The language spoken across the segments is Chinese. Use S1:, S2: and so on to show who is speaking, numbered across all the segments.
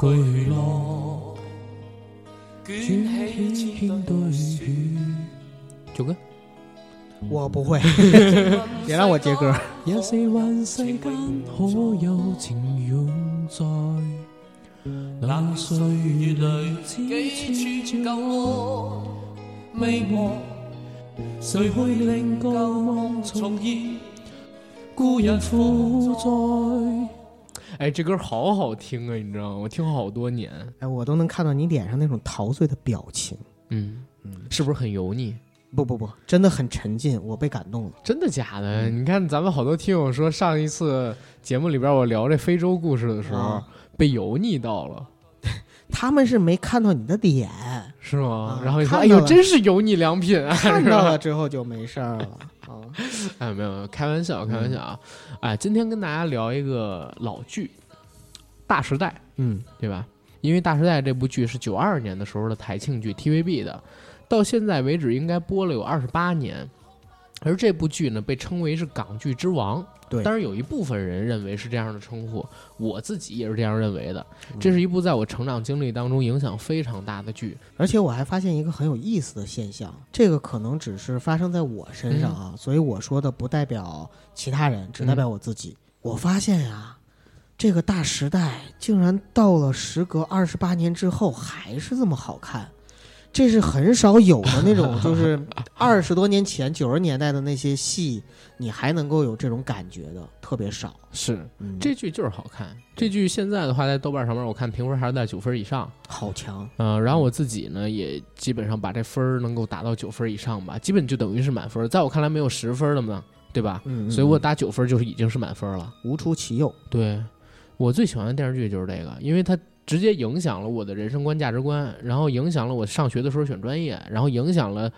S1: 巨浪卷起千堆雪。
S2: 九哥，
S3: 我不会，别让我接歌。
S1: 也是幻世間可有情永在？冷歲月裏，幾處舊愛未忘，誰會令舊夢重現？故人苦在。
S2: 哎，这歌好好听啊，你知道吗？我听好多年，
S3: 哎，我都能看到你脸上那种陶醉的表情。
S2: 嗯，是不是很油腻？
S3: 不不不，真的很沉浸，我被感动了。
S2: 真的假的？
S3: 嗯
S2: 你看咱们好多听友说，上一次节目里边我聊这非洲故事的时候，
S3: 啊
S2: 被油腻到了，
S3: 他们是没看到你的 脸，
S2: 是
S3: 啊
S2: 吗？然后你说，哎
S3: 看到
S2: 呦，
S3: 了
S2: 真是油腻良品啊！
S3: 看到了之后就没事儿了。啊，
S2: 哎，没有没有，开玩笑，开玩笑啊！
S3: 嗯
S2: 哎，今天跟大家聊一个老剧，《大时代》，
S3: 嗯，
S2: 对吧？因为《大时代》这部剧是九二年的时候的台庆剧 TVB 的，到现在为止应该播了有二十八年。而这部剧呢，被称为是港剧之王。
S3: 对
S2: 当然有一部分人认为是这样的称呼，我自己也是这样认为的。
S3: 嗯
S2: 这是一部在我成长经历当中影响非常大的剧。
S3: 而且我还发现一个很有意思的现象，这个可能只是发生在我身上
S2: 嗯
S3: 啊，所以我说的不代表其他人，只代表我自己。我发现呀、这个大时代竟然到了时隔二十八年之后还是这么好看，这是很少有的那种， 就是二十多年前九十年代的那些戏，你还能够有这种感觉的，特别少。
S2: 是，
S3: 嗯，
S2: 这剧就是好看。这剧现在的话，在豆瓣上面我看评分还是在九分以上。
S3: 好强，
S2: 嗯、然后我自己呢，也基本上把这分儿能够达到九分以上吧，基本就等于是满分儿。在我看来，没有十分的嘛，对吧？
S3: 嗯，
S2: 所以我打九分儿就是已经是满分儿了。
S3: 无出其右，
S2: 对，我最喜欢的电视剧就是这个，因为它直接影响了我的人生观、价值观，然后影响了我上学的时候选专业，然后影响了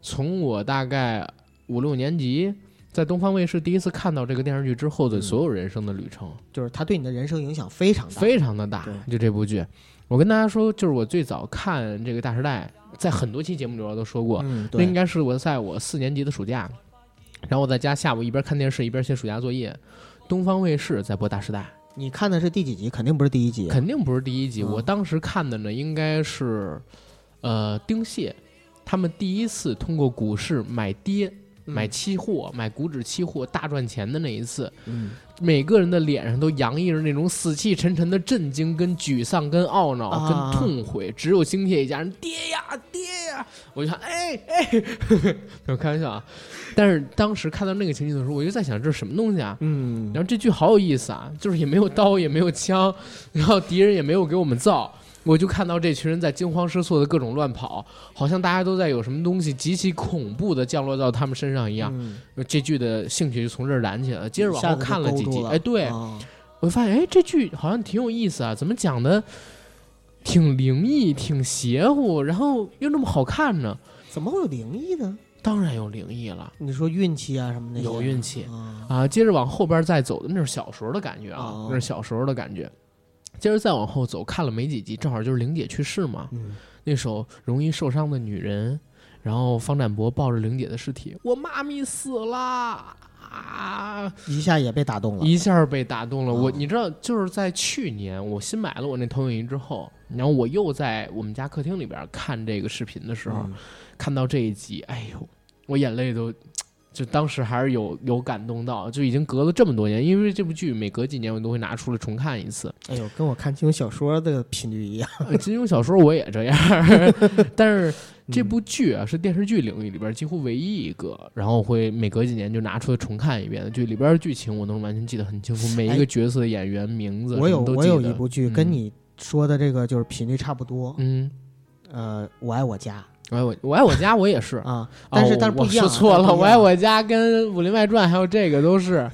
S2: 从我大概五六年级在东方卫视第一次看到这个电视剧之后的
S3: 嗯
S2: 所有人生的旅程。
S3: 就是它对你的人生影响非常大。
S2: 非常的大
S3: 对。
S2: 就这部剧，我跟大家说，就是我最早看这个《大时代》，在很多期节目里边都说过，
S3: 嗯，
S2: 那应
S3: 对，
S2: 该是我在我四年级的暑假，然后我在家下午一边看电视一边写暑假作业。东方卫视在播《大时代
S3: 你看的是第几集？肯定不是第一集》，。
S2: 肯定不是第一集。
S3: 嗯
S2: 我当时看的呢，应该是，呃，丁蟹他们第一次通过股市买跌、
S3: 嗯
S2: 买期货、买股指期货大赚钱的那一次。
S3: 嗯，
S2: 每个人的脸上都洋溢着那种死气沉沉的震惊、跟沮丧、跟懊恼、
S3: 啊
S2: 跟痛悔。只有星铁一家人爹呀爹呀，我就想哎哎，没有 开玩笑啊。但是当时看到那个情景的时候，我就在想这是什么东西啊？
S3: 嗯
S2: 然后这剧好有意思啊，就是也没有刀，也没有枪， 然后敌人也没有给我们造。我就看到这群人在惊慌失措的各种乱跑，好像大家都在有什么东西极其恐怖的降落到他们身上一样。
S3: 嗯
S2: 这剧的兴趣就从这儿燃起来了。接着往后看了几
S3: 一下子就勾
S2: 集，
S3: 住了
S2: 哎，对、
S3: 啊
S2: 我就发现，哎，这剧好像挺有意思啊，怎么讲的，挺灵异，挺邪乎，然后又那么好看呢？
S3: 怎么会有灵异呢？
S2: 当然有灵异了
S3: 你说运气啊什么的，
S2: 有运气
S3: 啊，
S2: 啊！接着往后边再走的，那是小时候的感觉啊，
S3: 哦
S2: 那是小时候的感觉。接着再往后走，看了没几集，正好就是玲姐去世嘛，
S3: 嗯，
S2: 那首《容易受伤的女人》，然后方展博抱着玲姐的尸体，我妈咪死啦啊！
S3: 一下也被打动了。
S2: 一下被打动了。我
S3: 哦
S2: 你知道，就是在去年我新买了我那投影仪之后，然后我又在我们家客厅里边看这个视频的时候，
S3: 嗯
S2: 看到这一集，哎呦，我眼泪都。就当时还是有有感动到，就已经隔了这么多年，因为这部剧每隔几年我都会拿出来重看一次。
S3: 哎呦，跟我看金庸小说的频率一样。
S2: 呃金庸小说我也这样， 但
S3: 嗯
S2: 是这部剧啊是电视剧领域里边几乎唯一一个，然后会每隔几年就拿出来重看一遍的剧。里边的剧情我能完全记得很清楚，每一个
S3: 哎
S2: 角色的演员名字
S3: 我
S2: 什
S3: 有
S2: 么都
S3: 我
S2: 记
S3: 有
S2: 得
S3: 一部剧
S2: 嗯
S3: 跟你说的这个就是频率差不多，
S2: 嗯，
S3: 呃，我爱我家
S2: 我爱我我爱我家我也是，
S3: 啊， 但是
S2: 哦
S3: 但是不
S2: 我
S3: 一样啊。
S2: 说错
S3: 但是
S2: 了，
S3: 不一
S2: 我
S3: 样
S2: 爱我家跟《武林外传》还有这个都是。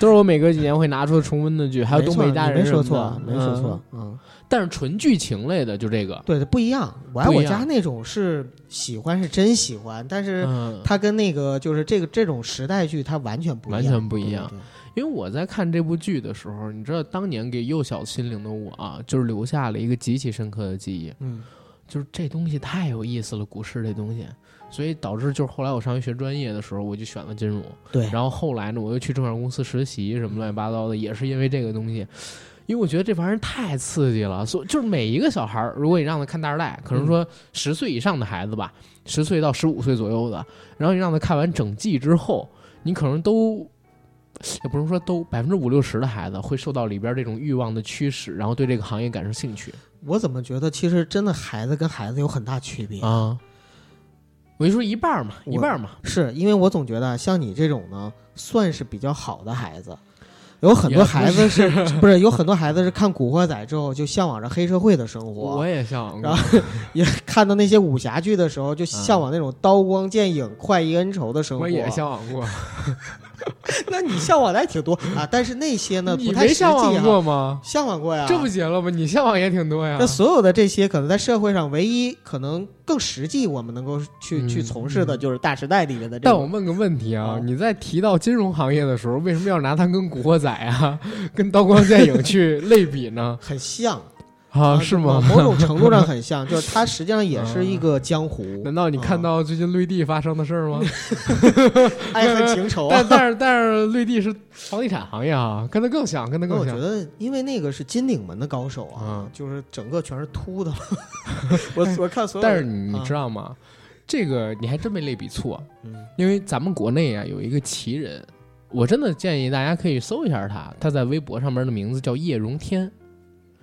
S2: 都是我每隔几年会拿出重温的剧，还有《
S3: 没
S2: 东
S3: 错
S2: 北一家
S3: 你
S2: 人》
S3: 没说
S2: 什么的
S3: 错，啊没说错
S2: 嗯，
S3: 嗯，
S2: 但是纯剧情类的就这个，
S3: 对，不一样。我爱
S2: 不一
S3: 我
S2: 样
S3: 家那种是喜欢是真喜欢，但是
S2: 嗯，
S3: 它跟那个就是这个这种时代剧它完全不一样，
S2: 完全不一样
S3: 对。对对
S2: 因为我在看这部剧的时候，你知道，当年给幼小心灵的我啊，就是留下了一个极其深刻的记忆，
S3: 嗯，
S2: 就是这东西太有意思了，股市这东西，所以导致就是后来我上学学专业的时候，我就选了金融，
S3: 对。
S2: 然后后来呢，我又去证券公司实习，什么乱七八糟的，也是因为这个东西。因为我觉得这玩意儿太刺激了，所以就是每一个小孩儿，如果你让他看《大时代》，可
S3: 嗯
S2: 能说十岁以上的孩子吧，十岁到十五岁左右的，然后你让他看完整季之后，你可能都也不能说都百分之五六十的孩子会受到里边这种欲望的驱使，然后对这个行业感生兴趣
S3: 我怎么觉得其实真的孩子跟孩子有很大区别？
S2: 啊。我就说一半儿嘛，
S3: 嗯我
S2: 一半儿嘛，
S3: 是因为我总觉得像你这种呢，算是比较好的孩子，有很多孩子是 不是有很多孩子是看《古惑仔》之后就向往着黑社会的生
S2: 我
S3: 活，
S2: 也像
S3: 然后也看到那些武侠剧的时候就向往那种刀光剑影、快意恩仇的生活。
S2: 我也向往过，
S3: 那你向往的还挺 多啊，但是那些呢
S2: 你
S3: 不太
S2: 没
S3: 实际
S2: 向往
S3: 啊，
S2: 过吗？
S3: 向往过呀。
S2: 这不啊结了吗？你向往也挺多呀
S3: 啊那。所有的这些，可能在社会上唯一可能更实际，我们能够去、
S2: 嗯
S3: 去从事的就是《大时代》里面的这
S2: 但我
S3: 种。
S2: 问个问题啊
S3: 哦，？
S2: 你在提到金融行业的时候，为什么要拿它跟《古惑仔》啊、跟《刀光剑影》去类比呢
S3: 很像
S2: 啊，是吗？ 啊
S3: 某种程度上很像，就是它实际上也是一个江湖。
S2: 难道你看
S3: 哦
S2: 到最近绿地发生的事儿吗？
S3: 爱恨情仇啊
S2: 但？但是但是绿地是房地产行业啊，跟它更像，跟它
S3: 哦那我
S2: 更
S3: 觉
S2: 像。
S3: 得，因为那个是金鼎门的高手啊
S2: 嗯，
S3: 就是整个全是秃 的。我我看所有
S2: 但是
S3: 人，
S2: 你知道吗？这个你还真没类比错，
S3: 啊嗯
S2: 因为咱们国内啊有一个奇人，我真的建议大家可以搜一下他，他在微博上面的名字叫叶荣添，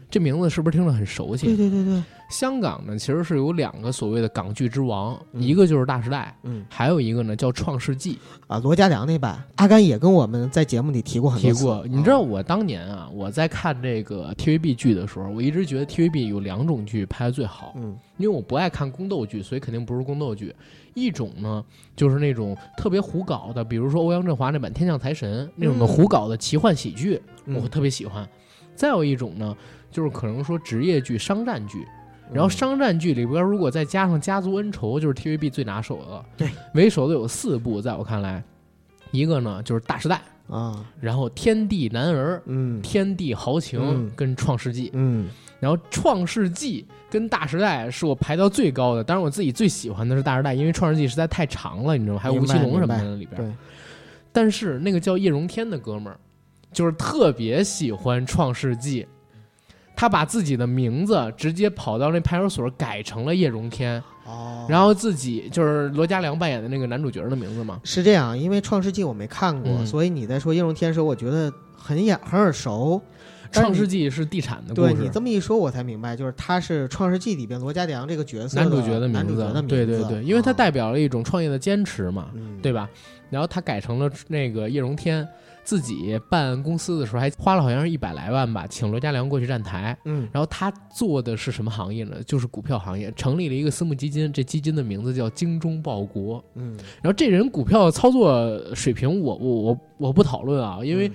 S2: 这名字是不是听着很熟悉？
S3: 对对对对，
S2: 香港呢，其实是有两个所谓的港剧之王，
S3: 嗯
S2: 一个就是《大时代》，
S3: 嗯
S2: 还有一个呢叫《创世纪
S3: 啊，罗家良那版，阿甘也跟我们在节目里提过》。很多
S2: 提
S3: 次啊
S2: 过，你知道我当年啊，我在看这个 TVB 剧的时候，我一直觉得 TVB 有两种剧拍的最好，
S3: 嗯
S2: 因为我不爱看宫斗剧，所以肯定不是宫斗剧。一种呢，就是那种特别胡搞的，比如说欧阳震华那版《天降财神》那种的
S3: 嗯
S2: 胡搞的奇幻喜剧，我
S3: 嗯，
S2: 特别喜欢。再有一种呢，就是可能说职业剧、商战剧，然后
S3: 上
S2: 商战剧里边，如果再加上家族恩仇，就是 TVB 最拿手的了。
S3: 对，
S2: 为首的有四部，在我看来，一个呢就是《大时代》，
S3: 啊，
S2: 然后《天地男儿》
S3: 嗯
S2: 《天地豪情》
S3: 嗯
S2: 跟《创世纪》，
S3: 嗯。
S2: 然后《创世纪》跟《大时代》是我排到最高的。当然，我自己最喜欢的是《大时代》，因为《创世纪》实在太长了，你知道吗？还有吴奇隆什么的里边。
S3: 对，
S2: 但是那个叫叶荣添的哥们儿，就是特别喜欢《创世纪》，他把自己的名字直接跑到那派出所改成了叶荣添，
S3: 哦
S2: 然后自己就是罗嘉良扮演的那个男主角的名字嘛。
S3: 是这样，因为《创世纪》我没看过，
S2: 嗯
S3: 所以你在说《应龙天》时候，我觉得很眼很耳熟。
S2: 《
S3: 但是
S2: 创
S3: 你
S2: 世纪》是地产的故
S3: 对
S2: 事
S3: 你，这么一说，我才明白，就是他是《创世纪》里边罗家良这个角色
S2: 男主
S3: 主
S2: 角
S3: 的
S2: 名
S3: 男
S2: 字
S3: 角的，名字，
S2: 对对对，因为他
S3: 啊，
S2: 代表了一种创业的坚持嘛，
S3: 嗯，
S2: 对吧？然后他改成了那个叶荣添。自己办公司的时候还花了好像是一百来万吧，请罗嘉良过去站台，
S3: 嗯
S2: 然后他做的是什么行业呢？就是股票行业，成立了一个私募基金，这基金的名字叫精忠报国。
S3: 嗯，
S2: 然后这人股票操作水平我，我我我不讨论啊，因为
S3: 嗯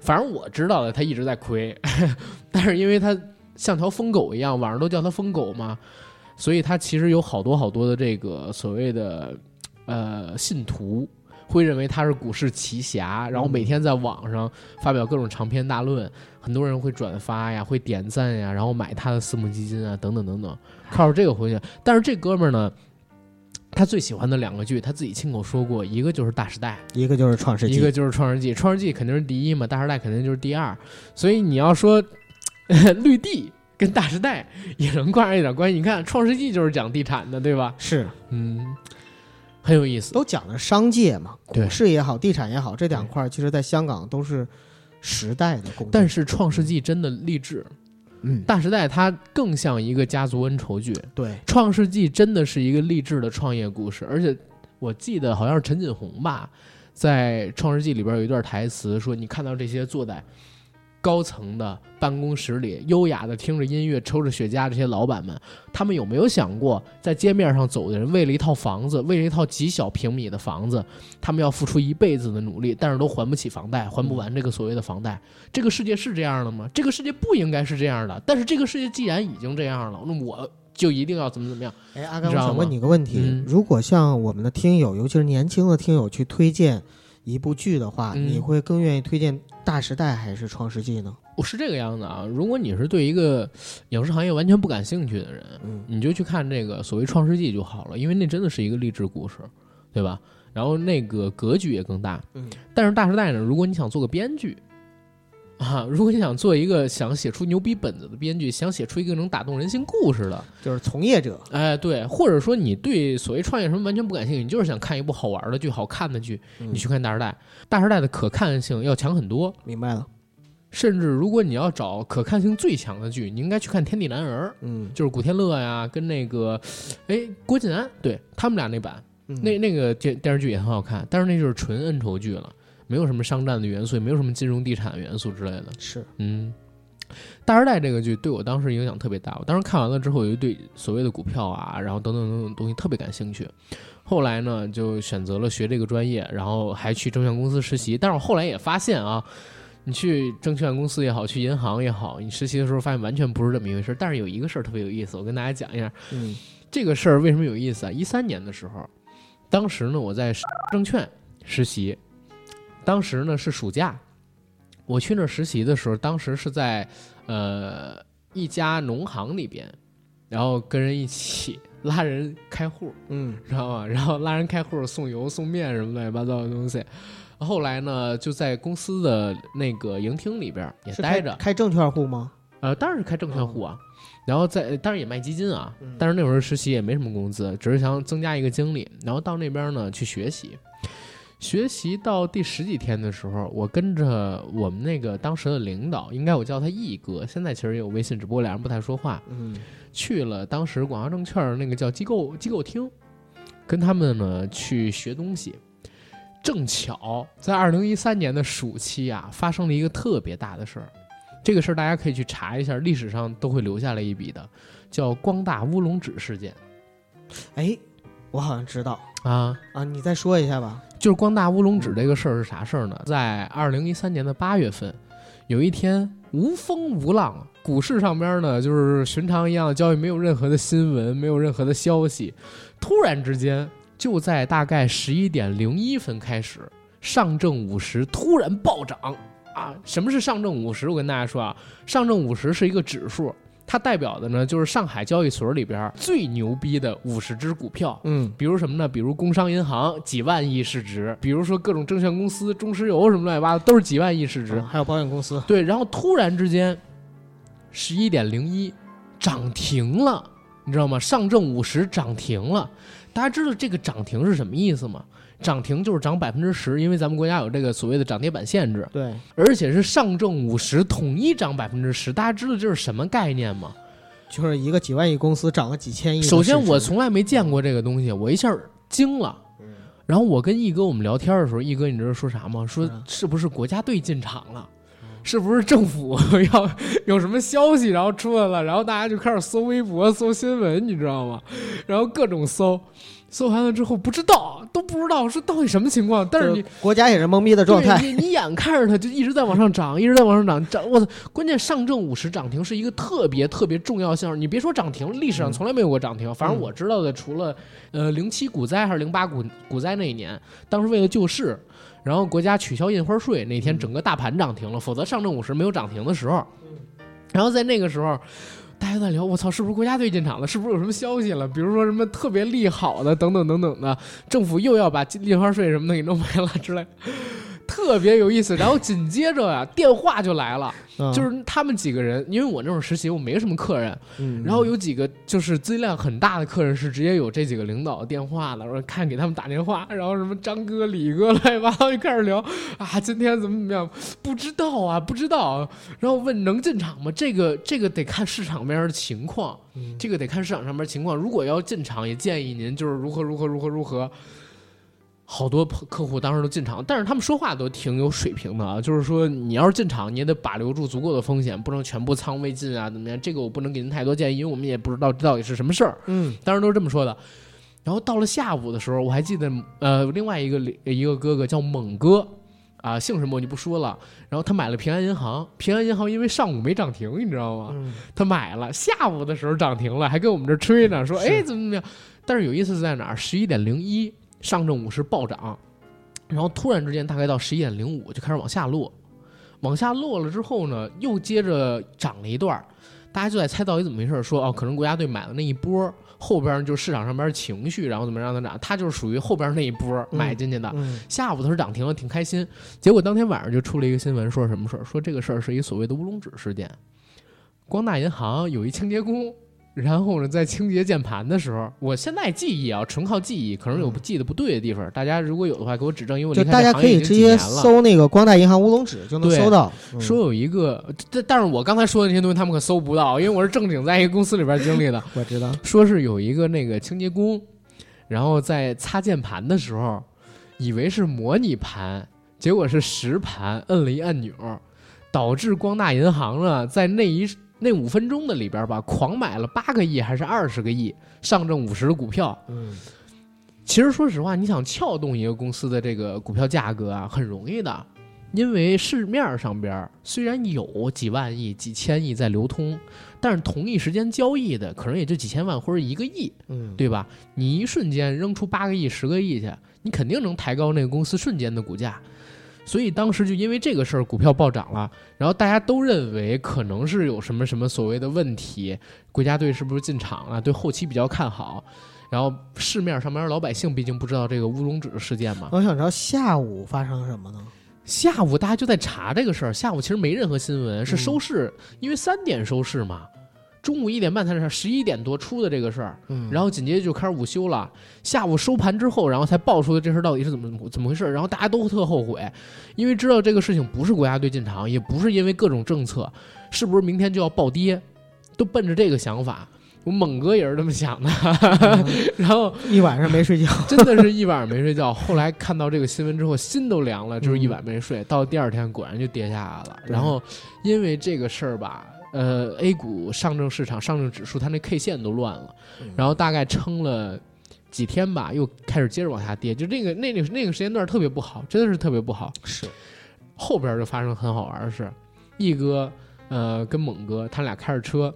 S2: 反正我知道的，他一直在亏， 但是因为他像条疯狗一样，网上都叫他疯狗嘛，所以他其实有好多好多的这个所谓的呃信徒。会认为他是股市奇侠，然后每天在网上发表各种长篇大论，很多人会转发呀，会点赞呀，然后买他的私募基金啊，等等等等，靠着这个回去。但是这哥们儿呢，他最喜欢的两个剧，他自己亲口说过，一个就是《大时代》，
S3: 一个就是《创世纪》，
S2: 一个就是《创世纪》，《创世纪》肯定是第一嘛，《大时代》肯定就是第二，所以你要说 绿地跟《大时代》也能挂上一点关系。你看，《创世纪》就是讲地产的，对吧？
S3: 是
S2: 嗯，很有意思。
S3: 都讲的商界嘛，
S2: 对
S3: 股市也好，地产也好，这两块儿其实在香港都是时代的共性。
S2: 但是《创世纪》真的励志，
S3: 嗯，
S2: 《大时代》它更像一个家族恩仇剧，《
S3: 对，
S2: 创世纪》真的是一个励志的创业故事，而且我记得好像是陈锦鸿吧，在《创世纪》里边有一段台词说：“你看到这些坐在高层的办公室里，优雅的听着音乐、抽着雪茄这些老板们，他们有没有想过，在街面上走的人，为了一套房子，为了一套几小平米的房子，他们要付出一辈子的努力，但是都还不起房贷，还不完这个所谓的房贷。这个世界是这样的吗？这个世界不应该是这样的。但是这个世界既然已经这样了，那我就一定要怎么怎么样。
S3: 哎，阿甘，
S2: 你
S3: 我
S2: 知道
S3: 想
S2: 吗
S3: 问你个问题：
S2: 嗯
S3: 如果像我们的听友，尤其是年轻的听友去推荐一部剧的话，
S2: 嗯
S3: 你会更愿意推荐《大时代》还是《创世纪》呢？
S2: 我是这个样子啊。如果你是对一个影视行业完全不感兴趣的人，
S3: 嗯
S2: 你就去看这个所谓《创世纪》就好了，因为那真的是一个励志故事，对吧？然后那个格局也更大。
S3: 嗯
S2: 但是《大时代》呢，如果你想做个编剧，啊，如果你想做一个想写出牛逼本子的编剧，想写出一个能打动人心故事的，
S3: 就是从业者，
S2: 哎，对，或者说你对所谓创业什么完全不感兴趣，你就是想看一部好玩的剧、好看的剧，
S3: 嗯
S2: 你去看《大时代》，《大时代》的可看性要强很多。
S3: 明白了，
S2: 甚至如果你要找可看性最强的剧，你应该去看《天地男儿》，
S3: 嗯，
S2: 就是古天乐呀，跟那个，哎，郭晋安，对他们俩那版，那那个电电视剧也很好看，但是那就是纯恩仇剧了，没有什么商战的元素，也没有什么金融地产的元素之类的。
S3: 是
S2: 嗯，《大时代》这个剧对我当时影响特别大，我当时看完了之后，有一对所谓的股票啊，然后等等等等东西特别感兴趣。后来呢，就选择了学这个专业，然后还去证券公司实习。但是我后来也发现啊，你去证券公司也好，去银行也好，你实习的时候发现完全不是这么一回事儿。但是有一个事儿特别有意思，我跟大家讲一下
S3: 嗯
S2: 这个事儿为什么有意思啊？一三年的时候，当时呢我在证券实习，当时呢是暑假，我去那儿实习的时候，当时是在呃一家农行里边，然后跟人一起拉人开户，
S3: 嗯
S2: 知道吗？然后拉人开户送油送面什么乱七八糟的东西。后来呢，就在公司的那个营厅里边儿也
S3: 是
S2: 待
S3: 开
S2: 着，
S3: 开证券户吗？
S2: 呃，当然是开证券户啊，然后在当然也卖基金啊，
S3: 嗯
S2: 但是那会儿实习也没什么工资，只是想增加一个经历，然后到那边呢去学习。学习到第十几天的时候，我跟着我们那个当时的领导，应该我叫他毅哥，现在其实也有微信，只不过俩人不太说话。
S3: 嗯
S2: 去了当时广发证券儿那个叫机构机构厅，跟他们呢去学东西。正巧在二零一三年的暑期啊，发生了一个特别大的事儿，这个事儿大家可以去查一下，历史上都会留下来一笔的，叫光大乌龙指事件
S3: 哎，我好像知道
S2: 啊。
S3: 啊，你再说一下吧。
S2: 就是光大乌龙指这个事儿是啥事儿呢？在二零一三年的八月份，有一天无风无浪，股市上边呢就是寻常一样的交易，没有任何的新闻，没有任何的消息。突然之间，就在大概十一点零一分开始，上证五十突然暴涨啊！什么是上证五十？我跟大家说啊，上证五十是一个指数。它代表的呢，就是上海交易所里边最牛逼的五十只股票。
S3: 嗯
S2: 比如什么呢？比如工商银行几万亿市值，比如说各种证券公司、中石油什么乱七八糟都是几万亿市值。
S3: 啊还有保险公司，
S2: 对，然后突然之间，十一点零一涨停了，你知道吗？上证五十涨停了。大家知道这个涨停是什么意思吗？涨停就是涨百分之十，因为咱们国家有这个所谓的涨跌板限制，
S3: 对，
S2: 而且是上证五十统一涨百分之十。大家知道这是什么概念吗？
S3: 就是一个几万亿公司涨了几千亿的市值。
S2: 首先，我从来没见过这个东西，我一下儿惊了。然后我跟毅哥我们聊天的时候，毅哥你知道说啥吗？说
S3: 嗯
S2: 是不是国家队进场了？是不是政府 要有什么消息，然后出来了，然后大家就开始搜微博、搜新闻，你知道吗？然后各种搜，搜完了之后不知道，都不知道说到底什么情况。但是
S3: 就
S2: 你
S3: 国家也是懵逼的状
S2: 对
S3: 态，
S2: 你 你眼看着它就一直在往上涨，一直在往上涨，涨我操！关键上证五十涨停是一个特别特别重要项，你别说涨停，历
S3: 嗯
S2: 史上从来没有过涨停。反正我知道的，除了呃零七股灾还是零八股股灾那一年，当时为了救市，然后国家取消印花税，那
S3: 嗯
S2: 天整个大盘涨停了，否则上证五十没有涨停的时候。然后在那个时候。大家都在聊，我操，是不是国家队进场了？是不是有什么消息了？比如说什么特别利好的，等等等等的，政府又要把印花税什么的给弄没了之类的特别有意思。然后紧接着啊，电话就来了，
S3: 嗯
S2: 就是他们几个人，因为我那种实习我没什么客人，
S3: 嗯
S2: 然后有几个就是资金量很大的客人是直接有这几个领导的电话的，然后看给他们打电话，然后什么张哥、李哥乱七八糟就开始聊啊，今天怎么怎么样？不知道啊，不知道啊。然后问能进场吗？这个这个得看市场面的情况，
S3: 嗯
S2: 这个得看市场上面情况。如果要进场，也建议您就是如何如何如何如何。好多客客户当时都进场，但是他们说话都挺有水平的啊，就是说你要是进场，你也得把留住足够的风险，不能全部仓位进啊，怎么样？这个我不能给您太多建议，因为我们也不知道这到底是什么事儿。
S3: 嗯
S2: 当时都是这么说的。然后到了下午的时候，我还记得，呃，另外一个里一个哥哥叫猛哥，啊，姓什么我就不说了。然后他买了平安银行，平安银行因为上午没涨停，你知道吗？
S3: 嗯
S2: 他买了，下午的时候涨停了，还跟我们这儿吹呢，说
S3: 嗯是
S2: 哎怎么怎么样。但是有意思是在哪儿？十一点零一，上证五十暴涨，然后突然之间大概到十一点零五就开始往下落，往下落了之后呢，又接着涨了一段儿。大家就在猜到底怎么回事儿，说哦，可能国家队买了那一波儿，后边儿就是市场上边儿情绪，然后怎么让它涨，它就是属于后边儿那一波儿
S3: 嗯
S2: 买进去的。
S3: 嗯
S2: 下午的时候涨停了，挺开心。结果当天晚上就出了一个新闻，说什么事儿？说这个事儿是一所谓的乌龙指事件。光大银行有一清洁工，然后呢，在清洁键盘的时候，我现在记忆啊，纯靠记忆，可能有记得不对的地方，大家如果有的话给我指正，因为我
S3: 就
S2: 离开
S3: 大
S2: 这
S3: 家
S2: 行
S3: 可
S2: 业
S3: 以
S2: 已经
S3: 直
S2: 几
S3: 接
S2: 年了。
S3: 搜那个光大银行乌龙指就能
S2: 对
S3: 搜到。嗯
S2: 说有一个，但但是我刚才说的那些东西，他们可搜不到，因为我是正经在一个公司里边经历的。
S3: 我知道，
S2: 说是有一个那个清洁工，然后在擦键盘的时候，以为是模拟盘，结果是实盘，摁了一按钮，导致光大银行呢在那一那五分钟的里边吧，狂买了八个亿还是二十个亿上证五十的股票。
S3: 嗯，
S2: 其实说实话，你想撬动一个公司的这个股票价格啊，很容易的，因为市面上边儿虽然有几万亿、几千亿在流通，但是同一时间交易的可能也就几千万或者一个亿，
S3: 嗯，
S2: 对吧？你一瞬间扔出八个亿、十个亿去，你肯定能抬高那个公司瞬间的股价。所以当时就因为这个事儿，股票暴涨了，然后大家都认为可能是有什么什么所谓的问题，国家队是不是进场了？对后期比较看好。然后市面上面老百姓毕竟不知道这个乌龙指事件嘛，
S3: 我想知道下午发生了什么呢？
S2: 下午大家就在查这个事儿。下午其实没任何新闻，是收市，因为三点收市嘛，中午一点半才是十一点多出的这个事儿，
S3: 嗯，
S2: 然
S3: 后
S2: 后紧接着就开始午休了。下午收盘之后，然后才爆出的这事儿到底是怎么怎么回事儿，然后大家都特后悔，因为知道这个事情不是国家队进场，也不是因为各种政策，是不是明天就要暴跌，都奔着这个想法。我猛哥也是这么想的， 然后
S3: 一晚上没睡觉，
S2: 真的是一晚上没 睡觉。后来看到这个新闻之后，心都凉了，就是一晚没睡。到第二天果然就跌下来了。
S3: 嗯对
S2: 然后因为这个事儿吧，呃，A 股上证市场上证指数它那 K 线都乱了
S3: 嗯，
S2: 然后大概撑了。几天吧，又开始接着往下跌，就那个那那那个时间段特别不好，真的是特别不好。
S3: 是，
S2: 后边就发生很好玩的事，一哥呃跟猛哥他俩开着车，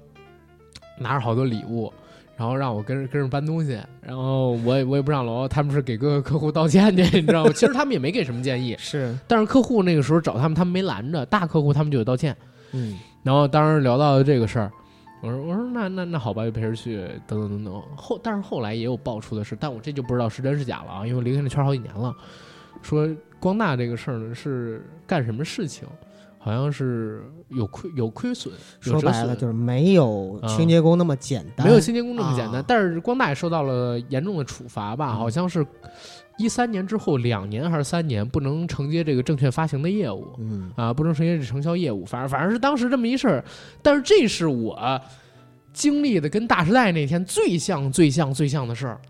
S2: 拿着好多礼物，然后让我跟着跟着搬东西，然后我也我也不上楼，他们是给各个客户道歉去，你知道吗？其实他们也没给什么建议，
S3: 是，
S2: 但是客户那个时候找他们，他们没拦着，大客户他们就有道歉。
S3: 嗯，
S2: 然后当时聊到这个事儿，我说我说那那那好吧，就陪着去，等等等等。后但是后来也有爆出的事，但我这就不知道是真是假了啊，因为我离开那圈儿好几年了。说光大这个事儿呢是干什么事情，好像是有亏有亏损，有
S3: 说
S2: 折
S3: 白了
S2: 损
S3: 就是没有
S2: 嗯
S3: 清洁工那么简单，
S2: 没有清洁工这么简单。
S3: 啊
S2: 但是光大也受到了严重的处罚吧，
S3: 嗯
S2: 好像是一三年之后两年还是三年不能承接这个证券发行的业务。
S3: 嗯，
S2: 啊，不能承接这承销业务，反正反正是当时这么一事儿。但是这是我经历的跟大时代那天最像、最像、最像的事儿，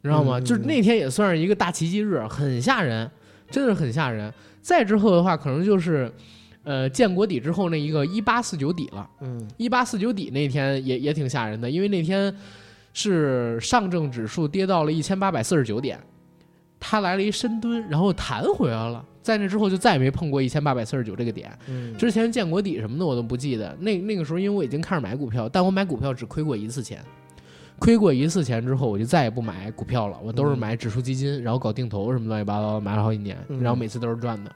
S2: 你知道吗？
S3: 嗯
S2: 就是那天也算是一个大奇迹日，很吓人，真的是很吓人。再之后的话，可能就是。呃，建国底之后那一个一八四九底了，
S3: 嗯，
S2: 一八四九底那天也也挺吓人的，因为那天是上证指数跌到了一千八百四十九点，它来了一深蹲，然后弹回来了，在那之后就再也没碰过一千八百四十九这个点。
S3: 嗯，
S2: 之前建国底什么的我都不记得，那那个时候因为我已经开始买股票，但我买股票只亏过一次钱，亏过一次钱之后我就再也不买股票了，我都是买指数基金，然后搞定投什么乱七八糟，买了好几年，
S3: 嗯
S2: 然后每次都是赚的。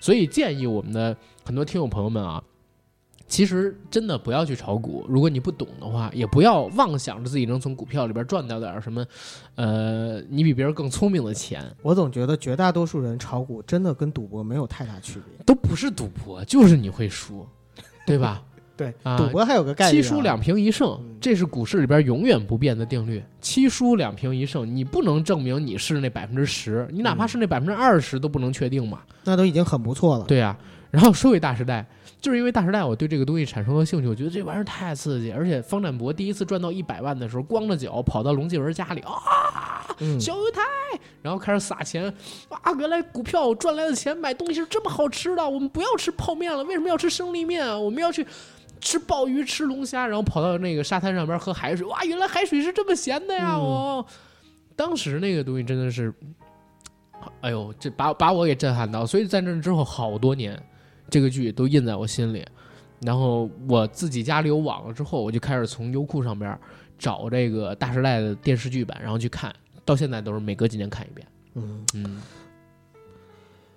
S2: 所以建议我们的很多听友朋友们啊，其实真的不要去炒股，如果你不懂的话，也不要妄想着自己能从股票里边赚到点儿什么，呃，你比别人更聪明的钱。
S3: 我总觉得绝大多数人炒股真的跟赌博没有太大区别，
S2: 都不是赌博，就是你 会输，对吧？
S3: 对
S2: 啊
S3: 赌博还有个概率
S2: 七
S3: 啊，
S2: 输两平一胜
S3: 嗯，
S2: 这是股市里边永远不变的定律。七输两平一胜，你不能证明你是那百分之十，你哪怕是那百分之二十都不能确定嘛。
S3: 那都已经很不错了，
S2: 对呀、然后说回大时代，就是因为大时代，我对这个东西产生了兴趣，我觉得这玩意儿太刺激。而且方展博第一次赚到一百万的时候，光着脚跑到龙继文家里啊，
S3: 嗯，
S2: 小犹太，然后开始撒钱啊！原来股票赚来的钱买东西是这么好吃的，我们不要吃泡面了，为什么要吃生力面啊？我们要去吃鲍鱼、吃龙虾，然后跑到那个沙滩上边喝海水，哇，原来海水是这么咸的呀！
S3: 嗯
S2: 哦，当时那个东西真的是，哎呦，这把把我给震撼到，所以在那之后好多年，这个剧都印在我心里。然后我自己家里有网了之后，我就开始从优酷上边找这个《大时代》的电视剧版，然后去看，到现在都是每隔几年看一遍。
S3: 嗯，
S2: 嗯，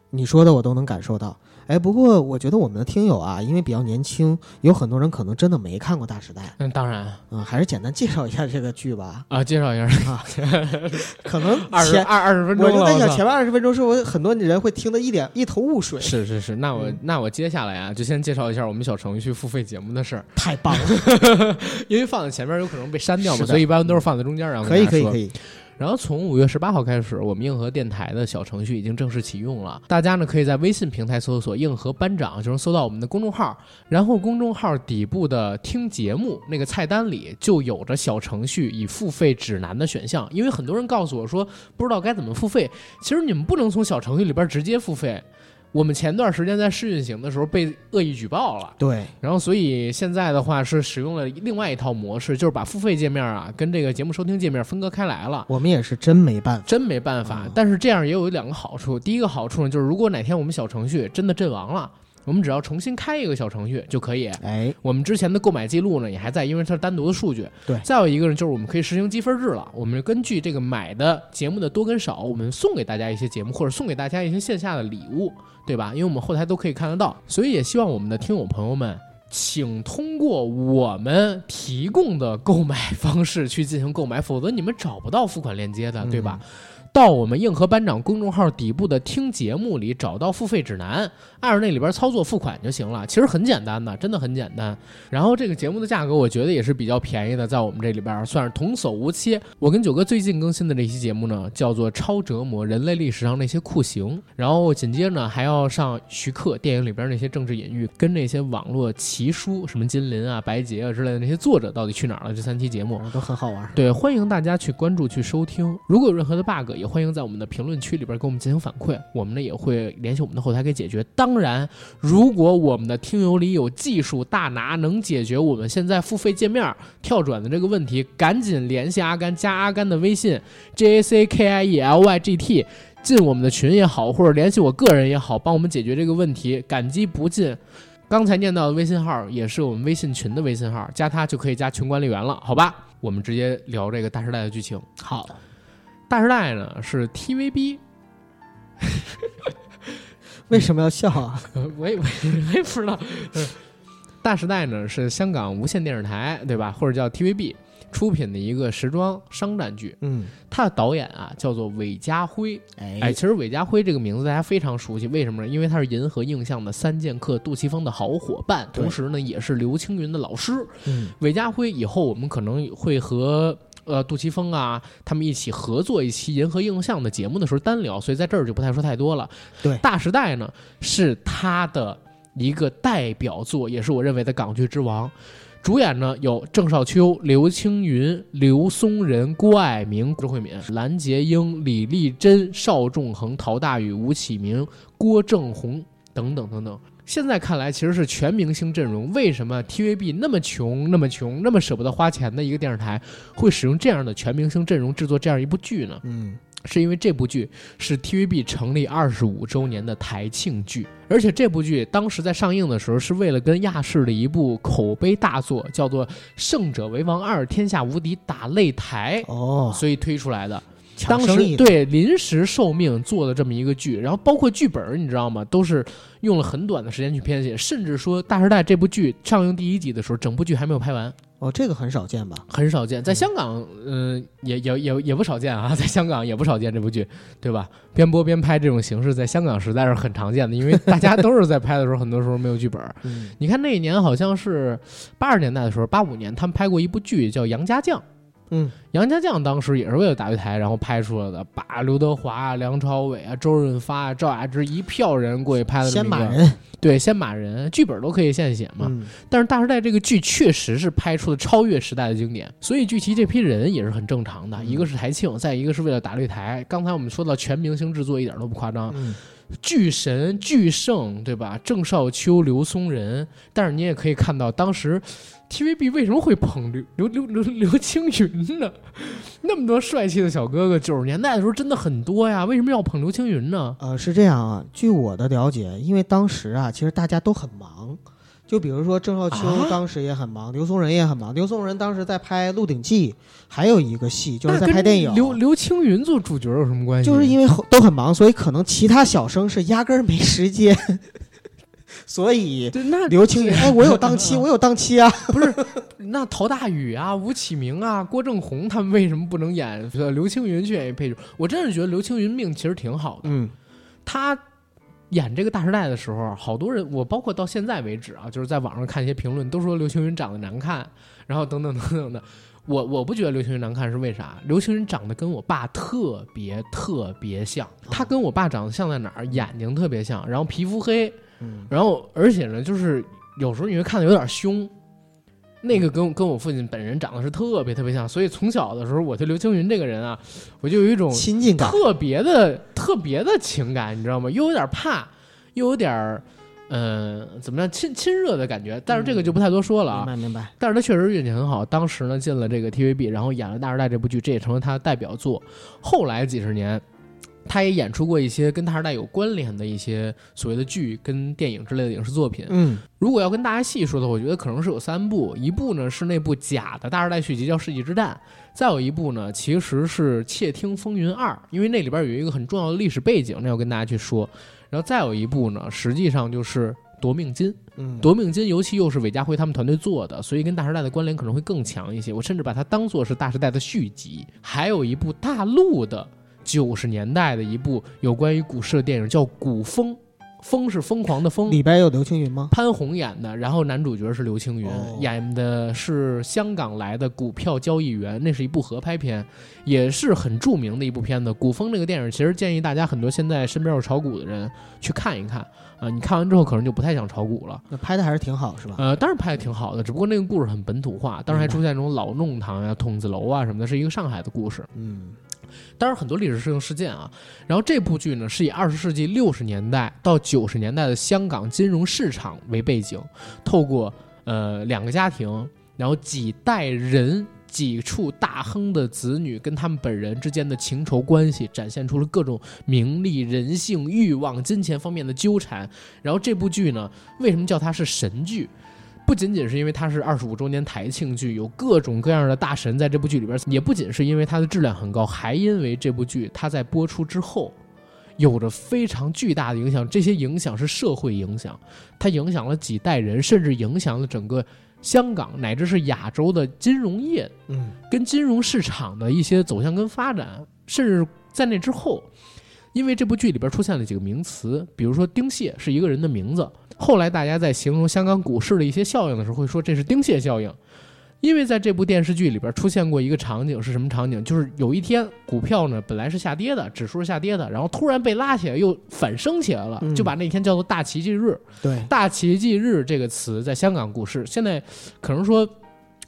S3: 你说的我都能感受到。哎，不过我觉得我们的听友啊，因为比较年轻，有很多人可能真的没看过《大时代》，
S2: 嗯，当然
S3: 嗯，还是简单介绍一下这个剧吧。
S2: 啊，介绍一下，
S3: 可能
S2: 二十
S3: 前
S2: 二二十分钟
S3: 我就
S2: 了，
S3: 在
S2: 我
S3: 想
S2: 操
S3: 前面二十分钟是我很多人会听得一脸一头雾水，
S2: 是是是，那我
S3: 嗯
S2: 那我接下来啊，就先介绍一下我们小程序付费节目的事儿，
S3: 太棒了，
S2: 因为放在前面有可能被删掉
S3: 是
S2: 嘛，
S3: 的
S2: 所以一般都是放在中间，然 后
S3: 可以可以可
S2: 以。
S3: 以，
S2: 然后从五月十八号开始，我们硬核电台的小程序已经正式启用了，大家呢可以在微信平台搜索“硬核班长”，就能搜到我们的公众号，然后公众号底部的“听节目”那个菜单里就有着小程序以付费指南的选项，因为很多人告诉我说不知道该怎么付费，其实你们不能从小程序里边直接付费。我们前段时间在试运行的时候被恶意举报了，
S3: 对，
S2: 然后，所以现在的话是使用了另外一套模式，就是把付费界面啊跟这个节目收听界面分割开来了。
S3: 我们也是真没办法。
S2: 真没办法
S3: 嗯，
S2: 但是这样也有两个好处。第一个好处呢，就是如果哪天我们小程序真的阵亡了，我们只要重新开一个小程序就可以。
S3: 哎，
S2: 我们之前的购买记录呢也还在，因为它是单独的数据。
S3: 对
S2: 再有一个呢，就是我们可以实行积分制了。我们根据这个买的节目的多跟少，我们送给大家一些节目，或者送给大家一些线下的礼物，对吧？因为我们后台都可以看得到，所以也希望我们的听友朋友们。请通过我们提供的购买方式去进行购买，否则你们找不到付款链接的，对吧？到我们硬核班长公众号底部的听节目里找到付费指南，按照那里边操作付款就行了。其实很简单的，真的很简单。然后这个节目的价格，我觉得也是比较便宜的，在我们这里边儿算是童叟无欺。我跟九哥最近更新的这期节目呢，叫做《超折磨：人类历史上那些酷刑》，然后紧接着呢还要上徐克电影里边那些政治隐喻，跟那些网络奇书，什么金林啊、白洁啊之类的那些作者到底去哪儿了？这三期节目，
S3: 都很好玩。
S2: 对，欢迎大家去关注、去收听。如果有任何的 bug，也欢迎在我们的评论区里边给我们进行反馈，我们呢也会联系我们的后台给解决。当然，如果我们的听友里有技术大拿能解决我们现在付费界面跳转的这个问题，赶紧联系阿甘，加阿甘的微信 j a c k i e l y g t。进我们的群也好，或者联系我个人也好，帮我们解决这个问题，感激不尽。刚才念到的微信号也是我们微信群的微信号，加他就可以加群管理员了，好吧？我们直接聊这个《大时代》的剧情。好，《大时代呢》是 TVB，
S3: 为什么要笑啊？
S2: 呃 我也 我也我也不知道，呃大时代》呢是香港无线电视台对吧，或者叫 TVB 出品的一个时装商战剧。
S3: 嗯，
S2: 它的导演啊叫做韦家辉，哎，
S3: 哎，
S2: 其实韦家辉这个名字大家非常熟悉，为什么呢？因为他是银河映像的三剑客杜琪峰的好伙伴，
S3: 对
S2: 同时呢也是刘青云的老师。
S3: 嗯，
S2: 韦家辉以后我们可能会和呃杜琪峰啊他们一起合作一期《银河映像》的节目的时候单聊，所以在这儿就不太说太多了。
S3: 对
S2: 大时代》呢是他的一个代表作，也是我认为的港剧之王。主演呢有郑少秋、刘青云、刘松仁、郭爱明、周慧敏、蓝洁瑛、李丽珍、邵仲恒、陶大宇、吴启明、郭正红等等等等。现在看来其实是全明星阵容。为什么 TVB 那么穷、那么穷、那么舍不得花钱的一个电视台，会使用这样的全明星阵容制作这样一部剧呢？
S3: 嗯，
S2: 是因为这部剧是 TVB 成立二十五周年的台庆剧，而且这部剧当时在上映的时候，是为了跟亚视的一部口碑大作叫做《胜者为王二：天下无敌》打擂台，
S3: 哦，
S2: 所以推出来的。
S3: 抢
S2: 当
S3: 生意
S2: 时
S3: 的，
S2: 对临时受命做的这么一个剧，然后包括剧本儿，你知道吗？都是用了很短的时间去编写，甚至说《大时代》这部剧上映第一集的时候，整部剧还没有拍完，
S3: 哦，这个很少见吧？
S2: 很少见。在香港，嗯、也也也也不少见啊，在 香港也不少见这部剧，对吧？边播边拍这种形式，在香港实在是很常见的，因为大家都是在拍的时候，很多时候没有剧本儿。
S3: 嗯，
S2: 你看那一年好像是八十年代的时候，八五年他们拍过一部剧叫《杨家将》。
S3: 嗯，
S2: 杨家将当时也是为了打擂台，然后拍出来的，把刘德华啊、梁朝伟啊、周润发啊、赵雅芝一票人过去拍的这
S3: 先
S2: 么一
S3: 骂
S2: 个。
S3: 人
S2: 对，先码人，剧本都可以现写嘛。
S3: 嗯，
S2: 但是《大时代》这个剧确实是拍出了超越时代的经典，所以聚集这批人也是很正常的。
S3: 嗯
S2: 一个是台庆，再一个是为了打擂台。刚才我们说到全明星制作，一点都不夸张。
S3: 嗯，
S2: 巨神巨圣，对吧？郑少秋、刘松仁，但是你也可以看到，当时 TVB 为什么会捧刘刘刘刘刘青云呢？那么多帅气的小哥哥，九十年代的时候真的很多呀，为什么要捧刘青云呢？
S3: 呃，是这样啊。据我的了解，因为当时啊，其实大家都很忙。就比如说郑少
S2: 啊
S3: 秋当时也很忙，刘松仁也很忙。刘松仁当时在拍《鹿鼎记》，还有一个戏就是
S2: 那
S3: 在
S2: 跟
S3: 拍电影。
S2: 刘刘青云做主角有什么关系？
S3: 就是因为都很忙，所以可能其他小生是压根儿没时间。 所以
S2: 对，那
S3: 刘青云，哎，我有档期，我有档期啊！
S2: 那陶大宇啊、吴启明啊、郭正红他们为什么不能演呃刘青云去演一配角？我真是觉得刘青云命其实挺好的。
S3: 嗯
S2: 他演这个《大时代》的时候，好多人，我包括到现在为止啊，就是在网上看一些评论，都说刘青云长得难看，然后等等等等的。我我不觉得刘青云难看是为啥？刘青云长得跟我爸特别特别像，他跟我爸长得像在哪儿？眼睛特别像，然后皮肤黑，
S3: 嗯，
S2: 然后而且呢，就是有时候你会看的有点凶。那个跟跟我父亲本人长得是特别特别像，所以从小的时候我对刘青云这个人啊，我就有一种
S3: 亲近感，
S2: 特别的特别的情感，你知道吗？又有点怕，又有点儿，嗯、怎么样亲亲热的感觉。但是这个就不太多说了
S3: 明
S2: 啊。
S3: 白明白。
S2: 但是他确实运气很好，当时呢进了这个 TVB，然后演了《大时代》这部剧，这也成了他的代表作。后来几十年，他也演出过一些跟《大时代》有关联的一些所谓的剧跟电影之类的影视作品。
S3: 嗯，
S2: 如果要跟大家细说的，话，我觉得可能是有三部，一部呢是那部假的《大时代》续集叫《世纪之战》，再有一部呢其实是《窃听风云二》，因为那里边有一个很重要的历史背景，那要跟大家去说。然后再有一部呢，实际上就是《夺命金》，
S3: 嗯
S2: 《夺命金》尤其又是韦家辉他们团队做的，所以跟《大时代》的关联可能会更强一些。我甚至把它当做是《大时代》的续集。还有一部大陆的九十年代的一部有关于股市的电影，叫《古风》，风是疯狂的风，
S3: 里边有刘青云吗？
S2: 潘虹演的，然后男主角是刘青云，
S3: 哦
S2: 演的是香港来的股票交易员，那是一部合拍片，也是很著名的一部片子。古风这个电影，其实建议大家很多现在身边有炒股的人去看一看啊、你看完之后可能就不太想炒股了。
S3: 那拍的还是挺好，是吧？
S2: 呃，当然拍的挺好的，只不过那个故事很本土化，当时还出现那种老弄堂呀、筒子楼啊什么的，是一个上海的故事。
S3: 嗯，
S2: 当然很多历史性事件啊。然后这部剧呢是以二十世纪六十年代到九十年代的香港金融市场为背景，透过呃两个家庭，然后几代人。几处大亨的子女跟他们本人之间的情仇关系，展现出了各种名利、人性、欲望、金钱方面的纠缠。然后这部剧呢，为什么叫它是神剧？不仅仅是因为它是二十五周年台庆剧，有各种各样的大神在这部剧里边，也不仅是因为它的质量很高，还因为这部剧它在播出之后。有着非常巨大的影响，这些影响是社会影响，它影响了几代人，甚至影响了整个香港乃至是亚洲的金融业
S3: 嗯，
S2: 跟金融市场的一些走向跟发展，甚至在那之后，因为这部剧里边出现了几个名词，比如说丁蟹是一个人的名字，后来大家在形容香港股市的一些效应的时候，会说这是丁蟹效应。因为在这部电视剧里边出现过一个场景，是什么场景？就是有一天股票呢本来是下跌的，指数是下跌的，然后突然被拉起来又反升起来了，
S3: 嗯
S2: 就把那天叫做大奇迹日。
S3: 对，
S2: 大奇迹日这个词在香港股市，现在可能说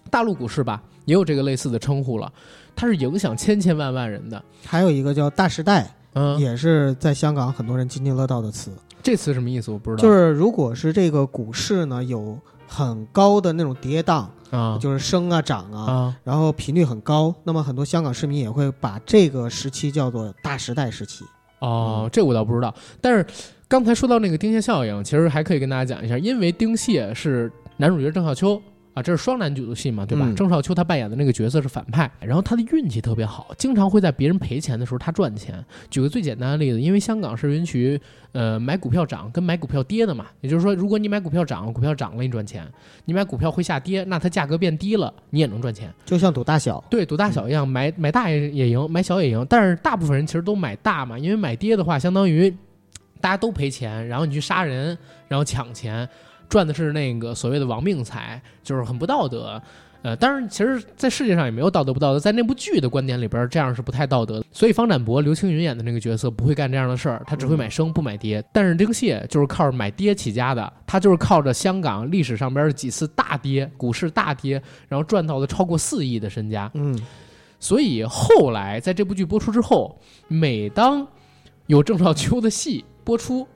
S2: 大陆股市吧，也有这个类似的称呼了。它是影响千千万万人的。
S3: 还有一个叫《大时代》，
S2: 嗯，
S3: 也是在香港很多人津津乐道的词。
S2: 这词什么意思？我不知道。
S3: 就是如果是这个股市呢，有很高的那种跌宕，
S2: 啊
S3: 就是升啊涨啊，
S2: 啊
S3: 然后频率很高，那么很多香港市民也会把这个时期叫做“大时代”时期。
S2: 哦，这我倒不知道。但是刚才说到那个丁蟹效应，其实还可以跟大家讲一下，因为丁蟹是男主角郑少秋。啊，这是双男主的戏嘛，对吧？
S3: 嗯
S2: 郑少秋他扮演的那个角色是反派，然后他的运气特别好，经常会在别人赔钱的时候他赚钱。举个最简单的例子，因为香港是允许呃买股票涨跟买股票跌的嘛，也就是说，如果你买股票涨，股票涨了你赚钱；你买股票会下跌，那它价格变低了，你也能赚钱。
S3: 就像赌大小，
S2: 对，赌大小一样，买买大也也赢，买小也赢。但是大部分人其实都买大嘛，因为买跌的话，相当于大家都赔钱，然后你去杀人，然后抢钱，赚的是那个所谓的亡命财，就是很不道德。呃，当然，其实，在世界上也没有道德不道德，在那部剧的观点里边，这样是不太道德的。所以，方展博、刘青云演的那个角色不会干这样的事儿，他只会买升不买跌。但是丁蟹就是靠着买跌起家的，他就是靠着香港历史上边的几次大跌，股市大跌，然后赚到了超过四亿的身家。
S3: 嗯，
S2: 所以后来在这部剧播出之后，每当有郑少秋的戏播出，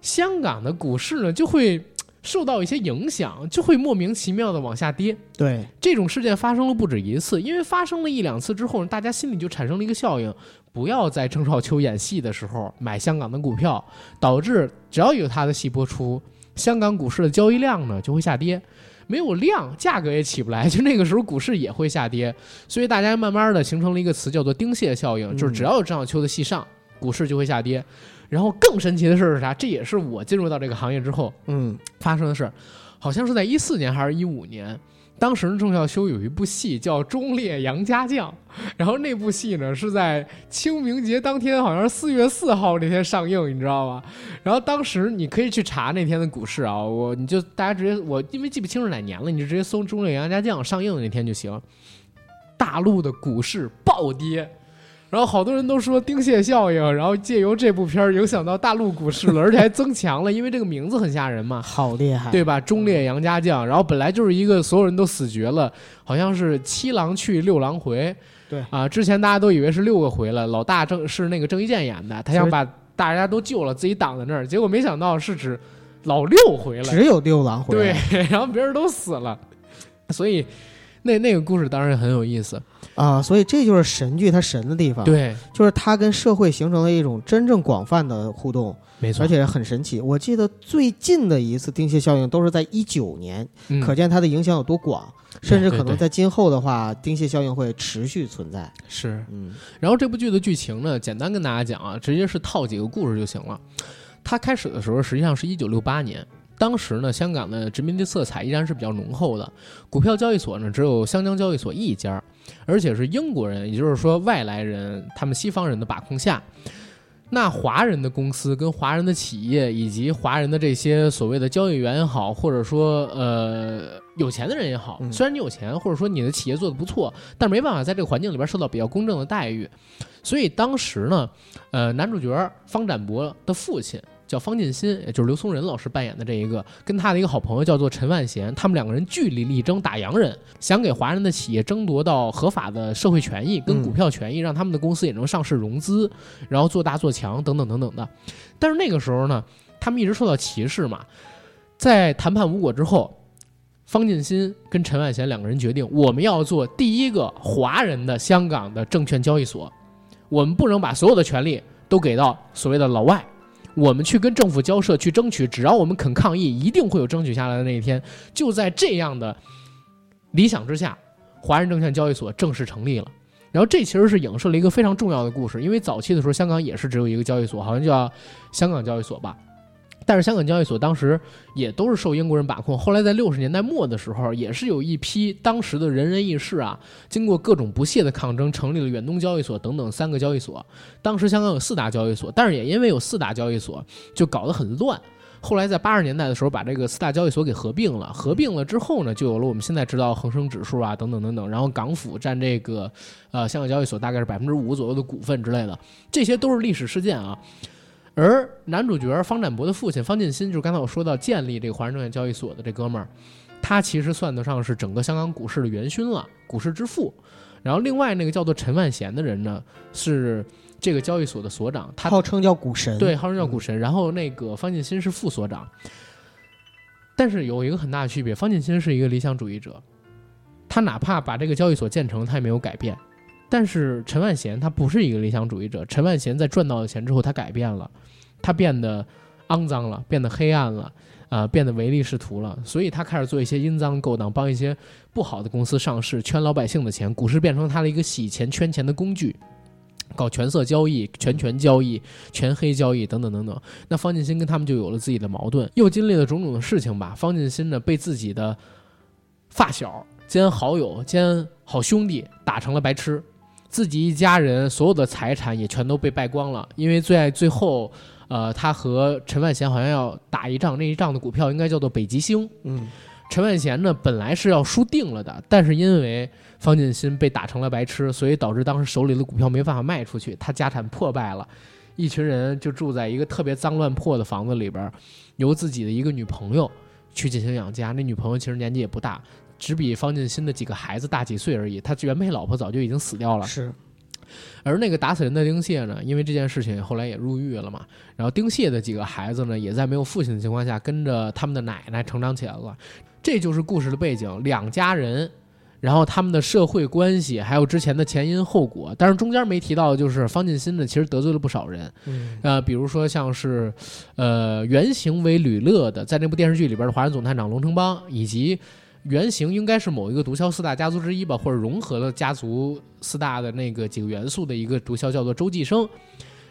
S2: 香港的股市呢就会嘖受到一些影响，就会莫名其妙的往下跌。
S3: 对，
S2: 这种事件发生了不止一次，因为发生了一两次之后，大家心里就产生了一个效应：不要在郑少秋演戏的时候买香港的股票，导致只要有他的戏播出，香港股市的交易量呢就会下跌，没有量，价格也起不来，就那个时候股市也会下跌，所以大家慢慢的形成了一个词叫做“丁蟹效应”，
S3: 嗯
S2: 就是只要有郑少秋的戏上，股市就会下跌。然后更神奇的事儿是啥？这也是我进入到这个行业之后
S3: 嗯
S2: 发生的事儿，好像是在一四年还是一五年。当时郑少秋有一部戏叫《忠烈杨家将》，然后那部戏呢是在清明节当天，好像是四月四号那天上映，你知道吗？然后当时你可以去查那天的股市啊，我你就大家直接我因为记不清是哪年了，你就直接搜《忠烈杨家将》上映的那天就行。大陆的股市暴跌，然后好多人都说丁蟹效应，然后借由这部片儿影响到大陆股市了，而且还增强了，因为这个名字很吓人嘛。
S3: 好厉害，
S2: 对吧？忠烈杨家将，然后本来就是一个所有人都死绝了，好像是七郎去六郎回。
S3: 对
S2: 啊，之前大家都以为是六个回了，老大郑是那个郑伊健演的，他
S3: 其
S2: 想
S3: 实
S2: 把大家都救了，自己挡在那儿，结果没想到是指老六回了，
S3: 只有六郎回来
S2: 对， 然后别人都死了，所以那那个故事当然很有意思，
S3: 啊、所以这就是神剧它神的地方，，
S2: 对，
S3: 就是它跟社会形成了一种真正广泛的互动，
S2: 没错，
S3: 而且很神奇。我记得最近的一次丁蟹效应都是在一九年，
S2: 嗯
S3: 可见它的影响有多广，甚至
S2: 对
S3: 可能
S2: 对
S3: 在今后的话，丁蟹效应会持续存在。
S2: 是
S3: 嗯
S2: 然后这部剧的剧情呢，简单跟大家讲啊，直接是套几个故事就行了。它开始的时候实际上是一九六八年，当时呢，香港的殖民地色彩依然是比较浓厚的，股票交易所呢只有香江交易所一家，而且是英国人，也就是说外来人，他们西方人的把控下。那华人的公司、跟华人的企业，以及华人的这些所谓的交易员也好，或者说呃有钱的人也好，
S3: 嗯
S2: 虽然你有钱，或者说你的企业做得不错，但没办法在这个环境里边受到比较公正的待遇。所以当时呢，呃，男主角方展博的父亲叫方进新，也就是刘松仁老师扮演的这一个，跟他的一个好朋友叫做陈万贤，他们两个人据理力争打洋人，想给华人的企业争夺到合法的社会权益跟
S3: 嗯
S2: 股票权益，让他们的公司也能上市融资，然后做大做强等等等等的。但是那个时候呢，他们一直受到歧视嘛，在谈判无果之后。方进新跟陈万贤两个人决定，我们要做第一个华人的香港的证券交易所，我们不能把所有的权利都给到所谓的老外，我们去跟政府交涉去争取，只要我们肯抗议，一定会有争取下来的那一天。就在这样的理想之下，华人证券交易所正式成立了。然后这其实是影射了一个非常重要的故事，因为早期的时候香港也是只有一个交易所，好像叫香港交易所吧。但是香港交易所当时也都是受英国人把控，后来在六十年代末的时候，也是有一批当时的仁人义士啊，经过各种不懈的抗争，成立了远东交易所等等三个交易所。当时香港有四大交易所，但是也因为有四大交易所，就搞得很乱。后来在八十年代的时候，把这个四大交易所给合并了。合并了之后呢，就有了我们现在知道恒生指数啊，等等等等。然后港府占这个呃香港交易所大概是百分之五左右的股份之类的，这些都是历史事件啊。而男主角方展博的父亲方进新，就是刚才我说到建立这个华人证券交易所的这哥们儿，他其实算得上是整个香港股市的元勋了，股市之父。然后另外那个叫做陈万贤的人呢，是这个交易所的所长，他
S3: 号称叫股神，
S2: 对，号称叫股神。然后那个方进新是副所长，但是有一个很大的区别，方进新是一个理想主义者，他哪怕把这个交易所建成，他也没有改变。但是陈万贤他不是一个理想主义者，陈万贤在赚到了钱之后，他改变了，他变得肮脏了，变得黑暗了。啊、变得唯利是图了，所以他开始做一些阴脏勾当，帮一些不好的公司上市，圈老百姓的钱，股市变成他的一个洗钱圈钱的工具，搞权色交易、权权交易，全黑交易等等等等。那方进新跟他们就有了自己的矛盾，又经历了种种的事情吧。方进新呢，被自己的发小兼好友兼好兄弟打成了白痴，自己一家人所有的财产也全都被败光了，因为在最后。呃，他和陈万贤好像要打一仗，那一仗的股票应该叫做北极星。
S3: 嗯，
S2: 陈万贤呢，本来是要输定了的，但是因为方进新被打成了白痴，所以导致当时手里的股票没办法卖出去，他家产破败了，一群人就住在一个特别脏乱破的房子里边儿，由自己的一个女朋友去进行养家。那女朋友其实年纪也不大，只比方进新的几个孩子大几岁而已。他原配老婆早就已经死掉了，
S3: 是
S2: 而那个打死人的丁蟹呢，因为这件事情后来也入狱了嘛。然后丁蟹的几个孩子呢，也在没有父亲的情况下，跟着他们的奶奶成长起来了。这就是故事的背景，两家人，然后他们的社会关系，还有之前的前因后果。但是中间没提到，的就是方进新呢，其实得罪了不少人。
S3: 嗯
S2: 呃，比如说像是，呃，原型为吕乐的，在那部电视剧里边的华人总探长龙城邦，以及原型应该是某一个毒枭四大家族之一吧，或者融合了家族四大的那个几个元素的一个毒枭，叫做周继生。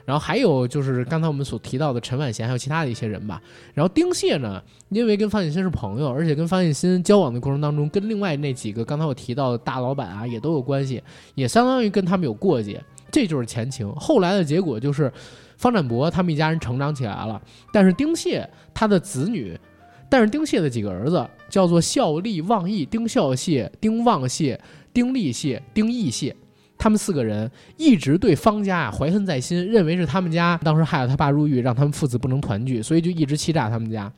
S2: 然后还有就是刚才我们所提到的陈婉娴，还有其他的一些人吧。然后丁蟹呢，因为跟范雪新是朋友，而且跟范雪新交往的过程当中，跟另外那几个刚才我提到的大老板啊也都有关系，也相当于跟他们有过节，这就是前情。后来的结果就是，方展博他们一家人成长起来了，但是丁蟹他的子女。但是丁蟹的几个儿子叫做孝利、望义、丁孝蟹、丁望蟹、丁立蟹、丁义蟹，他们四个人一直对方家啊怀恨在心，认为是他们家当时害了他爸入狱，让他们父子不能团聚，所以就一直欺诈他们家。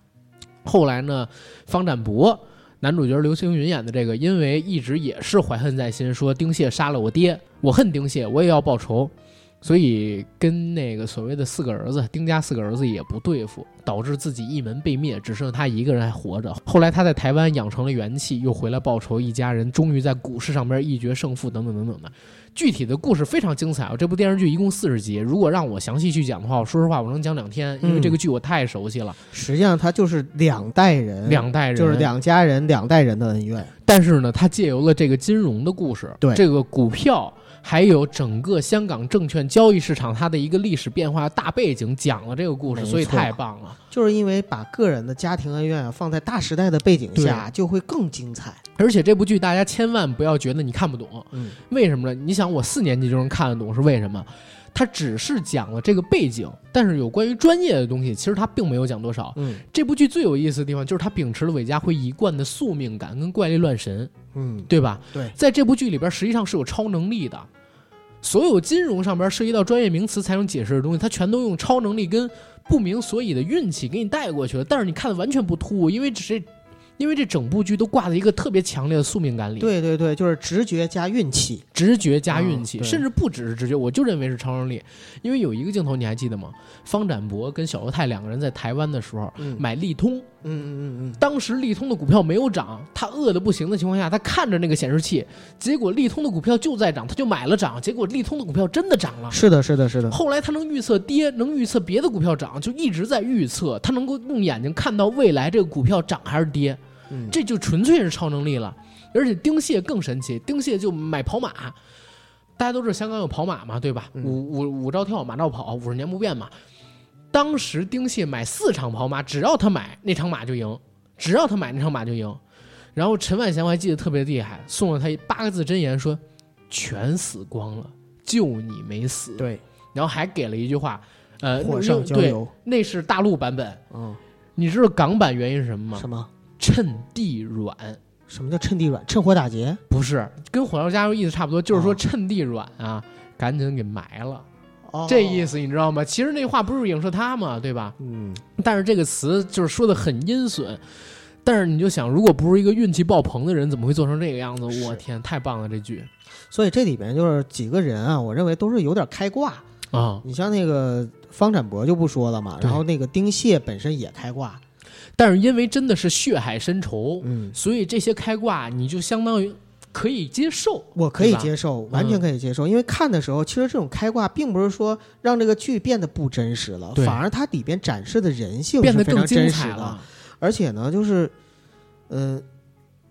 S2: 后来呢，方展博男主角刘青云演的这个，因为一直也是怀恨在心，说丁蟹杀了我爹，我恨丁蟹，我也要报仇。所以跟那个所谓的四个儿子，丁家四个儿子也不对付，导致自己一门被灭，只剩下他一个人还活着。后来他在台湾养成了元气，又回来报仇，一家人终于在股市上边一决胜负，等等等等的。具体的故事非常精彩啊！这部电视剧一共四十集，如果让我详细去讲的话，我说实话我能讲两天，因
S3: 嗯
S2: 为这个剧我太熟悉了，
S3: 实际上他就是两代人，
S2: 两代人
S3: 就是两家人、两代人的恩怨。
S2: 但是呢，它借由了这个金融的故事，
S3: 对
S2: 这个股票，还有整个香港证券交易市场它的一个历史变化大背景，讲了这个故事，
S3: 没错
S2: 所以太棒了。
S3: 就是因为把个人的家庭恩怨啊放在大时代的背景下，就会更精彩。
S2: 而且这部剧大家千万不要觉得你看不懂，
S3: 嗯，
S2: 为什么呢？你想，我四年级就能看得懂是为什么？它只是讲了这个背景，但是有关于专业的东西，其实它并没有讲多少。
S3: 嗯
S2: 这部剧最有意思的地方就是它秉持了韦家辉一贯的宿命感跟怪力乱神，
S3: 嗯，
S2: 对吧？
S3: 对，
S2: 在这部剧里边，实际上是有超能力的。所有金融上边涉及到专业名词才能解释的东西，它全都用超能力跟不明所以的运气给你带过去了。但是你看的完全不突兀，因为只是因为这整部剧都挂在一个特别强烈的宿命感里，
S3: 对对对，就是直觉加运气。
S2: 直觉加运气，
S3: 嗯对
S2: 甚至不只是直觉，我就认为是超能力。因为有一个镜头你还记得吗？方展博跟小犹太两个人在台湾的时候
S3: 嗯
S2: 买利通，
S3: 嗯嗯嗯
S2: 当时利通的股票没有涨，他饿的不行的情况下，他看着那个显示器，结果利通的股票就在涨，他就买了涨，结果利通的股票真的涨了
S3: 嗯，。是的，是的，是的。
S2: 后来他能预测跌，能预测别的股票涨，就一直在预测，他能够用眼睛看到未来这个股票涨还是跌，
S3: 嗯
S2: 这就纯粹是超能力了。而且丁蟹更神奇，丁蟹就买跑马，大家都知道香港有跑马嘛，对吧？
S3: 嗯
S2: 五五五照跳，马照跑，五十年不变嘛。当时丁蟹买四场跑马，只要他买那场马就赢，只要他买那场马就赢。然后陈万祥我还记得特别厉害，送了他一八个字真言说：“全死光了，就你没死。”
S3: 对，
S2: 然后还给了一句话，呃，
S3: 火上浇
S2: 对，
S3: 油。
S2: 那是大陆版本。
S3: 嗯，
S2: 你知道港版原因是什么吗？
S3: 什么？
S2: 趁地软，
S3: 什么叫趁地软？趁火打劫？
S2: 不是跟火药加油意思差不多，就是说
S3: 哦
S2: 趁地软啊，赶紧给埋了，
S3: 哦
S2: 这意。思你知道吗？其实那话不是影射他嘛，对吧？
S3: 嗯，
S2: 但是这个词就是说的很阴损。但是你就想，如果不是一个运气爆棚的人，怎么会做成这个样子？
S3: 是
S2: 我天，太棒了这剧
S3: 所以这里边就是几个人啊，我认为都是有点开挂。
S2: 啊！
S3: 你像那个方展博就不说了嘛，
S2: 对
S3: 然后那个丁蟹本身也开挂。
S2: 但是因为真的是血海深仇，
S3: 嗯，
S2: 所以这些开挂你就相当于可以接受。
S3: 我可以
S2: 对吧
S3: 接受，完全可以接受，因为看的时候，其实这种开挂并不是说让这个剧变得不真实了，
S2: 对
S3: 反而它里边展示的人性
S2: 变
S3: 是
S2: 得
S3: 非
S2: 更
S3: 常
S2: 精
S3: 真实
S2: 彩
S3: 的
S2: 了。。
S3: 而且呢，就是，呃，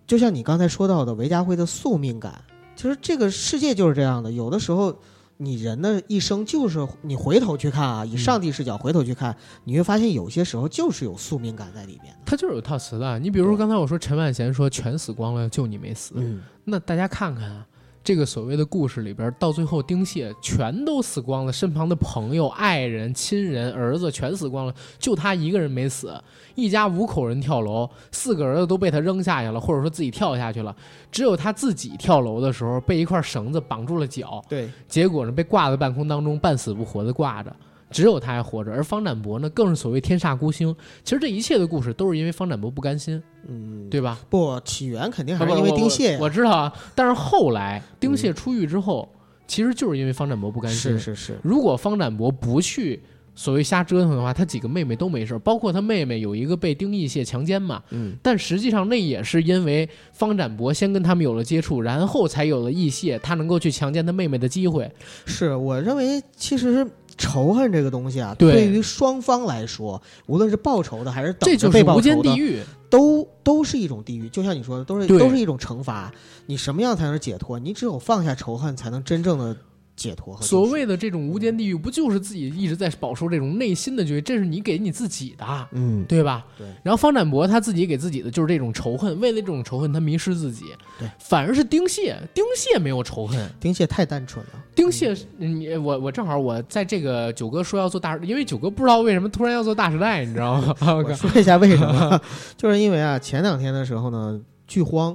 S3: 就像你刚才说到的韦家辉的宿命感，其实这个世界就是这样的，有的时候。你人的一生就是你回头去看啊，
S2: 嗯
S3: 以上帝视角回头去看，你会发现有些时候就是有宿命感在里边的。
S2: 它就是有套词的。你比如说刚才我说陈婉娴说全死光了，就你没死。
S3: 嗯，
S2: 那大家看看啊，这个所谓的故事里边，到最后丁蟹全都死光了，身旁的朋友、爱人、亲人、儿子全死光了，就他一个人没死。一家五口人跳楼，四个儿子都被他扔下去了，或者说自己跳下去了。只有他自己跳楼的时候，被一块绳子绑住了脚，
S3: 对，
S2: 结果呢被挂在半空当中，半死不活的挂着。只有他还活着，而方展博呢，更是所谓天煞孤星。其实这一切的故事都是因为方展博不甘心，
S3: 嗯，
S2: 对吧？
S3: 不，起源肯定还是
S2: 嗯不
S3: 因为丁蟹呀
S2: 我我知道啊。但是后来丁蟹出狱之后，其实就是因为方展博不甘心。
S3: 嗯是是是，
S2: 如果方展博不去所谓瞎折腾的话，他几个妹妹都没事儿，包括他妹妹有一个被丁义蟹强奸嘛。
S3: 嗯，
S2: 但实际上那也是因为方展博先跟他们有了接触，然后才有了义蟹，他能够去强奸他妹妹的机会。
S3: 是我认为，其实仇恨这个东西啊，
S2: 对
S3: 于双方来说，无论是报仇的还是等
S2: 这
S3: 着
S2: 就
S3: 被
S2: 是
S3: 报
S2: 无
S3: 仇
S2: 间地
S3: 的，
S2: 狱。
S3: 都都是一种地狱。就像你说的，都是
S2: 对
S3: 都是一种惩罚。你什么样才能解脱？你只有放下仇恨，才能真正的解脱和救赎
S2: 所谓的这种无间地狱，不就是自己一直在饱受这种内心的罪？这是你给你自己的，
S3: 嗯，
S2: 对吧？
S3: 对
S2: 然后方展博他自己给自己的就是这种仇恨，为了这种仇恨，他迷失自己。
S3: 对。
S2: 反而是丁蟹，丁蟹没有仇恨。
S3: 丁蟹太单纯了，
S2: 丁蟹，你我我正好我在这个九哥说要做大，因为九哥不知道为什么突然要做大时代，你 知道吗？
S3: 我说一下为什么， 就是因为啊，前两天的时候呢，剧荒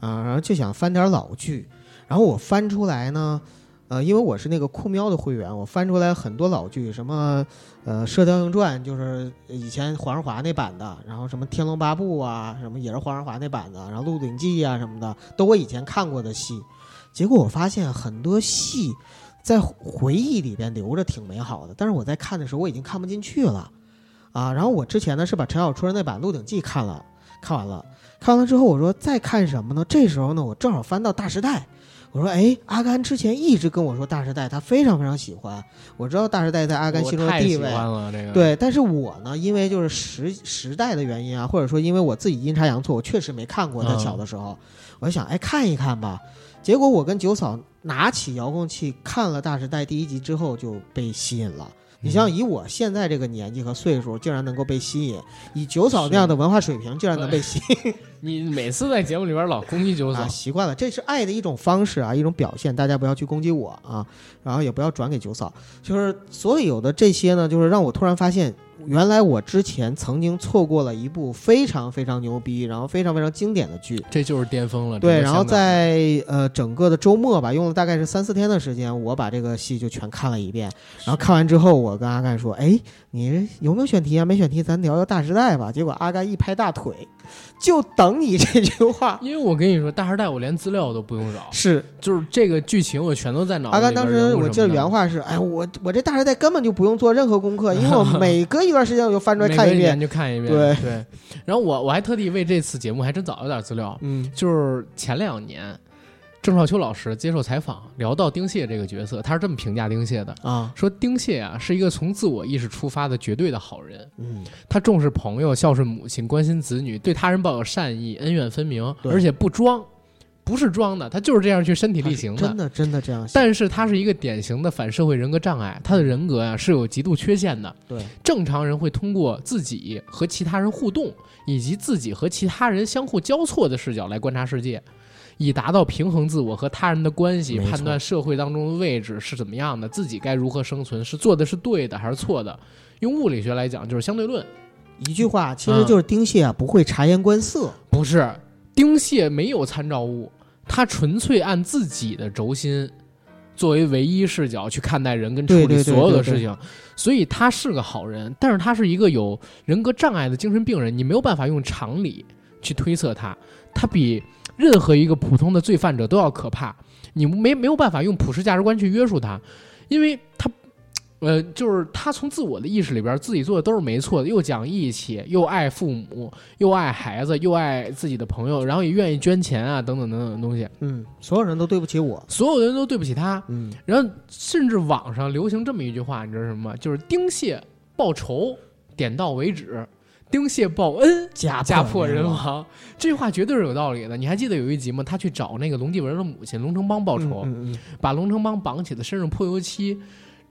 S3: 啊，然后就想翻点老剧，然后我翻出来呢，呃，因为我是那个酷喵的会员，我翻出来很多老剧，什么呃《射雕英雄传》，就是以前黄日华那版的，然后什么《天龙八部》啊，什么也是黄日华那版的，然后《鹿鼎记》啊什么的，都我以前看过的戏，结果我发现很多戏。在回忆里边留着挺美好的，但是我在看的时候我已经看不进去了，啊，然后我之前呢是把陈小春那版《鹿鼎记》看了，看完了，看完了之后我说再看什么呢？这时候呢我正好翻到《大时代》，我说哎，阿甘之前一直跟我说《大时代》，他非常非常喜欢，我知道《大时代》在阿甘心中的
S2: 太
S3: 地
S2: 喜
S3: 位，
S2: 欢了这个。，
S3: 对，但是我呢，因为就是时时代的原因啊，或者说因为我自己阴差阳错，我确实没看过。在
S2: 嗯
S3: 小的时候，我就想哎看一看吧。结果我跟九嫂拿起遥控器看了《大时代》第一集之后就被吸引了。你像
S2: 嗯
S3: 以我现在这个年纪和岁数，竟然能够被吸引；以九嫂那样的文化水平，竟然能 被吸引，
S2: 你每次在节目里边老攻击九嫂
S3: 啊，，习惯了，这是爱的一种方式啊，一种表现。大家不要去攻击我啊，然后也不要转给九嫂。就是所有的这些呢，就是让我突然发现，原来我之前曾经错过了一部非常非常牛逼，然后非常非常经典的剧。
S2: 这就是巅峰了。
S3: 对，
S2: 这个
S3: 然后
S2: 香港
S3: 在呃整个的周末吧，用了大概是三四天的时间，我把这个戏就全看了一遍。然后看完之后，我跟阿甘说：“哎，你有没有选题啊？没选题，咱聊聊《大时代》吧。”结果阿甘一拍大腿，就等你这句话。
S2: 因为我跟你说，《大时代》我连资料都不用找，
S3: 是
S2: 就是这个剧情我全都在脑子
S3: 阿
S2: 里
S3: 甘
S2: 边。
S3: 当时
S2: 人物
S3: 我
S2: 什么
S3: 记得
S2: 的
S3: 原话是：“哎，我我这大时代根本就不用做任何功课，因 为我每隔一段时间我就翻出来看一
S2: 每隔
S3: 遍。
S2: 年就看一遍。
S3: 对
S2: 然后我我还特地为这次节目还真找了点资料”，
S3: 嗯
S2: 就是前两年郑少秋老师接受采访聊到丁蟹这个角色，他是这么评价丁蟹的。
S3: 啊
S2: 说丁蟹啊，是一个从自我意识出发的绝对的好人。
S3: 嗯
S2: 他重视朋友，孝顺母亲，关心子女，对他人抱有善意，恩怨分明，
S3: 对
S2: 而且不装，不是装的，他就是这样去身体力行
S3: 真的真的这样想，
S2: 但是他是一个典型的反社会人格障碍，他的人格啊是有极度缺陷的。
S3: 嗯对，
S2: 正常人会通过自己和其他人互动，以及自己和其他人相互交错的视角来观察世界，以达到平衡自我和他人的关系，
S3: 没错
S2: 判断社会当中的位置是怎么样的，自己该如何生存，是做的是对的还是错的。用物理学来讲，就是相对论，
S3: 一句
S2: 嗯
S3: 话其实就是丁蟹啊不会察言观色，
S2: 不是丁蟹没有参照物，它纯粹按自己的轴心作为唯一视角去看待人跟处
S3: 对
S2: 理
S3: 对对
S2: 所有的
S3: 对对
S2: 事情，所以他是个好人，但是他是一个有人格障碍的精神病人，你没有办法用常理去推测他，他比任何一个普通的罪犯者都要可怕，你没没有办法用普世价值观去约束他，因为他。呃，就是他从自我的意识里边，自己做的都是没错的，又讲义气，又爱父母，又爱孩子，又爱自己的朋友，然后也愿意捐钱啊，等等等等的东西，
S3: 嗯，所有人都对不起我，
S2: 所有的人都对不起他。
S3: 嗯，
S2: 然后甚至网上流行这么一句话，你知道是什么吗？就是丁蟹报仇，点到为止；丁蟹报恩，
S3: 家
S2: 家
S3: 破
S2: 破人
S3: 亡，
S2: 亡。这句话绝对是有道理的。你还记得有一集吗？他去找那个龙继文的母亲龙城邦报仇，
S3: 嗯嗯嗯
S2: 把龙城邦绑起来，身上泼油漆，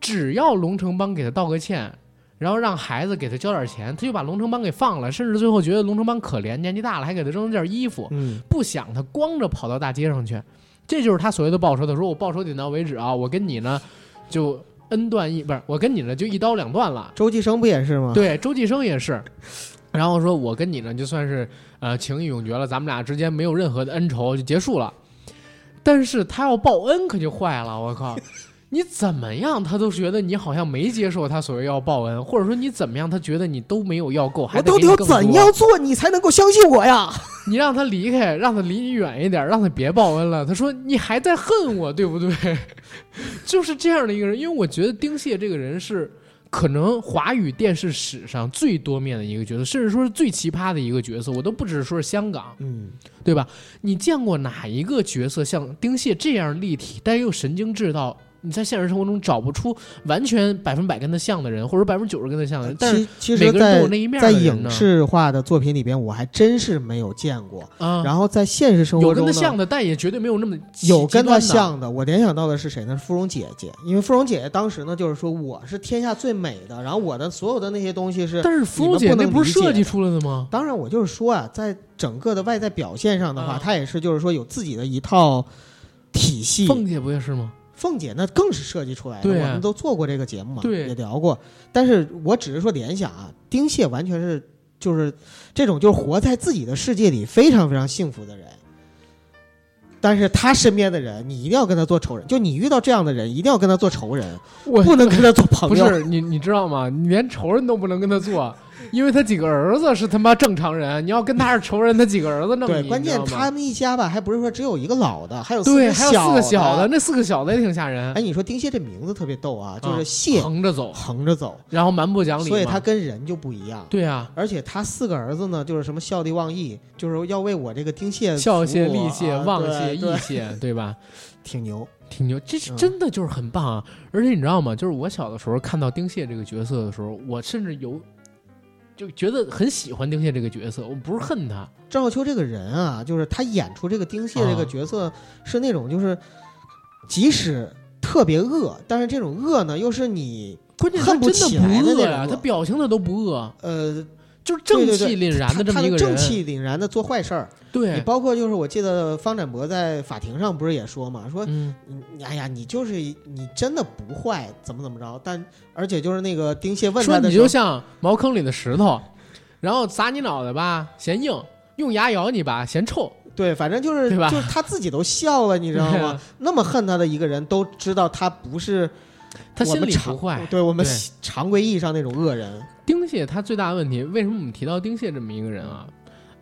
S2: 只要龙城邦给他道个歉，然后让孩子给他交点钱，他就把龙城邦给放了，甚至最后觉得龙城邦可怜，年纪大了还给他扔了件衣服，
S3: 嗯，
S2: 不想他光着跑到大街上去，这就是他所谓的报仇。他说我报仇点到为止啊，我跟你呢就恩断义，不是我跟你呢就一刀两断了。
S3: 周继生不也是吗？
S2: 对，周继生也是。然后说，我跟你呢，就算是呃情义永绝了，咱们俩之间没有任何的恩仇，就结束了。但是他要报恩，可就坏了。我靠，你怎么样，他都觉得你好像没接受他所谓要报恩，或者说你怎么样，他觉得你都没有要够，还
S3: 我
S2: 得
S3: 到
S2: 给
S3: 底
S2: 你
S3: 要
S2: 更多
S3: 怎样？做你才能够相信我呀？
S2: 你让他离开，让他离你远一点，让他别报恩了。他说你还在恨我，对不 对？就是这样的一个人，因为我觉得丁蟹这个人是可能华语电视史上最多面的一个角色，甚至说是最奇葩的一个角色。我都不只是说是香港，
S3: 嗯，
S2: 对吧？你见过哪一个角色像丁蟹这样立体，但又神经质到你在现实生活中找不出完全百分百跟他像的人，或者百分之九十跟他像的人，但是
S3: 其呃其
S2: 每
S3: 实
S2: 个人都
S3: 在
S2: 有那一面
S3: 在
S2: 的人
S3: 影
S2: 呢
S3: 视化的作品里边，我还真是没有见过。
S2: 啊，
S3: 然后在现实生
S2: 有
S3: 活
S2: 跟
S3: 中
S2: 他
S3: 呢，
S2: 像的，但也绝对没有那么极
S3: 有跟他，
S2: 极端的
S3: 像的，我联想到的是谁呢？是芙蓉姐姐，因为芙蓉姐姐当时呢，就是说我是天下最美的，然后我的所有的那些东西是，
S2: 但是芙蓉姐
S3: 你们
S2: 那
S3: 不能
S2: 不是
S3: 理解
S2: 设计出来的吗？
S3: 当然我就是说啊，在整个的外在表现上的话，
S2: 啊
S3: 她也是就是说有自己的一套体系。
S2: 凤姐不也是吗？
S3: 凤姐那更是设计出来的，
S2: 对啊
S3: 我们都做过这个节目嘛，
S2: 对
S3: 也聊过。但是我只是说联想啊，丁蟹完全是就是这种就是活在自己的世界里非常非常幸福的人。但是他身边的人，你一定要跟他做仇人，就你遇到这样的人，一定要跟他做仇人，
S2: 我
S3: 不能跟他做朋
S2: 不
S3: 友。
S2: 是你，你知道吗？你连仇人都不能跟他做，因为他几个儿子是他妈正常人，你要跟他是仇人，他几个儿子弄
S3: 对，
S2: 你
S3: 关键
S2: 你知道吗
S3: 他们一家吧，还不是说只有一个老的，还有
S2: 对
S3: 个
S2: 还有四个小
S3: 的。
S2: 那四个小的也挺吓人，
S3: 哎，你说丁蟹这名字特别逗啊，就是蟹
S2: 横着走，
S3: 横着走，
S2: 然后蛮不讲理嘛，
S3: 所以他跟人就不一样。
S2: 对啊，
S3: 而且他四个儿子呢，就是什么孝弟望义，就是要为我这个丁蟹服务
S2: 孝
S3: 啊、
S2: 谢、利谢、
S3: 啊
S2: 望谢、
S3: 对
S2: 义
S3: 对
S2: 谢，对吧？
S3: 挺牛。
S2: 挺牛，这是
S3: 嗯
S2: 真的就是很棒啊！而且你知道吗？就是我小的时候看到丁蟹这个角色的时候，我甚至有就觉得很喜欢丁蟹这个角色，我不是恨他，
S3: 郑少秋这个人啊，就是他演出这个丁蟹这个角色，是那种就是即使特别恶，但是这种恶呢，又是你
S2: 关键他
S3: 恨
S2: 真
S3: 不起来
S2: 不
S3: 的
S2: 恶
S3: 那
S2: 呀、
S3: 种啊
S2: 他
S3: 恶
S2: 表情他都不恶，
S3: 呃
S2: 就是正
S3: 对对
S2: 气
S3: 对
S2: 凛然
S3: 他
S2: 的这
S3: 他
S2: 么一
S3: 能
S2: 个人。
S3: 正气凛然的做坏事儿。你
S2: 对，
S3: 包括就是我记得方展博在法庭上不是也说嘛，说
S2: 嗯，
S3: 你哎呀，你就是你真的不坏，怎么怎么着？但而且就是那个丁蟹问
S2: 说
S3: 他的
S2: 你
S3: 时候
S2: 就，像茅坑里的石头，然后砸你脑袋吧嫌硬，用牙咬你吧嫌臭，
S3: 对，反正就是
S2: 对吧
S3: 就是他自己都笑了，你知道
S2: 对
S3: 吗
S2: 啊？
S3: 那么恨他的一个人都知道他不是我
S2: 他心
S3: 们
S2: 里
S3: 常
S2: 不坏。
S3: 对我们
S2: 对
S3: 常规意义上那种恶人。
S2: 丁蟹他最大的问题，为什么我们提到丁蟹这么一个人啊？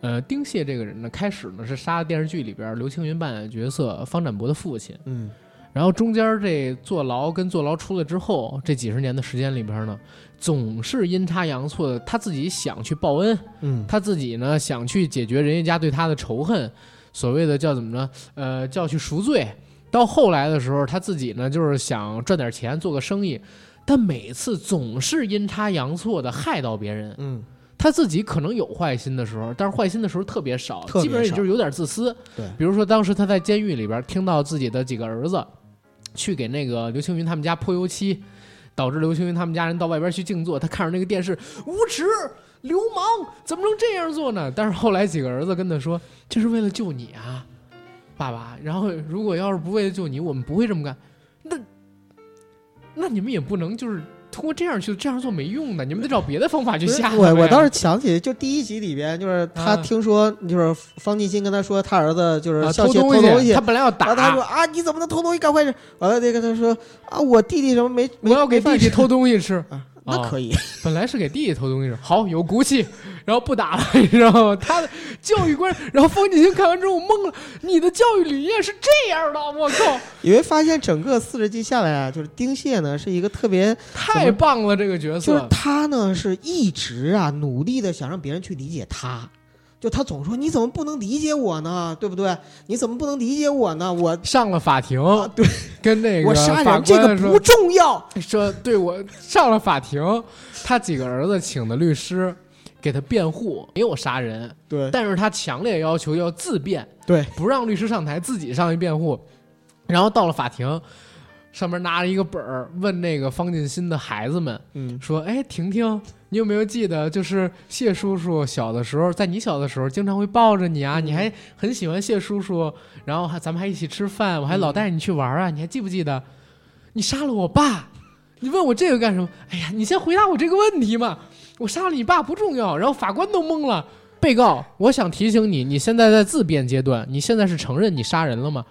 S2: 呃，丁蟹这个人呢，开始呢是杀了电视剧里边刘青云扮演的角色方展博的父亲，
S3: 嗯，
S2: 然后中间这坐牢跟坐牢出来之后，这几十年的时间里边呢，总是阴差阳错的，他自己想去报恩，
S3: 嗯，
S2: 他自己呢想去解决人家家对他的仇恨，所谓的叫怎么着，呃，叫去赎罪。到后来的时候，他自己呢就是想赚点钱做个生意，但每次总是阴差阳错的害到别人。
S3: 嗯，
S2: 他自己可能有坏心的时候，但是坏心的时候特别少，
S3: 特别
S2: 基本上也
S3: 少
S2: 就是有点自私。
S3: 对
S2: 比如说当时他在监狱里边听到自己的几个儿子去给那个刘青云他们家泼油漆，导致刘青云他们家人到外边去静坐，他看着那个电视，无耻。流氓怎么能这样做呢？但是后来几个儿子跟他说：“这是为了救你啊，爸爸。然后如果要是不为了救你，我们不会这么干。那那你们也不能就是通过这样去这样做没用的，你们得找别的方法去
S3: 不是
S2: 吓他
S3: 我
S2: 们
S3: 我
S2: 呀
S3: 倒是想起，就第一集里边，就是他
S2: 啊
S3: 听说，就是方进新跟他说，他儿子就是
S2: 啊
S3: 校
S2: 偷
S3: 窃偷
S2: 东
S3: 东西
S2: 他，本来要打
S3: 然后他说啊，你怎么能偷东西？干坏事！完了，那个他说啊，我弟弟什么没
S2: 我
S3: 没
S2: 要给弟弟
S3: 没饭吃
S2: 偷东西吃，
S3: 啊，
S2: 哦
S3: 那可以，
S2: 本来是给弟弟偷东西吃，好有骨气，然后不打了， 你知道吗？他的教育观，然后方进行看完之后懵了，你的教育理念是这样的，我靠，
S3: 你会发现整个四十集下来啊，就是丁蟹呢是一个特别，
S2: 太棒了，这个角
S3: 就是
S2: 色，
S3: 他呢是一直啊努力的想让别人去理解他。就他总说你怎么不能理解我呢，对不对？你怎么不能理解我呢？我
S2: 上了法庭，
S3: 啊，对
S2: 跟那个
S3: 我杀
S2: 法
S3: 人这个
S2: 官
S3: 不
S2: 说
S3: 重要。
S2: 说，对我上了法庭，他几个儿子请的律师给他辩护，没有杀人，
S3: 对
S2: 但是他强烈要求要自辩，
S3: 对，
S2: 不让律师上台，自己上去辩护。然后到了法庭，上面拿着一个本儿，问那个方进新的孩子们
S3: 嗯，
S2: 说：“哎，婷婷，你有没有记得，就是谢叔叔小的时候，在你小的时候，经常会抱着你啊，
S3: 嗯
S2: 你还很喜欢谢叔叔，然后还咱们还一起吃饭，我还老带你去玩啊，你还记不记得？你杀了我爸，你问我这个干什么？哎呀，你先回答我这个问题嘛。我杀了你爸不重要。然后法官都懵了。被告，我想提醒你，你现在在自辩阶段，你现在是承认你杀人了吗？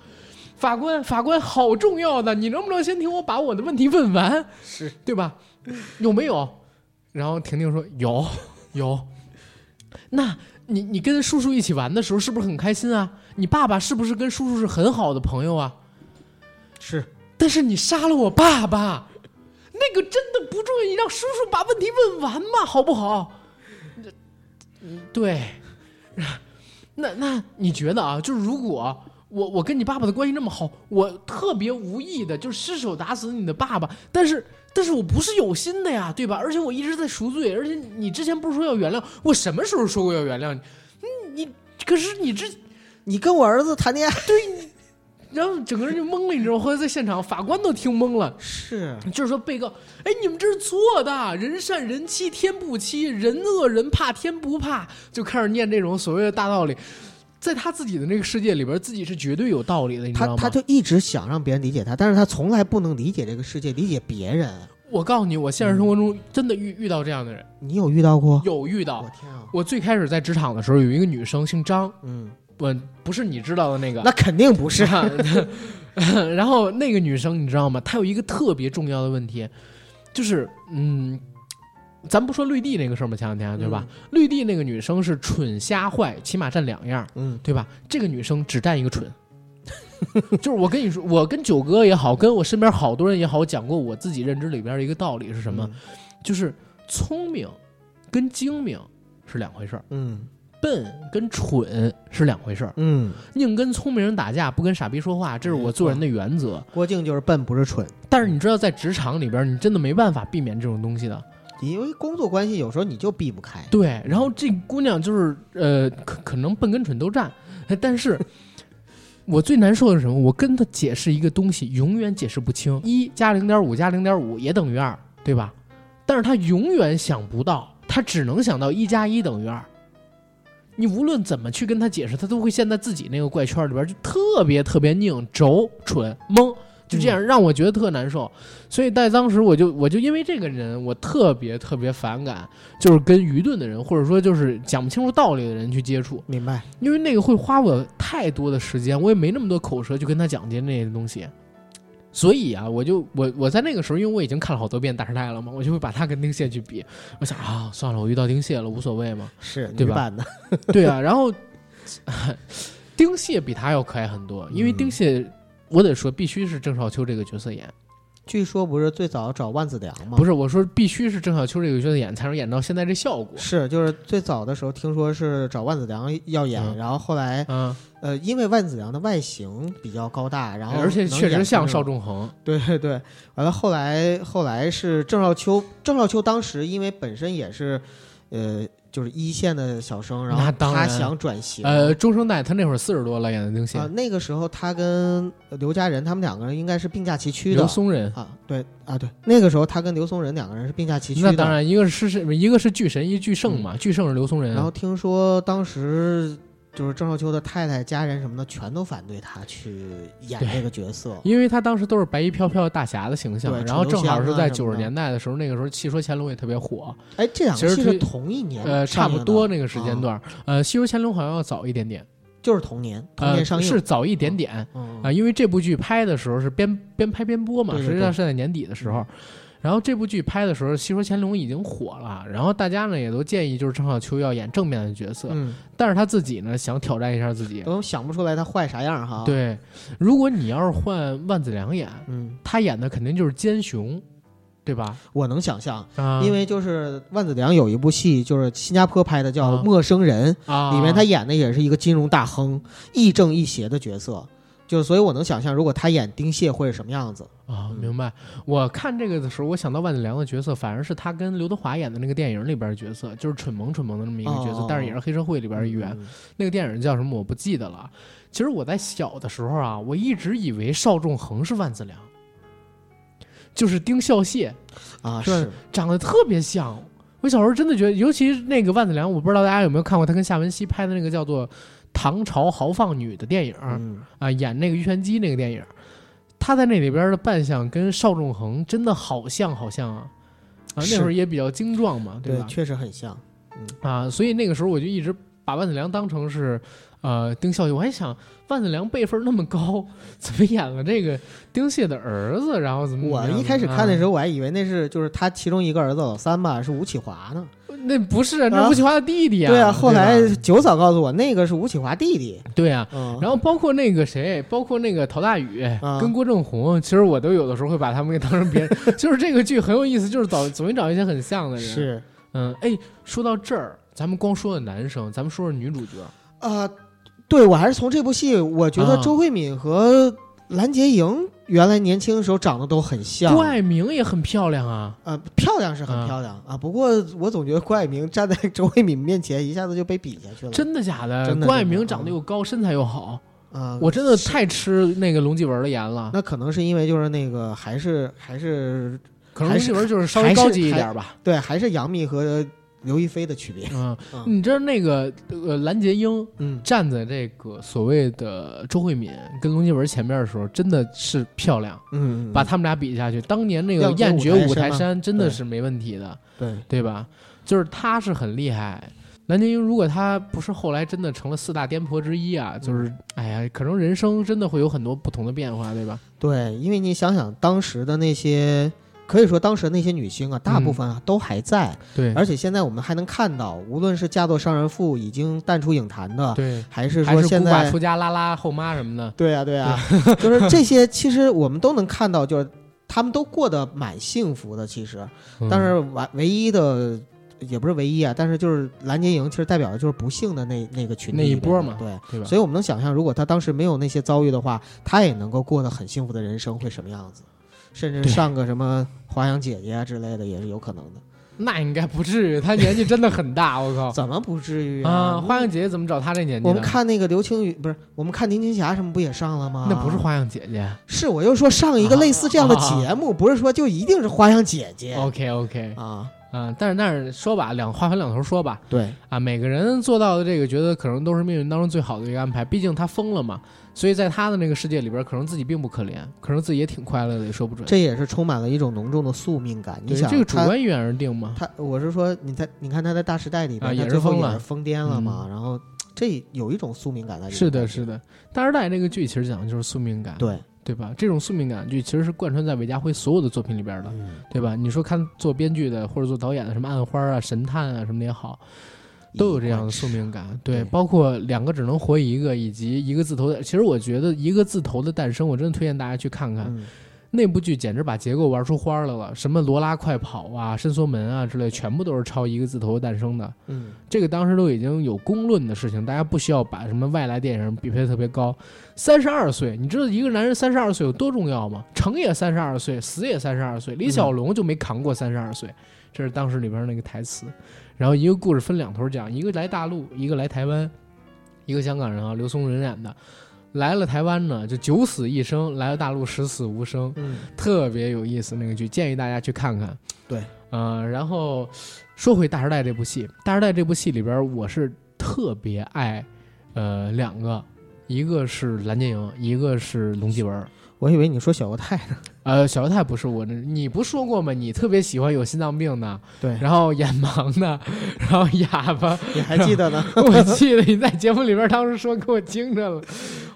S2: 法官，法官，好重要的，你能不能先听我把我的问题问完？
S3: 是
S2: 对吧？有没有？然后婷婷说有，有。那你你跟叔叔一起玩的时候是不是很开心啊？你爸爸是不是跟叔叔是很好的朋友啊？
S3: 是
S2: 但是你杀了我爸爸，那个真的不重要，你让叔叔把问题问完嘛，好不好？ 对，那那你觉得啊？就是如果我我跟你爸爸的关系那么好，我特别无意的就失手打死你的爸爸，但是但是我不是有心的呀，对吧？而且我一直在赎罪，而且你之前不是说要原谅我，什么时候说过要原谅你？你你可是你这，
S3: 你跟我儿子谈恋爱
S2: 然后整个人就懵了，你知道吗？后来在现场，法官都听懵了。
S3: 是
S2: 就是说，被告，哎，你们这是错的，人善人欺天不欺，人恶人怕天不怕，就开始念这种所谓的大道理，在他自己的那个世界里边，自己是绝对有道理的，你知道
S3: 他
S2: 吗？
S3: 他就一直想让别人理解他，但是他从来不能理解这个世界，理解别人。
S2: 我告诉你，我现实生活中真的遇遇到这样的人，
S3: 你有遇到过？
S2: 有遇到
S3: 我。天啊！
S2: 我最开始在职场的时候，有一个女生姓张，
S3: 嗯，
S2: 我不是你知道的那个，
S3: 那肯定不是。
S2: 吧？ 然后那个女生你知道吗？她有一个特别重要的问题，就是嗯，咱不说绿地那个事儿吗？前两嗯天对吧？
S3: 嗯
S2: 绿地那个女生是蠢瞎坏，起码占两样，
S3: 嗯，
S2: 对吧？这个女生只占一个蠢。 就是我跟你说，我跟九哥也好，跟我身边好多人也好，我讲过我自己认知里边的一个道理是什
S3: 嗯
S2: 么？就是聪明跟精明是两回事儿，
S3: 嗯？
S2: 笨跟蠢是两回事儿。
S3: 嗯嗯，
S2: 宁跟聪明人打架，不跟傻逼说话，这是我做人的原则。
S3: 郭靖就是笨，不是蠢。
S2: 但是你知道，在职场里边，你真的没办法避免这种东西的。
S3: 因为工作关系，有时候你就避不开。
S2: 对，然后这姑娘就是呃，可可能笨跟蠢都占，哎但是我最难受的是什么？我跟她解释一个东西，永远解释不清。一加零点五加零点五也等于二，对吧？但是她永远想不到，她只能想到一加一等于二。你无论怎么去跟她解释，她都会陷在自己那个怪圈里边，就特别特别拧、轴、蠢、懵，就这样让我觉得特难受。所以在当时，我就我就因为这个人，我特别特别反感，就是跟愚钝的人，或者说就是讲不清楚道理的人去接触，
S3: 明白，
S2: 因为那个会花我太多的时间，我也没那么多口舌去跟他讲解那些东西。所以啊，我就我我在那个时候，因为我已经看了好多遍《大时代》了嘛，我就会把他跟丁蟹去比。我想啊，算了，我遇到丁蟹了，无所谓嘛。
S3: 是
S2: 对
S3: 女
S2: 吧
S3: 版的。
S2: 对啊，然后丁蟹比他要可爱很多，因为丁蟹，我得说必须是郑少秋这个角色演。
S3: 据说不是最早找万梓良吗？
S2: 不
S3: 是，
S2: 是，我说必须是郑少秋这个角色演，才能演到现在这效果。
S3: 是就是最早的时候听说是找万梓良要演，
S2: 嗯
S3: 然后后来
S2: 嗯，
S3: 呃，因为万梓良的外形比较高大，然后
S2: 啊而且
S3: 能
S2: 确
S3: 演
S2: 实
S3: 出
S2: 像
S3: 那
S2: 邵
S3: 种。
S2: 仲恒，
S3: 对对对，完了后来后来是郑少秋，郑少秋当时因为本身也是，呃，就是一线的小生，然
S2: 那
S3: 后
S2: 当
S3: 他
S2: 然
S3: 想转型。
S2: 呃，中生代他那会儿四十多了，演的丁蟹
S3: 啊，，那个时候他跟刘佳仁他们两个人应该是并驾齐驱的
S2: 刘松仁。
S3: 啊，对啊对，那个时候他跟刘松仁两个人是并驾齐驱的。嗯
S2: 那当然，一个是是一个是巨神，一巨圣嘛，巨圣是刘松仁。
S3: 然后听说当时就是郑少秋的太太、家人什么的，全都反对他去演
S2: 对
S3: 这个角色。
S2: 因为他当时都是白衣飘飘大侠的形象
S3: 对，
S2: 然后正好是
S3: 楚留香啊
S2: 在
S3: 什
S2: 九
S3: 么的
S2: 十年代的时候，那个时候《戏说乾隆》也特别火，
S3: 哎，这两个
S2: 其
S3: 戏
S2: 实
S3: 是
S2: 推
S3: 同一年，
S2: 呃，差不多那个时
S3: 啊
S2: 间，段，呃，《戏说乾隆》好像要早一点点，
S3: 就是同年，同
S2: 呃，
S3: 年上映。
S2: 是早一点点，
S3: 嗯，
S2: 啊，
S3: 嗯，
S2: 因为这部剧拍的时候是边边拍边播嘛，
S3: 对对嗯
S2: 实际上是在年底的时候。然后这部剧拍的时候，《戏说乾隆》已经火了，然后大家呢也都建议就是郑少秋要演正面的角色，
S3: 嗯，
S2: 但是他自己呢想挑战一下自己。
S3: 都想不出来他坏啥样哈。，
S2: 对，如果你要是换万梓良演，
S3: 嗯，
S2: 他演的肯定就是奸雄，对吧？
S3: 我能想象，
S2: 啊，
S3: 因为就是万梓良有一部戏，就是新加坡拍的叫
S2: 啊
S3: 《陌生人》，
S2: 啊
S3: 里面他演的也是一个金融大亨，亦正亦邪的角色。就是，所以我能想象，如果他演丁蟹会是什么样子。
S2: 啊，
S3: 嗯
S2: 明白。我看这个的时候，我想到万梓良的角色，反而是他跟刘德华演的那个电影里边的角色，就是蠢萌蠢萌的那么一个角色，
S3: 哦
S2: 但是也是黑社会里边的一员。
S3: 嗯
S2: 那个电影叫什么我不记得了。其实我在小的时候啊，我一直以为邵仲恒是万梓良，就是丁孝谢，
S3: 啊，
S2: 是
S3: 是
S2: 长得特别像。我小时候真的觉得，尤其是那个万梓良，我不知道大家有没有看过他跟夏文熙拍的那个叫做《唐朝豪放女》的电影啊、
S3: 嗯，
S2: 演那个于玄机那个电影，他在那里边的扮相跟邵仲恒真的好像好像啊。啊，那
S3: 是
S2: 会儿也比较精壮嘛，对
S3: 对
S2: 吧，？
S3: 确实很像。
S2: 啊，所以那个时候我就一直把万梓良当成是呃丁孝义，我还想万梓良辈分那么高，怎么演了这个丁蟹的儿子？然后怎么啊
S3: 我一开始看的时
S2: 候，
S3: 候，我还以为那是就是他其中一个儿子老三吧，是吴启华呢。
S2: 那不是啊那
S3: 啊
S2: 是吴启华的弟弟
S3: 对
S2: 啊，
S3: 啊，后来
S2: 吧
S3: 九嫂告诉我，那个是吴启华弟弟。
S2: 对啊。
S3: 嗯，
S2: 然后包括那个谁，包括那个陶大宇、
S3: 啊
S2: 跟郭正红，其实我都有的时候会把他们给当成 别人，就是这个剧很有意思，就是找总会找一些很像的人。，
S3: 是
S2: 嗯，哎，说到这儿，咱们光说了男生，咱们说说女主角。
S3: 啊，对我还是从这部戏，我觉得
S2: 啊
S3: 周慧敏和蓝洁莹原来年轻的时候长得都很像。
S2: 郭爱明也很漂亮啊，
S3: 呃，漂亮是很
S2: 啊
S3: 漂亮啊不过我总觉得郭爱明站在周慧敏面前，一下子就被比下去了。
S2: 真的假的
S3: 嗯真？的嗯
S2: 郭爱
S3: 真的
S2: 明长得又高，身材又好，
S3: 啊、
S2: 我真的太吃那个龙继文的颜了。
S3: 那可能是因为就是那个还是还是
S2: 可能
S3: 还
S2: 龙
S3: 是
S2: 继文就是稍微
S3: 还是
S2: 高级一点吧。
S3: 对，还是杨幂和刘亦菲的区别。
S2: 嗯，
S3: 嗯
S2: 你知道那个呃蓝洁瑛
S3: 嗯，
S2: 站在这个所谓的周慧敏跟龙继文前面的时候，真的是漂亮，
S3: 嗯，
S2: 把他们俩比下去，当年那个
S3: 要跟
S2: 艳绝
S3: 五台
S2: 五台
S3: 山吗
S2: 山真的
S3: 对
S2: 是没问题的。
S3: 对，
S2: 对吧？就是他是很厉害。蓝洁瑛如果他不是后来真的成了四大颠簸之一啊，
S3: 嗯
S2: 就是哎呀，可能人生真的会有很多不同的变化，对吧？
S3: 对，因为你想想当时的那些，可以说当时的那些女星啊，大部分啊、都还在，
S2: 嗯对
S3: 而且现在我们还能看到，无论是嫁作商人妇已经淡出影坛的，
S2: 对，
S3: 还是
S2: 还
S3: 说
S2: 是
S3: 现
S2: 古
S3: 在
S2: 巴出家拉拉后妈什么的，
S3: 对啊呀、对呀、 就是这些，其实我们都能看到，就是他们都过得蛮幸福的。其实，
S2: 嗯
S3: 但是唯唯一的也不是唯一啊，但是就是蓝洁莹，其实代表的就是不幸的那那个群体
S2: 那一
S3: 里边
S2: 波
S3: 的
S2: 嘛
S3: 对，
S2: 对吧？
S3: 所以我们能想象，如果她当时没有那些遭遇的话，她也能够过得很幸福的人生会什么样子，甚至
S2: 对
S3: 上个什么华阳姐姐啊之类的也是有可能的。
S2: 那应该不至于，他年纪真的很大，我靠
S3: 怎么不至于
S2: 哦啊！
S3: 啊？
S2: 花样姐姐怎么找他这年纪的？
S3: 我们看那个刘青云，不是我们看林青霞什么不也上了吗？
S2: 那不是花样姐姐。
S3: 是，我就说上一个类似这样的节 目，不是说就一定是花样姐姐
S2: OK OK
S3: 啊。
S2: 啊，但是但是说吧，两话分两头说吧，
S3: 对，
S2: 啊，每个人做到的这个，觉得可能都是命运当中最好的一个安排。毕竟他疯了嘛，所以在他的那个世界里边，可能自己并不可怜，可能自己也挺快乐的，也说不准。
S3: 这也是充满了一种浓重的宿命感。你
S2: 对
S3: 想，
S2: 这个主
S3: 他
S2: 观意愿而定嘛。
S3: 他，我是说，你在你看他在《大时代》里边，
S2: 啊也
S3: 他
S2: 是
S3: 最后
S2: 疯
S3: 也
S2: 了嗯
S3: 是疯癫了嘛，然后这有一种宿命感在里面。
S2: 是的，是的，《大时代》这个剧其实讲的就是宿命感，
S3: 对，
S2: 对吧？这种宿命感剧其实是贯穿在韦家辉所有的作品里边的，
S3: 嗯，
S2: 对吧？你说看做编剧的或者做导演的，什么《暗花》啊、《神探》啊什么的也好，都有这样的宿命感。对，
S3: 对
S2: 包括两个只能活一个，以及一个字头的。其实我觉得一个字头的诞生，我真的推荐大家去看看。
S3: 嗯，
S2: 那部剧简直把结构玩出花儿来了，什么罗拉快跑啊、伸缩门啊之类，全部都是抄一个字头诞生的。
S3: 嗯，
S2: 这个当时都已经有公论的事情，大家不需要把什么外来电影比配得特别高。三十二岁，你知道一个男人三十二岁有多重要吗？成也三十二岁，死也三十二岁。李小龙就没扛过三十二岁，这是当时里边那个台词。然后一个故事分两头讲，一个来大陆，一个来台湾，一个香港人啊，刘松仁演的。来了台湾呢，就九死一生；来了大陆，十死无生。
S3: 嗯，
S2: 特别有意思那个剧，建议大家去看看。
S3: 对，
S2: 呃，然后说回《大时代》这部戏，《大时代》这部戏里边，我是特别爱，呃，两个，一个是蓝洁瑛，一个是龙继文。
S3: 我以为你说小犹太呢。
S2: 呃，小犹太不是我那，你不说过吗？你特别喜欢有心脏病的，
S3: 对，
S2: 然后眼盲的， 然后哑巴。
S3: 你还记得呢？
S2: 我记得你在节目里边当时说给我惊着了，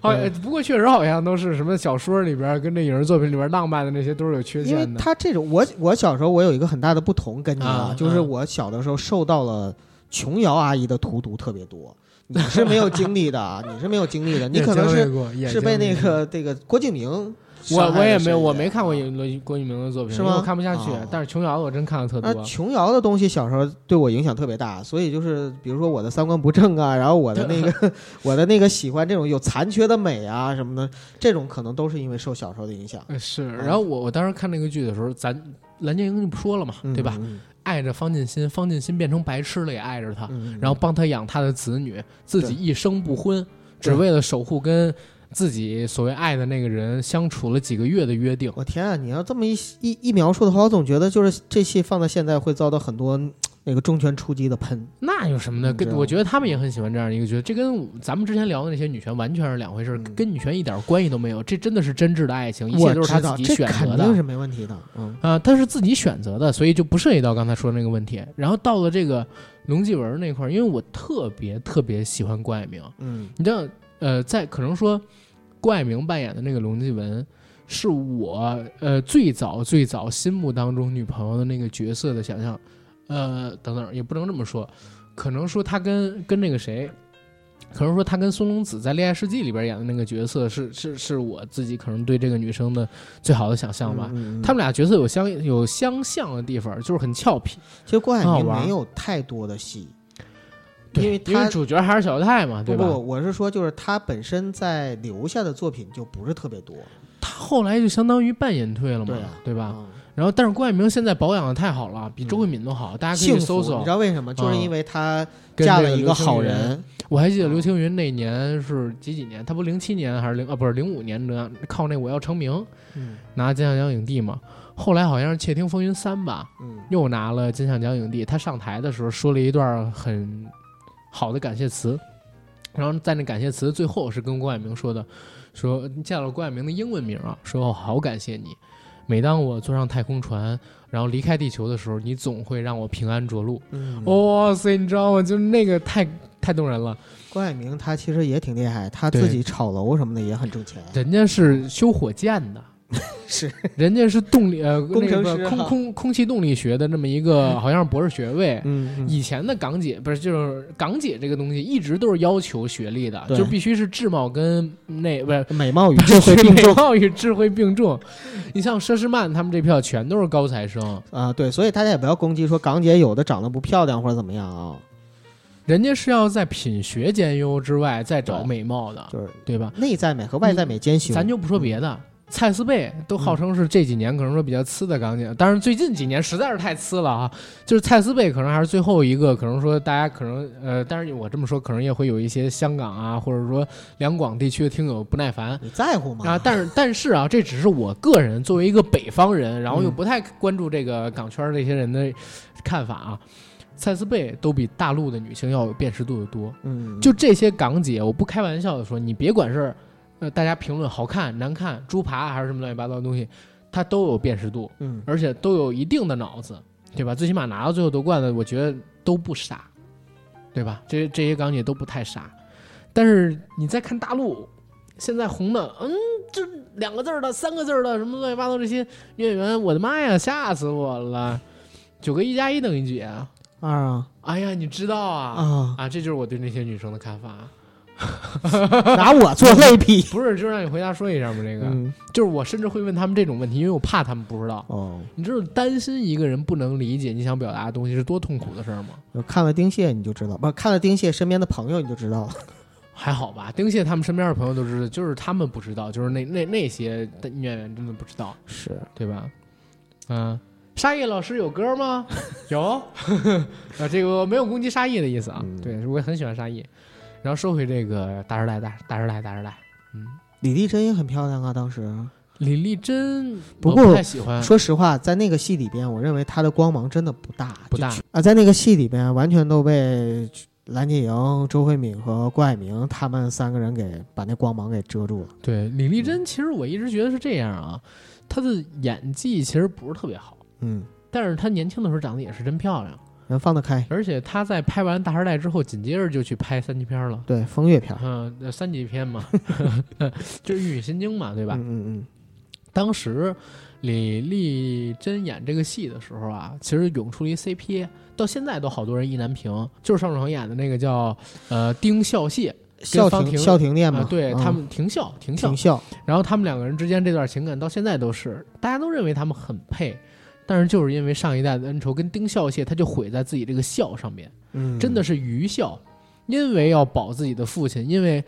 S2: 好，
S3: 对
S2: 不过确实好像都是什么小说里边跟这影视作品里边浪漫的那些都是有缺
S3: 因为
S2: 陷的。
S3: 他这种，我我小时候我有一个很大的不同跟你
S2: 啊
S3: 就是
S2: 啊
S3: 我小的时候受到了琼瑶阿姨的荼毒特别多。你是没有经历的 啊，你是没有经历的，你可能是
S2: 是
S3: 是被那个这个郭敬明
S2: 我
S3: 伤害的
S2: 我也
S3: 深
S2: 没有
S3: 一
S2: 我
S3: 点
S2: 没看过
S3: 啊
S2: 影罗郭敬明的作品，
S3: 是
S2: 因为
S3: 吗
S2: 我看不下去
S3: 哦。
S2: 但是琼瑶的我真看的特
S3: 那
S2: 多。
S3: 琼瑶的东西小时候对我影响特别大，所以就是比如说我的三观不正啊，然后我的那 个我的那个喜欢这种有残缺的美啊什么的，这种可能都是因为受小时候的影响，
S2: 呃是，然后我我当时看那个剧的时候，咱蓝洁瑛就不说了嘛，
S3: 嗯
S2: 对吧？？爱着方进新，方进新变成白痴了也爱着他，
S3: 嗯，
S2: 啊然后帮他养他的子女，自己一生不婚，只为了守护跟自己所谓爱的那个人相处了几个月的约定。
S3: 我天啊，你要这么一一一描述的话，我总觉得就是这戏放到现在会遭到很多嗯那个重拳出击的喷。
S2: 那有什么呢？
S3: 嗯
S2: 跟
S3: 这样
S2: 我觉得他们也很喜欢这样一个角色，这跟咱们之前聊的那些女权完全是两回事，儿，
S3: 嗯
S2: 跟女权一点关系都没有。这真的是真挚的爱情，一
S3: 我
S2: 切都是
S3: 知
S2: 他
S3: 道
S2: 自己
S3: 这
S2: 选择
S3: 肯
S2: 的
S3: 定是没问题的，嗯
S2: 啊、他是自己选择的，所以就不涉及到刚才说的那个问题。然后到了这个龙继文那块儿，因为我特别特别喜欢郭爱明，
S3: 嗯
S2: 你知道，呃，在可能说郭爱明扮演的那个龙继文，是我呃最早最早心目当中女朋友的那个角色的想象，呃，等等，也不能这么说，可能说他跟跟那个谁。可能说他跟松隆子在《恋爱世纪》里边演的那个角色是是是我自己可能对这个女生的最好的想象吧。
S3: 嗯嗯嗯
S2: 他们俩角色有相有相像的地方，就是很俏皮。
S3: 其实郭海
S2: 很好
S3: 明
S2: 玩
S3: 没有太多的戏，因为
S2: 因为
S3: 他
S2: 主角还是小泰嘛，对
S3: 不
S2: 吧？
S3: 不，我是说就是他本身在留下的作品就不是特别多，
S2: 他后来就相当于半隐退了嘛，
S3: 对
S2: 对
S3: 啊
S2: 吧？
S3: 嗯
S2: 然后，但是郭敬明现在保养的太好了，比周慧敏都好，大家可以
S3: 幸
S2: 去
S3: 福
S2: 搜，搜
S3: 你知。道为什么？就是
S2: 嗯
S3: 因为她
S2: 跟
S3: 嫁
S2: 这
S3: 了一
S2: 刘
S3: 个
S2: 青
S3: 好
S2: 云，
S3: 人，
S2: 我还记得刘青云那年是几几年？他不零七年还是零啊？不是零五年的，靠那我要成名
S3: 嗯
S2: 拿金像奖影帝嘛。后来好像是《窃听风云三》吧，
S3: 嗯
S2: 又拿了金像奖影帝。他上台的时候说了一段很好的感谢词，然后在那感谢词最后是跟郭蔼明说的，说你见了郭蔼明的英文名啊，说我好感谢你。每当我坐上太空船，然后离开地球的时候，你总会让我平安着陆。
S3: 嗯
S2: 哇、塞，你知道吗？就那个太太动人了。
S3: 郭蔼明他其实也挺厉害，他
S2: 对
S3: 自己炒楼什么的也很挣钱。
S2: 人家是修火箭 的，
S3: 是
S2: 人家是动力呃
S3: 工程
S2: 那
S3: 师啊
S2: 个空空空气动力学的那么一个好像是博士学位。
S3: 嗯
S2: 以前的港姐不是就是港姐这个东西一直都是要求学历的，
S3: 对
S2: 就必须是智貌跟那不是。
S3: 嗯美貌与 智慧并
S2: 美
S3: 重
S2: 貌与智慧并重，你像佘诗曼他们这票全都是高材生，
S3: 啊，对，所以大家也不要攻击说港姐有的长得不漂亮或者怎么样啊，
S2: 人家是要在品学兼优之外再找
S3: 对
S2: 美貌的，
S3: 就是
S2: 对吧？
S3: 内在美和外在美兼修。
S2: 咱就不说别的，蔡思贝都号称是这几年可能说比较次的港姐，当然最近几年实在是太次了啊。就是蔡思贝可能还是最后一个，可能说大家可能呃，但是我这么说可能也会有一些香港啊，或者说两广地区的听友不耐烦。
S3: 你在乎吗？
S2: 啊，但是但是啊，这只是我个人作为一个北方人，然后又不太关注这个港圈儿这些人的看法啊。蔡思贝都比大陆的女性要有辨识度的多，
S3: 嗯，
S2: 就这些港姐，我不开玩笑的说，你别管是呃大家评论好看、难看、猪扒还是什么乱七八糟的东西，它都有辨识度，
S3: 嗯
S2: 而且都有一定的脑子，对吧？最起码拿到最后夺冠的，我觉得都不傻，对吧？这这些港姐都不太傻，但是你再看大陆。现在红的，嗯，这两个字儿的、三个字儿的，什么乱七八糟这些女演员，我的妈哎呀，吓死我了！九个一加一等于几啊？
S3: 二啊
S2: 哎呀，你知道啊？
S3: 啊，
S2: 啊，这就是我对那些女生的看法。啊
S3: 拿我做类比。
S2: 不是，就让你回答说一下吗？ 这个、
S3: 嗯
S2: 就是我甚至会问他们这种问题，因为我怕他们不知道。
S3: 哦，
S2: 你知道担心一个人不能理解你想表达的东西是多痛苦的事儿吗？
S3: 就看了丁蟹你就知道，不看了丁蟹身边的朋友你就知道了。
S2: 还好吧，丁蟹他们身边的朋友都知道，就是他们不知道，就是那那那些的音乐演员真的不知道，
S3: 是，
S2: 对吧？嗯，沙溢老师有 歌吗？有 啊，这个我没有攻击沙溢的意思啊，
S3: 嗯
S2: 对，我也很喜欢沙溢。然后说回这个大时代，大大时代，大时代，嗯，
S3: 李丽珍也很漂亮啊，当时。
S2: 李丽珍
S3: 不
S2: 我
S3: 过
S2: 不太喜欢，
S3: 说实话，在那个戏里边，我认为她的光芒真的不大，
S2: 不大
S3: 就啊，在那个戏里边完全都被蓝洁瑛、周慧敏和郭蔼明他们三个人给把那光芒给遮住了。
S2: 对，李丽
S3: 嗯
S2: 珍，其实我一直觉得是这样啊，她的演技其实不是特别好，
S3: 嗯，
S2: 但是她年轻的时候长得也是真漂亮，
S3: 人放得开。
S2: 而且她在拍完《大时代》之后，紧接着就去拍三级片了，
S3: 对，风月片儿，
S2: 嗯、呃三级 片嘛， 就是《玉女心经》嘛，对吧？
S3: 嗯嗯
S2: 当时李丽珍演这个戏的时候啊，其实涌出了一 CP，到现在都好多人意难平，就是尚志恒演的那个叫呃丁孝谢
S3: 嗯，孝
S2: 方
S3: 亭
S2: 婷
S3: 孝亭
S2: 啊、
S3: 恋嘛，
S2: 对
S3: 嗯
S2: 他们停孝停孝
S3: 挺孝，
S2: 然后他们两个人之间这段情感到现在都是，大家都认为他们很配，但是就是因为上一代的恩仇跟丁孝谢，他就毁在自己这个孝上面，
S3: 嗯，
S2: 真的
S3: 是
S2: 是愚孝，因为要保自己的父亲，因为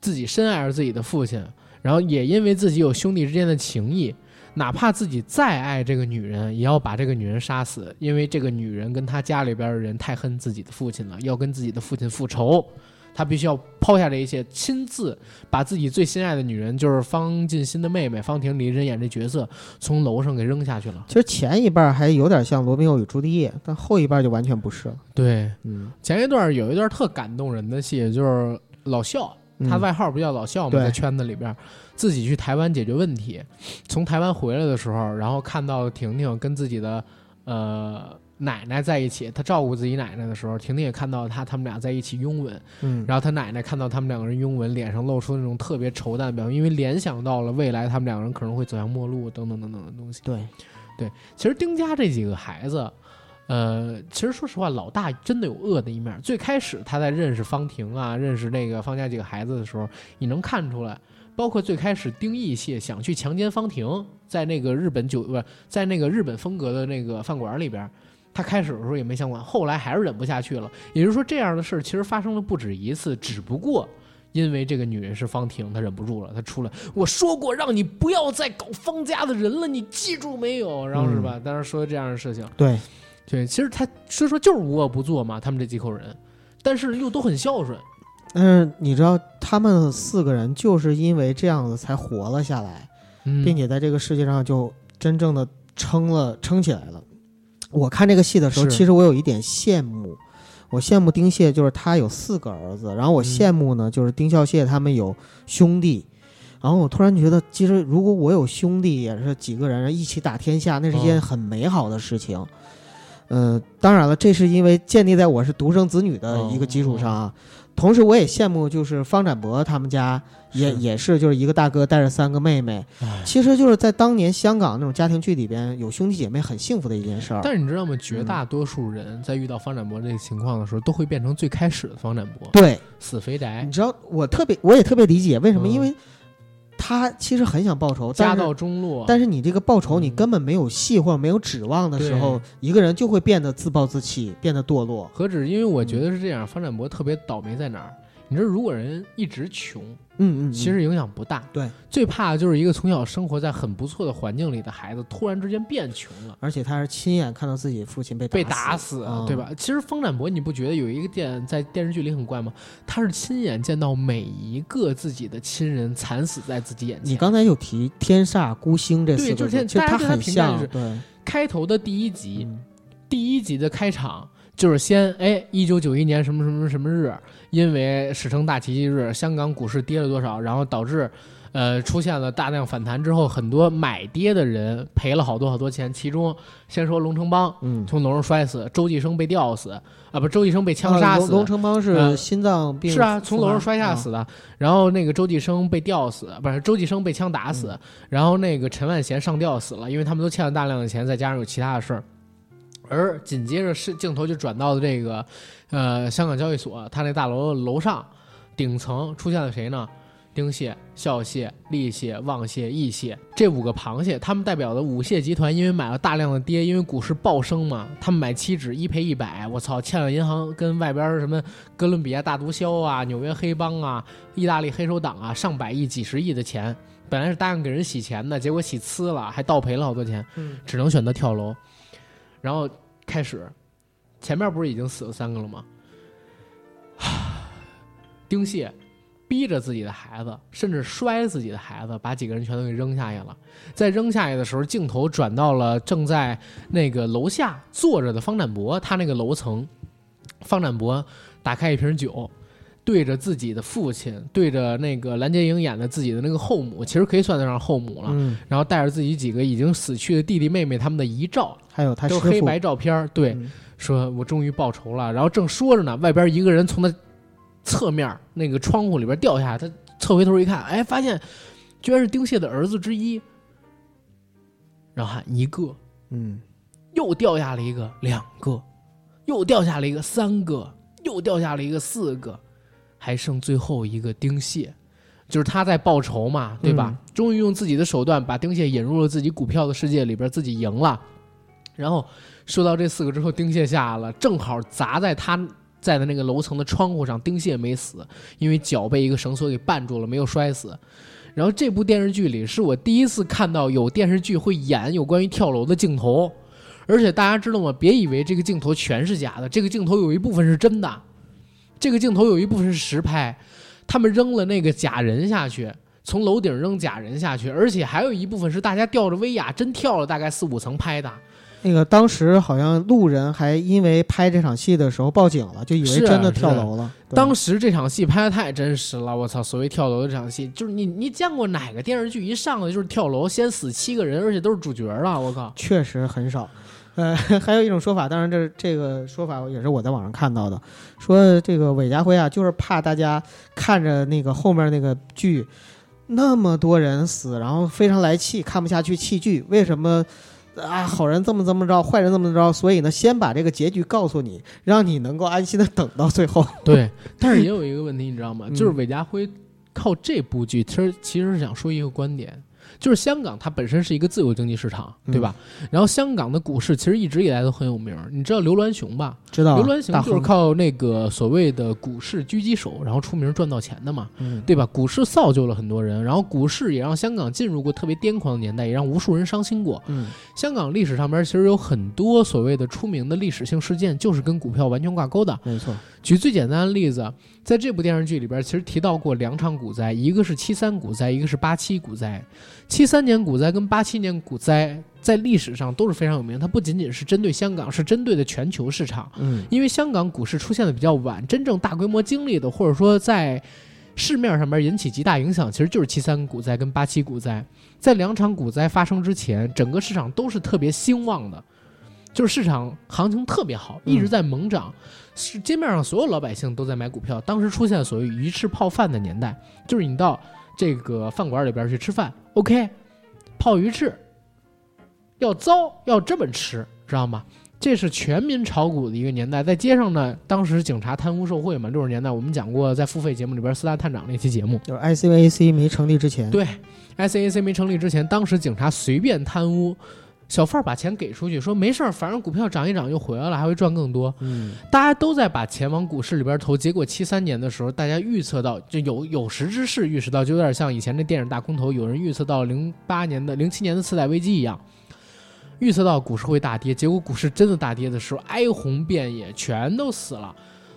S2: 自己深爱着自己的父亲，然后也因为自己有兄弟之间的情谊，哪怕自己再爱这个女人，也要把这个女人杀死，因为这个女人跟他家里边的人太恨自己的父亲了，要跟自己的父亲复仇。他必须要抛下这一切，亲自把自己最心爱的女人，就是方进新的妹妹方婷，李丽珍演这角色，从楼上给扔下去了。
S3: 其实前一半儿还有点像《罗密欧与朱丽叶》，但后一半儿就完全不是了。
S2: 对，
S3: 嗯，
S2: 前一段有一段特感动人的戏，就是老孝，他
S3: 嗯
S2: 外号不叫老孝嘛，
S3: 对
S2: 在圈子里边，自己去台湾解决问题。从台湾回来的时候，然后看到婷婷跟自己的呃奶奶在一起，他照顾自己奶奶的时候，婷婷也看到他，他们俩在一起拥吻。
S3: 嗯，
S2: 然后他奶奶看到他们两个人拥吻，脸上露出那种特别愁淡的表情，因为联想到了未来他们两个人可能会走向末路等等等等的东西。
S3: 对，
S2: 其实丁家这几个孩子，呃，其实说实话，老大真的有恶的一面。最开始他在认识方婷啊，认识那个方家几个孩子的时候，你能看出来。包括最开始丁义谢想去强奸方婷，在那个日本酒不是在那个日本风格的那个饭馆里边，他开始的时候也没想管，后来还是忍不下去了。也就是说，这样的事儿其实发生了不止一次，只不过因为这个女人是方婷，她忍不住了，她出来我说过让你不要再搞方家的人了，你记住没有？然后是吧？当时说这样的事情，
S3: 对，
S2: 对，其实他虽说就是无恶不作嘛，他们这几口人，但是又都很孝顺。
S3: 但是你知道，他们四个人就是因为这样子才活了下来，
S2: 嗯
S3: 并且在这个世界上就真正的撑了撑起来了。我看这个戏的时候，
S2: 是
S3: 其实我有一点羡慕，我羡慕丁蟹，就是他有四个儿子，然后我
S2: 嗯
S3: 羡慕呢，就是丁孝蟹他们有兄弟。然后我突然觉得，其实如果我有兄弟，也是几个人一起打天下，那是一件
S2: 嗯
S3: 很美好的事情。呃，当然了，这是因为建立在我是独生子女的一个基
S2: 哦
S3: 础上啊。同时，我也羡慕就是方展博他们家也
S2: 是
S3: 也是就是一个大哥带着三个妹妹，
S2: 唉
S3: 其实就是在当年香港那种家庭剧里边有兄弟姐妹很幸福的一件事儿。
S2: 但是你知道吗？
S3: 嗯
S2: 绝大多数人在遇到方展博这个情况的时候，都会变成最开始的方展博，
S3: 对，
S2: 死肥宅
S3: 你，知道我特别我也特别理解为什么，
S2: 哎嗯
S3: 因为他其实很想报仇，
S2: 家
S3: 但是
S2: 道中落。
S3: 但是你这个报仇
S2: 嗯
S3: 你根本没有戏或者没有指望的时候
S2: 对，
S3: 一个人就会变得自暴自弃，变得堕落。
S2: 何止？因为我觉
S3: 嗯
S2: 得是这样，方展博特别倒霉在哪儿？你知道，如果人一直穷，
S3: 嗯嗯，嗯
S2: 其实影响不大。
S3: 对，
S2: 最怕的就是一个从小生活在很不错的环境里的孩子，突然之间变穷了。
S3: 而且他是亲眼看到自己父亲被
S2: 被
S3: 打
S2: 打
S3: 死，
S2: 死，啊
S3: 嗯
S2: 对吧？其实方展博，你不觉得有一个电在电视剧里很怪吗？他是亲眼见到每一个自己的亲人惨死在自己眼前。
S3: 你刚才有提“天煞孤星”这
S2: 对
S3: 四个
S2: 就是
S3: 字，
S2: 天
S3: 其实
S2: 大家
S3: 它
S2: 对它
S3: 很
S2: 评价
S3: 像
S2: 就是
S3: 对，
S2: 开头的第一集，
S3: 嗯
S2: 第一集的开场就是先哎，一九九一年什么什么什么日，因为史称大奇迹日，香港股市跌了多少，然后导致。呃，出现了大量反弹之后，很多买跌的人赔了好多好多钱。其中，先说龙城邦
S3: 嗯，
S2: 从楼上摔死，周继生被吊死，啊不，周继生被枪
S3: 啊
S2: 杀
S3: 龙
S2: 死，
S3: 龙城邦是
S2: 呃
S3: 心脏病
S2: 是啊，
S3: 复
S2: 从楼上
S3: 发
S2: 摔下
S3: 啊
S2: 死的。然后那个周继生被吊死，不是周继生被枪打死。然后那个陈万贤上吊死了，因为他们都欠了大量的钱，再加上有其他的事儿。而紧接着是镜头就转到了这个，呃，香港交易所，他那大楼的楼上顶层出现了谁呢？丁蟹、笑蟹、利蟹、旺蟹、益蟹这五个螃蟹，他们代表的五蟹集团，因为买了大量的跌，因为股市暴升嘛，他们买期指一赔一百，我操，欠了银行跟外边什么哥伦比亚大毒枭啊、纽约黑帮啊、意大利黑手党啊，上百亿、几十亿的钱，本来是答应给人洗钱的，结果洗呲了，还倒赔了好多钱，
S3: 嗯
S2: 只能选择跳楼。然后开始，前面不是已经死了三个了吗？ 丁蟹逼着自己的孩子，甚至摔自己的孩子，把几个人全都给扔下去了。在扔下去的时候，镜头转到了正在那个楼下坐着的方展博，他那个楼层，方展博打开一瓶酒。对着自己的父亲，对着那个蓝洁瑛演的自己的那个后母，其实可以算得上后母了。
S3: 嗯，
S2: 然后带着自己几个已经死去的弟弟妹妹他们的遗照，
S3: 还有他
S2: 都
S3: 师
S2: 是黑
S3: 傅，
S2: 白照片儿。对，
S3: 嗯
S2: 说我终于报仇了。然后正说着呢，外边一个人从他侧面那个窗户里边掉下来，他侧回头一看，哎，发现居然是丁蟹的儿子之一。然后喊一个，
S3: 嗯，
S2: 又掉下了一个，两个，又掉下了一个，三个，又掉下了一个，四个，还剩最后一个丁蟹，就是他在报仇嘛，对吧？终于用自己的手段把丁蟹引入了自己股票的世界里边，自己赢了。然后说到这四个之后，丁蟹下来了，正好砸在他在的那个楼层的窗户上，丁蟹没死，因为脚被一个绳索给绊住了，没有摔死。然后这部电视剧里是我第一次看到有电视剧会演有关于跳楼的镜头，而且大家知道吗？别以为这个镜头全是假的，这个镜头有一部分是真的，这个镜头有一部分是实拍。他们扔了那个假人下去，从楼顶扔假人下去，而且还有一部分是大家吊着威亚真跳了大概四五层拍的。
S3: 那个当时好像路人还因为拍这场戏的时候报警了，就以为
S2: 是啊
S3: 真的
S2: 是
S3: 跳楼了。对
S2: 当时这场戏拍的太真实了，我操！所谓跳楼的这场戏，就是你你见过哪个电视剧一上来就是跳楼，先死七个人，而且都是主角了，我靠！
S3: 确实很少。呃， 还有一种说法，当然这这个说法也是我在网上看到的，说这个韦家辉啊，就是怕大家看着那个后面那个剧，那么多人死，然后非常来气，看不下去弃剧，为什么？啊，好人这么这么着，坏人这么着，所以呢，先把这个结局告诉你，让你能够安心的等到最后。
S2: 对，但是也有一个问题，你知道吗？
S3: 嗯
S2: 就是韦家辉靠这部剧，其实其实是想说一个观点，就是香港它本身是一个自由经济市场，
S3: 嗯
S2: 对吧？然后香港的股市其实一直以来都很有名儿，你知道刘銮雄吧？
S3: 知道啊
S2: 刘銮雄
S3: 大
S2: 就是
S3: 亨
S2: 靠那个所谓的股市狙击手，然后出名赚到钱的嘛，
S3: 嗯
S2: 对吧？股市造就了很多人，然后股市也让香港进入过特别癫狂的年代，也让无数人伤心过。
S3: 嗯
S2: 香港历史上边其实有很多所谓的出名的历史性事件，就是跟股票完全挂钩的。
S3: 没错，
S2: 举最简单的例子，在这部电视剧里边，其实提到过两场股灾，一个是七三股灾，一个是八七股灾。七三年股灾跟八七年股灾在历史上都是非常有名，它不仅仅是针对香港，是针对的全球市场。
S3: 嗯
S2: 因为香港股市出现的比较晚，真正大规模经历的，或者说在市面上面引起极大影响，其实就是七三股灾跟八七股灾。在两场股灾发生之前，整个市场都是特别兴旺的，就是市场行情特别好，
S3: 嗯
S2: 一直在猛涨，是街面上所有老百姓都在买股票。当时出现所谓鱼翅泡饭的年代，就是你到这个饭馆里边去吃饭，OK，泡鱼翅，要糟，要这么吃，知道吗？这是全民炒股的一个年代，在街上呢，当时警察贪污受贿嘛，六十年代我们讲过，在付费节目里边四大探长那期节目，
S3: 就是 ICVAC 没成立之前，
S2: 对 SAC 没成立之前，当时警察随便贪污，小贩儿把钱给出去，说没事儿，反正股票涨一涨又回来了，还会赚更多。
S3: 嗯
S2: 大家都在把钱往股市里边投，结果七三年的时候，大家预测到，就有有识之士预识到，就有点像以前那电影大空头，有人预测到零八年的、零七年的次贷危机一样，预测到股市会大跌，结果股市真的大跌的时候，哀鸿遍野，全都死了。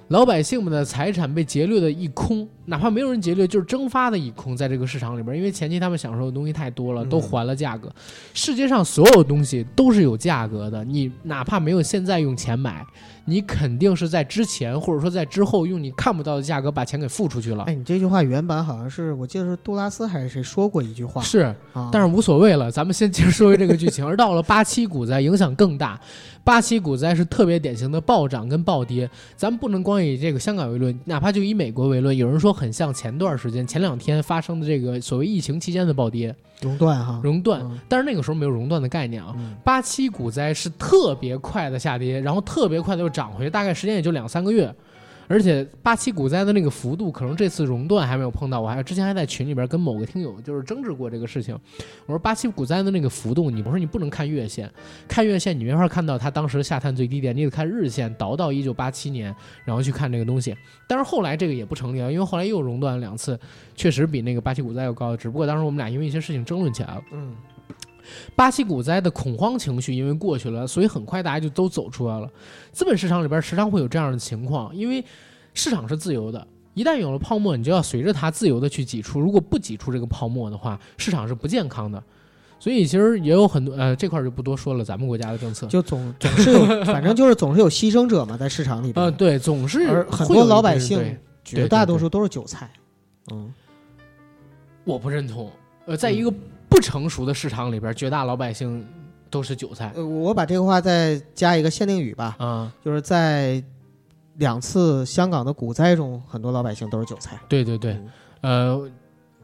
S2: 老百姓们的财产被劫掠的一空，哪怕没有人劫掠，就是蒸发的一空，在这个市场里边，因为前期他们享受的东西太多了，
S3: 嗯
S2: 都还了价格。世界上所有东西都是有价格的，你哪怕没有现在用钱买，你肯定是在之前或者说在之后用你看不到的价格把钱给付出去了。
S3: 哎，你这句话原版好像是我记得是杜拉斯还是谁说过一句话
S2: 是，
S3: 啊，
S2: 但是无所谓了，咱们先接着说回这个剧情。而到了八七股灾，影响更大。八七股灾是特别典型的暴涨跟暴跌，咱们不能光以这个香港为论，哪怕就以美国为论，有人说很像前段时间前两天发生的这个所谓疫情期间的暴跌
S3: 熔断哈，
S2: 熔断，
S3: 嗯
S2: 但是那个时候没有熔断的概念啊。
S3: 嗯
S2: 八七股灾是特别快的下跌，然后特别快的又涨回去，大概时间也就两三个月。而且八七股灾的那个幅度，可能这次熔断还没有碰到。我还之前还在群里边跟某个听友就是争执过这个事情。我说八七股灾的那个幅度，你我说你不能看月线，看月线你没法看到它当时下探最低点，你得看日线倒到一九八七年，然后去看这个东西。但是后来这个也不成立啊，因为后来又熔断了两次，确实比那个八七股灾要高。只不过当时我们俩因为一些事情争论起来了。
S3: 嗯
S2: 巴西股灾的恐慌情绪因为过去了，所以很快大家就都走出来了。资本市场里边时常会有这样的情况，因为市场是自由的，一旦有了泡沫，你就要随着它自由的去挤出。如果不挤出这个泡沫的话，市场是不健康的。所以其实也有很多呃，这块儿就不多说了，咱们国家的政策。
S3: 就总总是 有，反正就是总是有牺牲者嘛，在市场里边，
S2: 呃，对，总是
S3: 而很
S2: 会有
S3: 多
S2: 一
S3: 老
S2: 部分
S3: 百
S2: 人
S3: 姓
S2: 对
S3: 绝大多数都是韭菜，嗯，
S2: 我不认同。呃，在一个不成熟的市场里边，绝大老百姓都是韭菜
S3: 呃，我把这个话再加一个限定语吧，
S2: 啊。
S3: 就是在两次香港的股灾中，很多老百姓都是韭菜，
S2: 对对对，呃，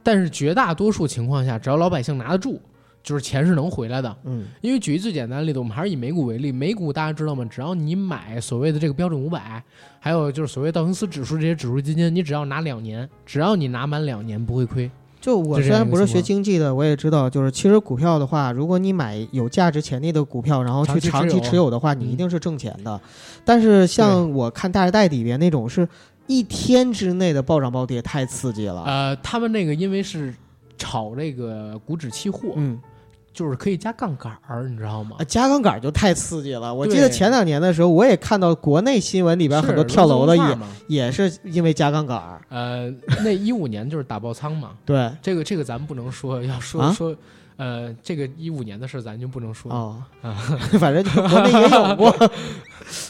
S2: 但是绝大多数情况下，只要老百姓拿得住，就是钱是能回来的。
S3: 嗯
S2: 因为举一最简单的例子，我们还是以美股为例，美股大家知道吗？只要你买所谓的这个标准五百，还有就是所谓道琼斯指数这些指数基金，你只要拿两年，只要你拿满两年不会亏。
S3: 就我
S2: 就这
S3: 虽
S2: 样
S3: 然
S2: 一
S3: 不是
S2: 个情
S3: 学
S2: 况
S3: 经济的，我也知道，就是其实股票的话，如果你买有价值潜力的股票，然后去
S2: 长
S3: 长期
S2: 期持有啊嗯
S3: 持有的话，你一定是挣钱的。但是像我看大时代里边那种是。一天之内的暴涨暴跌太刺激了，
S2: 呃，他们那个因为是炒这个股指期货，
S3: 嗯，
S2: 就是可以加杠杆儿，你知道吗
S3: 啊，？加杠杆就太刺激了。我记
S2: 对
S3: 得前两年的时候，我也看到国内新闻里边很多跳楼的
S2: 是轮
S3: 也
S2: 子嘛
S3: 也是因为加杠杆儿。
S2: 呃，那一五年就是打爆仓嘛，
S3: 对，
S2: 这个这个咱们不能说，要说、
S3: 啊
S2: 说，呃，这个一五年的事儿咱就不能说，
S3: 哦
S2: 啊，
S3: 反正就国内也有 过。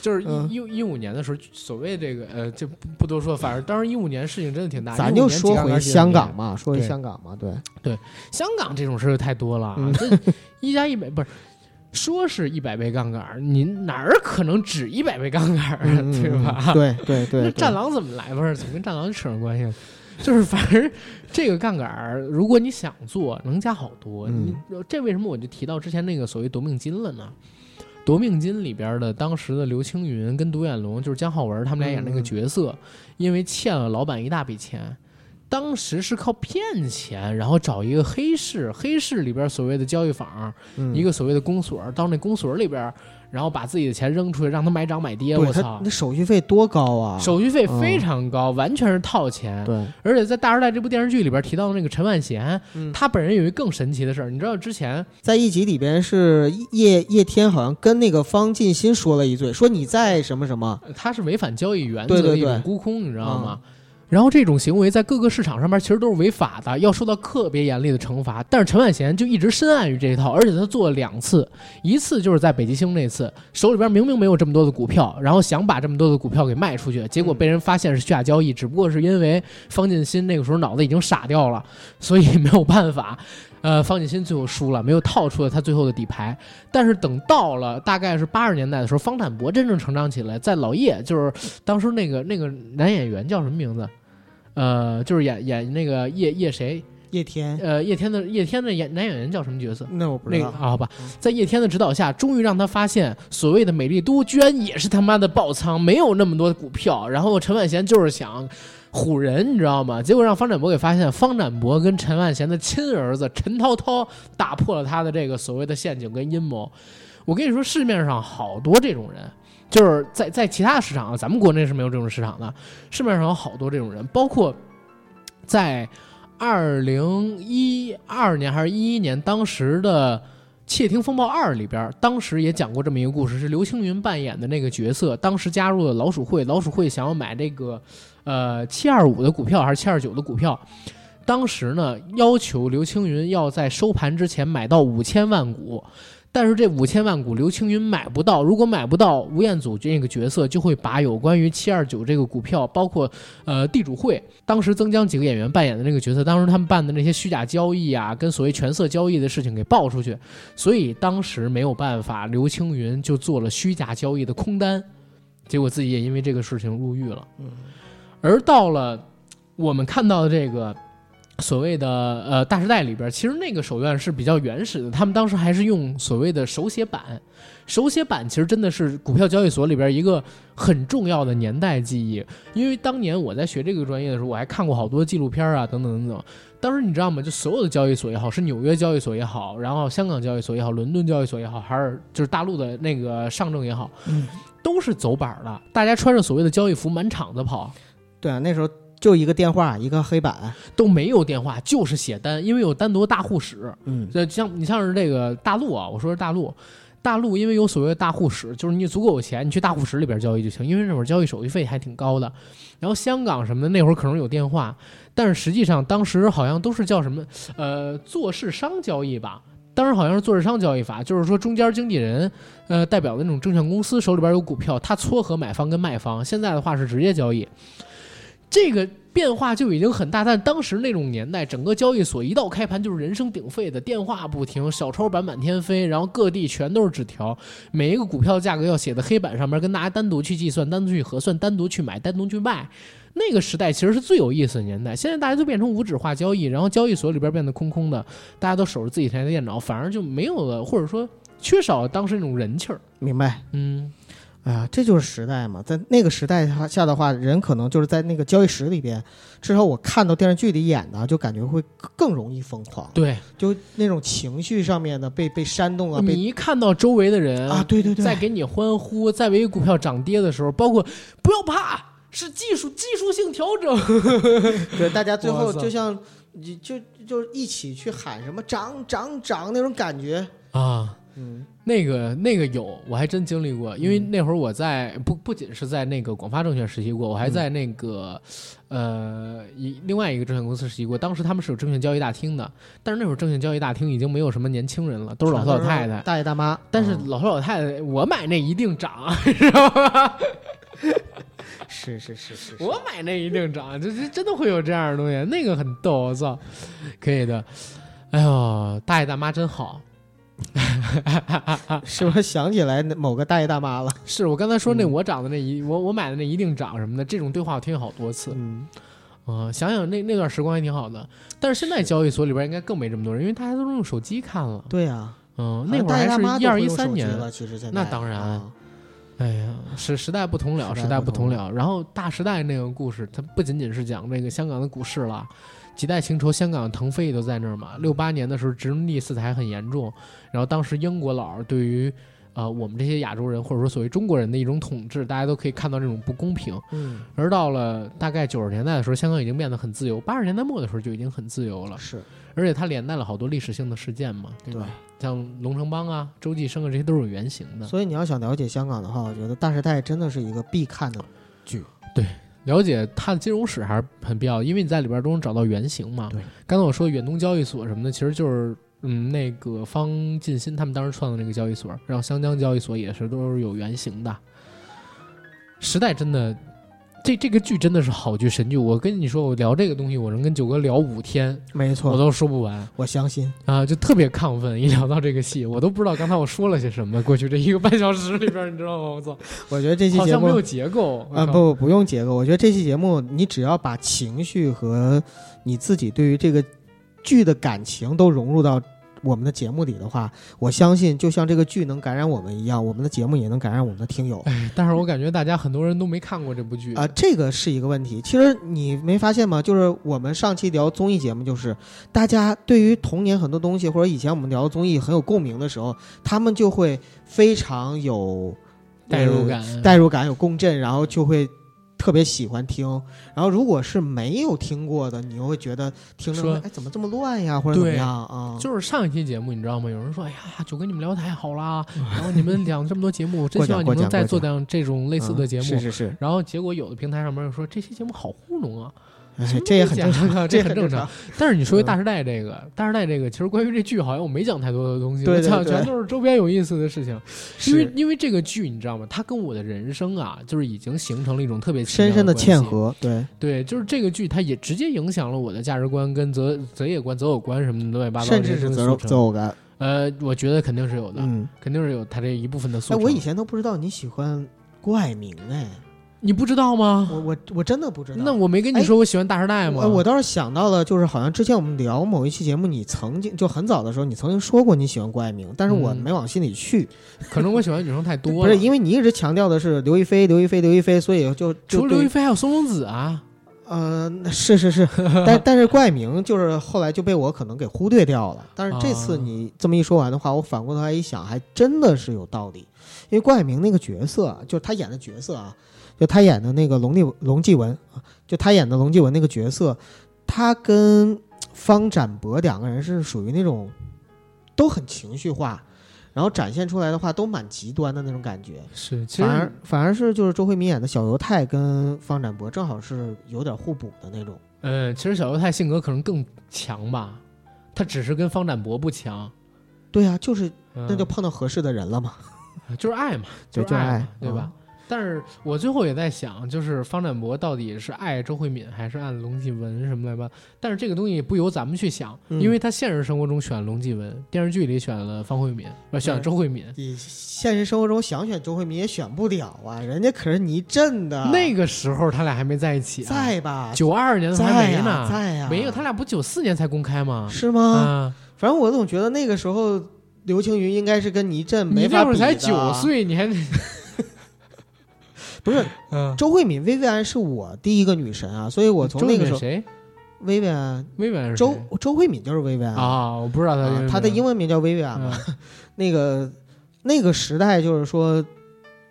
S2: 就是
S3: 嗯
S2: 一一一五年的时候，所谓这个呃，就不不多说，反正当时一五年事情真的挺大。
S3: 咱
S2: 15
S3: 就
S2: 年
S3: 说
S2: 几个
S3: 回
S2: 人进
S3: 香
S2: 去
S3: 港，嘛，说回
S2: 对
S3: 香港嘛，对，
S2: 香港这种事儿太多了，啊
S3: 嗯
S2: 这一加一百不是。说是一百倍杠杆儿，你哪儿可能只一百倍杠杆儿啊，
S3: 嗯
S2: 对吧？
S3: 对对
S2: 那
S3: 对，
S2: 战
S3: 对
S2: 狼怎么来？不是怎么跟战狼扯上关系了？ 就是反正这个杠杆儿，如果你想做，能加好多。
S3: 嗯
S2: 你这为什么我就提到之前那个所谓夺命金了呢？夺命金里边的当时的刘青云
S3: 嗯
S2: 跟独眼龙，就是江浩文他们俩演那个角色，因为欠了老板一大笔钱，当时是靠骗钱，然后找一个黑市，黑市里边所谓的交易坊，
S3: 嗯
S2: 一个所谓的公所，到那公所里边，然后把自己的钱扔出去，让他买涨买跌。
S3: 对
S2: 我
S3: 他
S2: 操
S3: 那，手续费多高啊！嗯
S2: 手续费非常高，完全是套钱。
S3: 对，
S2: 而且在《大时代》这部电视剧里边提到的那个陈万贤，
S3: 嗯
S2: 他本人有一个更神奇的事儿，你知道之前
S3: 在一集里边是叶叶天好像跟那个方进新说了一嘴，说你在什么什么，
S2: 呃他是违反交易原
S3: 对
S2: 则
S3: 对
S2: 的一
S3: 对嗯
S2: 种沽空，你知道吗？然后这种行为在各个市场上面其实都是违法的，要受到特别严厉的惩罚。但是陈万贤就一直深谙于这一套，而且他做了两次，一次就是在北极星那次，手里边明明没有这么多的股票，然后想把这么多的股票给卖出去，结果被人发现是虚假交易，只不过是因为方进新那个时候脑子已经傻掉了，所以没有办法。呃，方进新最后输了，没有套出了他最后的底牌。但是等到了大概是八十年代的时候，方坦博真正成长起来，在老叶就是当时那个那个男演员叫什么名字？呃，就是演演那个叶叶谁？
S3: 叶天
S2: 呃，叶天的叶天的演男演员叫什么角色？
S3: 那我不
S2: 那
S3: 知
S2: 个
S3: 道，
S2: 啊，好吧
S3: 嗯，
S2: 在叶天的指导下，终于让他发现，所谓的美丽都居然也是他妈的爆仓，没有那么多股票。然后陈万贤就是想唬人，你知道吗？结果让方展博给发现，方展博跟陈万贤的亲儿子陈涛涛打破了他的这个所谓的陷阱跟阴谋。我跟你说，市面上好多这种人。就是在在其他市场啊，咱们国内是没有这种市场的。市面上有好多这种人，包括在二零一二年还是一一年，当时的《窃听风暴二》里边，当时也讲过这么一个故事，是刘青云扮演的那个角色，当时加入了老鼠会，老鼠会想要买这个呃七二五的股票还是七二九的股票。当时呢，要求刘青云要在收盘之前买到五千万股，但是这五千万股刘青云买不到，如果买不到，吴彦祖这个角色就会把有关于七二九这个股票，包括呃地主会，当时曾江几个演员扮演的那个角色，当时他们办的那些虚假交易啊，跟所谓权色交易的事情给爆出去，所以当时没有办法，刘青云就做了虚假交易的空单，结果自己也因为这个事情入狱了。
S3: 嗯
S2: 而到了我们看到的这个所谓的呃大时代里边，其实那个手段是比较原始的，他们当时还是用所谓的手写板。手写板其实真的是股票交易所里边一个很重要的年代记忆，因为当年我在学这个专业的时候，我还看过好多纪录片啊，等等等等。当时你知道吗？就所有的交易所也好，是纽约交易所也好，然后香港交易所也好，伦敦交易所也好，还是就是大陆的那个上证也好，
S3: 嗯
S2: 都是走板儿的。大家穿着所谓的交易服满场子跑，
S3: 对啊，那时候就一个电话，一个黑板，
S2: 都没有电话，就是写单，因为有单独的大户室。
S3: 嗯
S2: 这像你像是这个大陆啊，我说是大陆，大陆因为有所谓的大户室，就是你足够有钱，你去大户室里边交易就行，因为那会儿交易手续费还挺高的。然后香港什么的那会儿可能有电话，但是实际上当时好像都是叫什么呃做市商交易吧。当时好像是做市商交易法，就是说中间经纪人，呃，代表的那种证券公司手里边有股票，他撮合买方跟卖方。现在的话是直接交易，这个变化就已经很大，但当时那种年代，整个交易所一到开盘就是人声鼎沸的，电话不停，小抄板满天飞，然后各地全都是纸条，每一个股票价格要写在黑板上面，跟大家单独去计算、单独去核算、单独去买、单独去卖。那个时代其实是最有意思的年代，现在大家都变成无纸化交易，然后交易所里边变得空空的，大家都守着自己台的电脑，反而就没有了，或者说缺少了当时那种人气儿。
S3: 明白。
S2: 嗯，
S3: 哎呀，这就是时代嘛，在那个时代下的话，人可能就是在那个交易室里边，至少我看到电视剧里演的，就感觉会更容易疯狂，
S2: 对，
S3: 就那种情绪上面的被被煽动啊，被
S2: 你一看到周围的人
S3: 啊，对对对，
S2: 在给你欢呼，在为股票涨跌的时候，包括不要怕，是技术技术性调整。
S3: 对，大家最后
S2: 哇塞
S3: 就像你就就一起去喊什么涨涨涨那种感觉，
S2: 啊，
S3: 嗯
S2: 那个那个有，我还真经历过，因为那会儿我在不不仅是在那个广发证券实习过，我还在那个、呃一另外一个证券公司实习过。当时他们是有证券交易大厅的，但是那会儿证券交易大厅已经没有什么年轻人了，都是老头老太太。
S3: 大爷大妈，
S2: 但是
S3: 嗯
S2: 老头老太太，我买那一定涨， 知道吧？
S3: 是是是是，是
S2: 我买那一定涨，这这真的会有这样的东西，那个很逗，我操，可以的。哎呦，大爷大妈真好。
S3: 是不是想起来那某个大爷大妈了？
S2: 是我刚才说那
S3: 嗯
S2: 我涨的那一、我我买的那一定涨什么的，这种对话我听好多次。
S3: 嗯，
S2: 嗯、想想那那段时光还挺好的，但是现在
S3: 是
S2: 交易所里边应该更没这么多人，因为大家都是用手机看了。
S3: 对啊，好
S2: 嗯、那
S3: 像
S2: 会儿
S3: 大爷
S2: 还
S3: 大妈
S2: 是一
S3: 都
S2: 二
S3: 会
S2: 一
S3: 用手
S2: 三
S3: 机
S2: 年，
S3: 了，其实现在
S2: 那当然
S3: 啊
S2: 哎呀，时时代不同了，
S3: 时
S2: 时
S3: 代
S2: 代
S3: 不
S2: 不
S3: 同
S2: 同了。然后大时代那个故事，它不仅仅是讲这个香港的股市了，几代情仇，香港腾飞都在那儿嘛。六八年的时候，殖民地四台很严重，然后当时英国佬对于呃我们这些亚洲人或者说所谓中国人的一种统治，大家都可以看到这种不公平。
S3: 嗯，
S2: 而到了大概九十年代的时候，香港已经变得很自由，八十年代末的时候就已经很自由了，
S3: 是
S2: 而且它连带了好多历史性的事件嘛，对
S3: 对
S2: 吧？。像龙城邦啊、周济生啊，这些都是有原型的。
S3: 所以你要想了解香港的话，我觉得《大时代》真的是一个必看的剧。
S2: 了解它的金融史还是很必要的，因为你在里边都能找到原型嘛。
S3: 对，
S2: 刚才我说远东交易所什么的，其实就是嗯那个方进新他们当时创的那个交易所，然后湘江交易所也是都是有原型的。时代真的，这这个剧真的是好剧神剧。我跟你说，我聊这个东西，我能跟九哥聊五天，
S3: 没
S2: 我
S3: 错，
S2: 都说不完
S3: 我相信。
S2: 啊，就特别亢奋。一聊到这个戏，我都不知道刚才我说了些什么。过去这一个半小时里边，你知道吗？我操，
S3: 我觉得这期
S2: 好
S3: 节
S2: 像
S3: 目
S2: 没有结构
S3: 啊，
S2: 我靠
S3: 不，不用结构。我觉得这期节目，你只要把情绪和你自己对于这个剧的感情都融入到我们的节目里的话，我相信，就像这个剧能感染我们一样，我们的节目也能感染我们的听友。
S2: 哎，但是我感觉大家很多人都没看过这部剧
S3: 啊、这个是一个问题。其实你没发现吗？就是我们上期聊综艺节目，就是大家对于童年很多东西，或者以前我们聊综艺很有共鸣的时候，他们就会非常有
S2: 代入、
S3: 呃
S2: 感。
S3: 代入感有共振，然后就会特别喜欢听。然后如果是没有听过的，你又会觉得听着
S2: 说
S3: 哎怎么这么乱呀，或者怎么
S2: 对
S3: 样啊？
S2: 就是上一期节目，你知道吗？有人说：“哎呀，九哥，你们聊得太好 啦！然后你们讲这么多节目，我真
S3: 过
S2: 希
S3: 奖
S2: 望你
S3: 过
S2: 们能
S3: 奖
S2: 再
S3: 过
S2: 做
S3: 奖嗯
S2: 点这种类似的节目。
S3: 是是是，
S2: 然后结果有的平台上面又说这期节目好糊弄啊，什
S3: 哎
S2: 么，
S3: 这也很
S2: 假的
S3: 正常，
S2: 这
S3: 也
S2: 很
S3: 很
S2: 正
S3: 正
S2: 常
S3: 常。
S2: 但是你说
S3: 嗯
S2: 大时代这个，大时代这个，其实关于这剧好像我没讲太多的东西，
S3: 对对
S2: 我讲
S3: 对
S2: 全都是周边有意思的事情。因为
S3: 是
S2: 因为这个剧，你知道吗？它跟我的人生啊，就是已经形成了一种特别奇
S3: 深
S2: 妙
S3: 深的
S2: 关
S3: 嵌
S2: 系
S3: 合，对，
S2: 对，就是这个剧，它也直接影响了我的价值观、跟择择业观、择偶观什么的乱七八糟
S3: 甚
S2: 的这
S3: 至是
S2: 些东西
S3: 择
S2: 塑
S3: 偶
S2: 成
S3: 择偶感。
S2: 呃，我觉得肯定是有的，
S3: 嗯，
S2: 肯定是有它这一部分的塑
S3: 哎，
S2: 成。
S3: 我以前都不知道你喜欢郭爱明哎，
S2: 你不知道吗？
S3: 我我我真的不知道。
S2: 那我没跟你
S3: 哎
S2: 说我喜欢大时代吗？
S3: 我我倒是想到了，就是好像之前我们聊某一期节目，你曾经就很早的时候，你曾经说过你喜欢郭爱明，但是我
S2: 嗯
S3: 没往心里去。
S2: 可能我喜欢的女生太多
S3: 不
S2: 了，
S3: 是因为你一直强调的是刘亦菲，刘亦菲，刘亦菲，所以就就
S2: 除了刘亦
S3: 对
S2: 菲还有松隆子啊。
S3: 呃是是 是，但但是郭爱明就是后来就被我可能给忽略掉了。但是这次
S2: 啊
S3: 你这么一说完的话，我反过头来一想，还真的是有道理。因为郭爱明那个角色啊，就是他演的角色啊，就他演的那个龙继龙继文啊，就他演的龙继文那个角色，他跟方展博两个人是属于那种都很情绪化。然后展现出来的话都蛮极端的那种感觉，
S2: 是，其
S3: 反而
S2: 实
S3: 反而是就是周慧敏演的小犹太跟方展博正好是有点互补的那种。
S2: 呃，其实小犹太性格可能更强吧，他只是跟方展博不强，
S3: 对啊，就是
S2: 嗯
S3: 那就碰到合适的人了嘛。
S2: 就是爱嘛，
S3: 对
S2: 是
S3: 就是爱
S2: 爱嘛，
S3: 嗯
S2: 对吧？但是我最后也在想，就是方展博到底是爱周慧敏还是爱龙继文什么来吧？但是这个东西不由咱们去想，
S3: 嗯
S2: 因为他现实生活中选龙继文，电视剧里选了方慧敏，不选了周慧敏。
S3: 你现实生活中想选周慧敏也选不了啊，人家可是倪震的。
S2: 那个时候他俩还没在一起、啊，
S3: 啊在吧？
S2: 九二年的时候还
S3: 在
S2: 没
S3: 呀、
S2: 呢，
S3: 在呀、
S2: 没有，他俩不九四年才公开吗？
S3: 是吗？
S2: 啊，
S3: 反正我总觉得那个时候刘青云应该是跟倪震
S2: 你
S3: 没
S2: 那
S3: 法
S2: 会儿
S3: 比
S2: 才
S3: 的
S2: 九，岁，你还
S3: 不是
S2: 嗯，
S3: 周慧敏、薇薇安是我第一个女神啊，所以我从那个时
S2: 周慧敏
S3: 候，
S2: 谁？
S3: 薇薇安，
S2: 薇薇安是
S3: 周
S2: 谁
S3: 周慧敏就是薇薇安
S2: 啊，我不知道他
S3: 啊，他的英文名叫薇薇安嘛。
S2: 嗯
S3: 那个那个时代，就是说，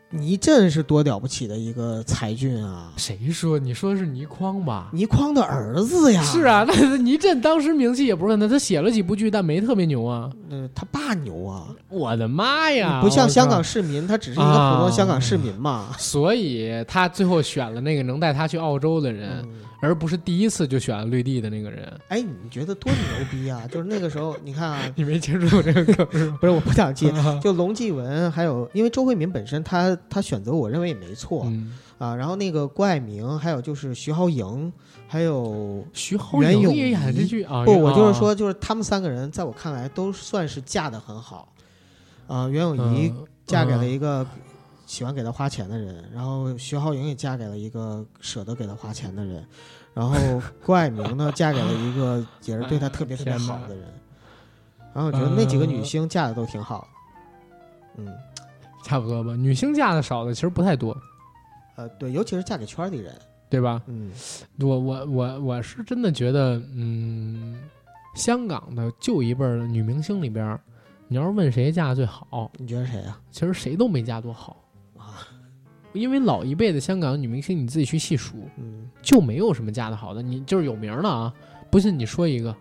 S3: 倪震是多了不起的一个才俊啊，
S2: 谁说？你说的是倪匡吧？
S3: 倪匡的儿子呀，
S2: 是，啊，那倪震当时名气也不是很大，他写了几部剧，但没特别牛啊。
S3: 呃，他爸牛啊，
S2: 我的妈呀！
S3: 不像
S2: 我靠
S3: 香港，市民，他只是一个普通的香港市民嘛。
S2: 所以他最后选了那个能带他去澳洲的人，
S3: 嗯
S2: 而不是第一次就选了绿地的那个人。
S3: 哎，你觉得多牛逼啊！就是那个时候，你看啊，
S2: 你没接触过这个梗是吗？
S3: 不是我不想接，
S2: 啊
S3: 就龙继文，还有因为周慧敏本身她她选择我认为也没错、
S2: 嗯，
S3: 啊，然后那个郭爱明，还有就是徐浩莹，还有
S2: 徐浩
S3: 袁
S2: 莹
S3: 咏
S2: 也演这
S3: 仪
S2: 剧啊？
S3: 不，
S2: 袁
S3: 我就是，
S2: 啊
S3: 说，就是他们三个人，在我看来都算是嫁的很好。啊、袁咏仪
S2: 嗯
S3: 嫁给了
S2: 嗯
S3: 一个喜欢给她花钱的人，然后徐浩莹也嫁给了一个舍得给她花钱的人，然后郭爱明呢嫁给了一个也是对她特别特 别
S2: 哎天哪
S3: 好的人。然后我觉得那几个女星嫁的都挺好。嗯，
S2: 差不多吧。女性嫁的少的其实不太多，
S3: 呃，对，尤其是嫁给圈里人，
S2: 对吧？
S3: 嗯，
S2: 我我我我是真的觉得，嗯，香港的旧一辈儿的女明星里边儿，你要是问谁嫁的最好，
S3: 你觉得谁啊呀、
S2: 其实谁都没嫁多好，
S3: 啊？
S2: 因为老一辈的香港女明星，你自己去细数，
S3: 嗯，
S2: 就没有什么嫁的好的，你就是有名儿的啊。不信你说一个，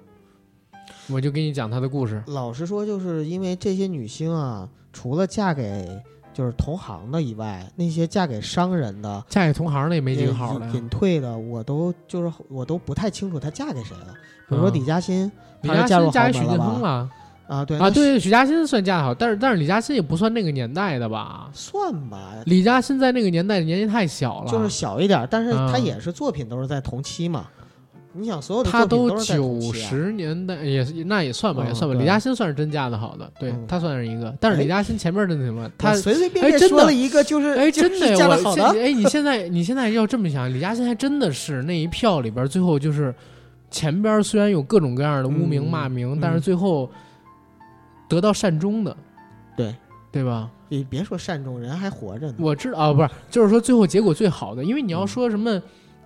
S2: 我就给你讲她的故事。
S3: 老实说，就是因为这些女星啊，除了嫁给就是同行的以外，那些嫁给商人的、呃
S2: 嫁给同行的也没几个好的
S3: 隐
S2: 呀。
S3: 隐退的，我都就是我都不太清楚她嫁给谁了。比如说
S2: 嗯
S3: 李嘉欣
S2: 李
S3: 她是
S2: 嘉
S3: 嫁入
S2: 欣嫁给许
S3: 豪门了
S2: 晋
S3: 吧
S2: 亨了
S3: 啊，对
S2: 啊，
S3: 那
S2: 对，许嘉欣算嫁的好，但是但是李嘉欣也不算那个年代的吧？
S3: 算吧，
S2: 李嘉欣在那个年代年纪太小了，
S3: 就是小一点儿，但是
S2: 嗯
S3: 她也是作品都是在同期嘛。你想，所有的
S2: 她
S3: 作品
S2: 都
S3: 是在同
S2: 九
S3: 期啊。
S2: 十年代也是那也算吧，
S3: 嗯
S2: 也算吧。
S3: 对
S2: 李嘉欣算是真嫁的好的，对
S3: 嗯
S2: 她算是一个，但是
S3: 哎
S2: 李嘉欣前面真的挺乱，
S3: 我
S2: 她。
S3: 随随便
S2: 哎
S3: 便
S2: 真的
S3: 说了一个，就是
S2: 哎，
S3: 就是
S2: 真的，
S3: 嫁的
S2: 我
S3: 好
S2: 现
S3: 的，
S2: 哎，你现在你现在要这么想，李嘉欣还真的是那一票里边，最后就是前边虽然有各种各样的污名
S3: 嗯
S2: 骂名，
S3: 嗯
S2: 但是最后得到善终的，
S3: 对
S2: 对吧？
S3: 你哎别说善终，人还活着呢。
S2: 我知道啊，不是，就是说最后结果最好的，因为你要说什么，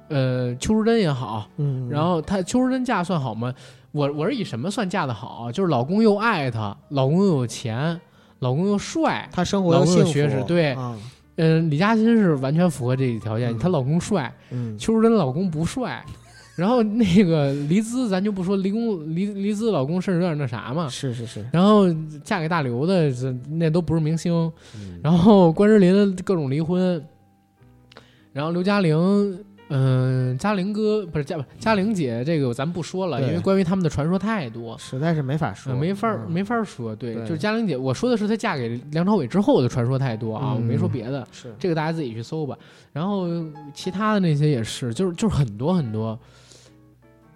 S2: 呃，邱淑贞也好，
S3: 嗯，
S2: 然后她邱淑贞嫁算好吗？我我是以什么算嫁的好啊？就是老公又爱她，老公又有钱，老公又帅。
S3: 她生活又
S2: 老公
S3: 幸
S2: 有
S3: 福，
S2: 学识对
S3: 啊，
S2: 嗯、李嘉欣是完全符合这一条件，
S3: 嗯
S2: 她老公帅，
S3: 嗯，
S2: 邱淑贞老公不帅。 然后那个黎姿，咱就不说离公黎黎姿老公甚至有点那啥嘛。
S3: 是是是，
S2: 然后嫁给大刘的这那都不是明星，
S3: 嗯
S2: 然后关之琳各种离婚，然后刘嘉玲，嗯、嘉玲哥不是嘉不嘉玲姐，这个咱不说了，
S3: 对
S2: 因为关于他们的传说太多，
S3: 实在是没法
S2: 呃
S3: 说，
S2: 没法儿
S3: 嗯
S2: 没法儿说。对，
S3: 对
S2: 就是嘉玲姐，我说的是她嫁给梁朝伟之后的传说太多啊，
S3: 嗯
S2: 我没说别的，
S3: 是
S2: 这个大家自己去搜吧。然后其他的那些也是，就是就是很多很多。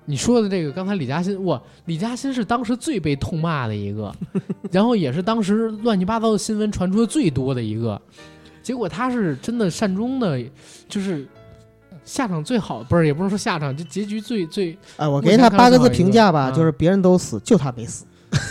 S2: 你说的这个，刚才李嘉欣，哇，李嘉欣是当时最被痛骂的一个，然后也是当时乱七八糟的新闻传出的最多的一个。结果他是真的善终的，就是下场最好，不是也不是说下场，就结局最最
S3: 哎，我
S2: 目前
S3: 给他
S2: 看
S3: 八个
S2: 到
S3: 字
S2: 一个
S3: 评价吧，
S2: 嗯
S3: 就是别人都死，就他没 死。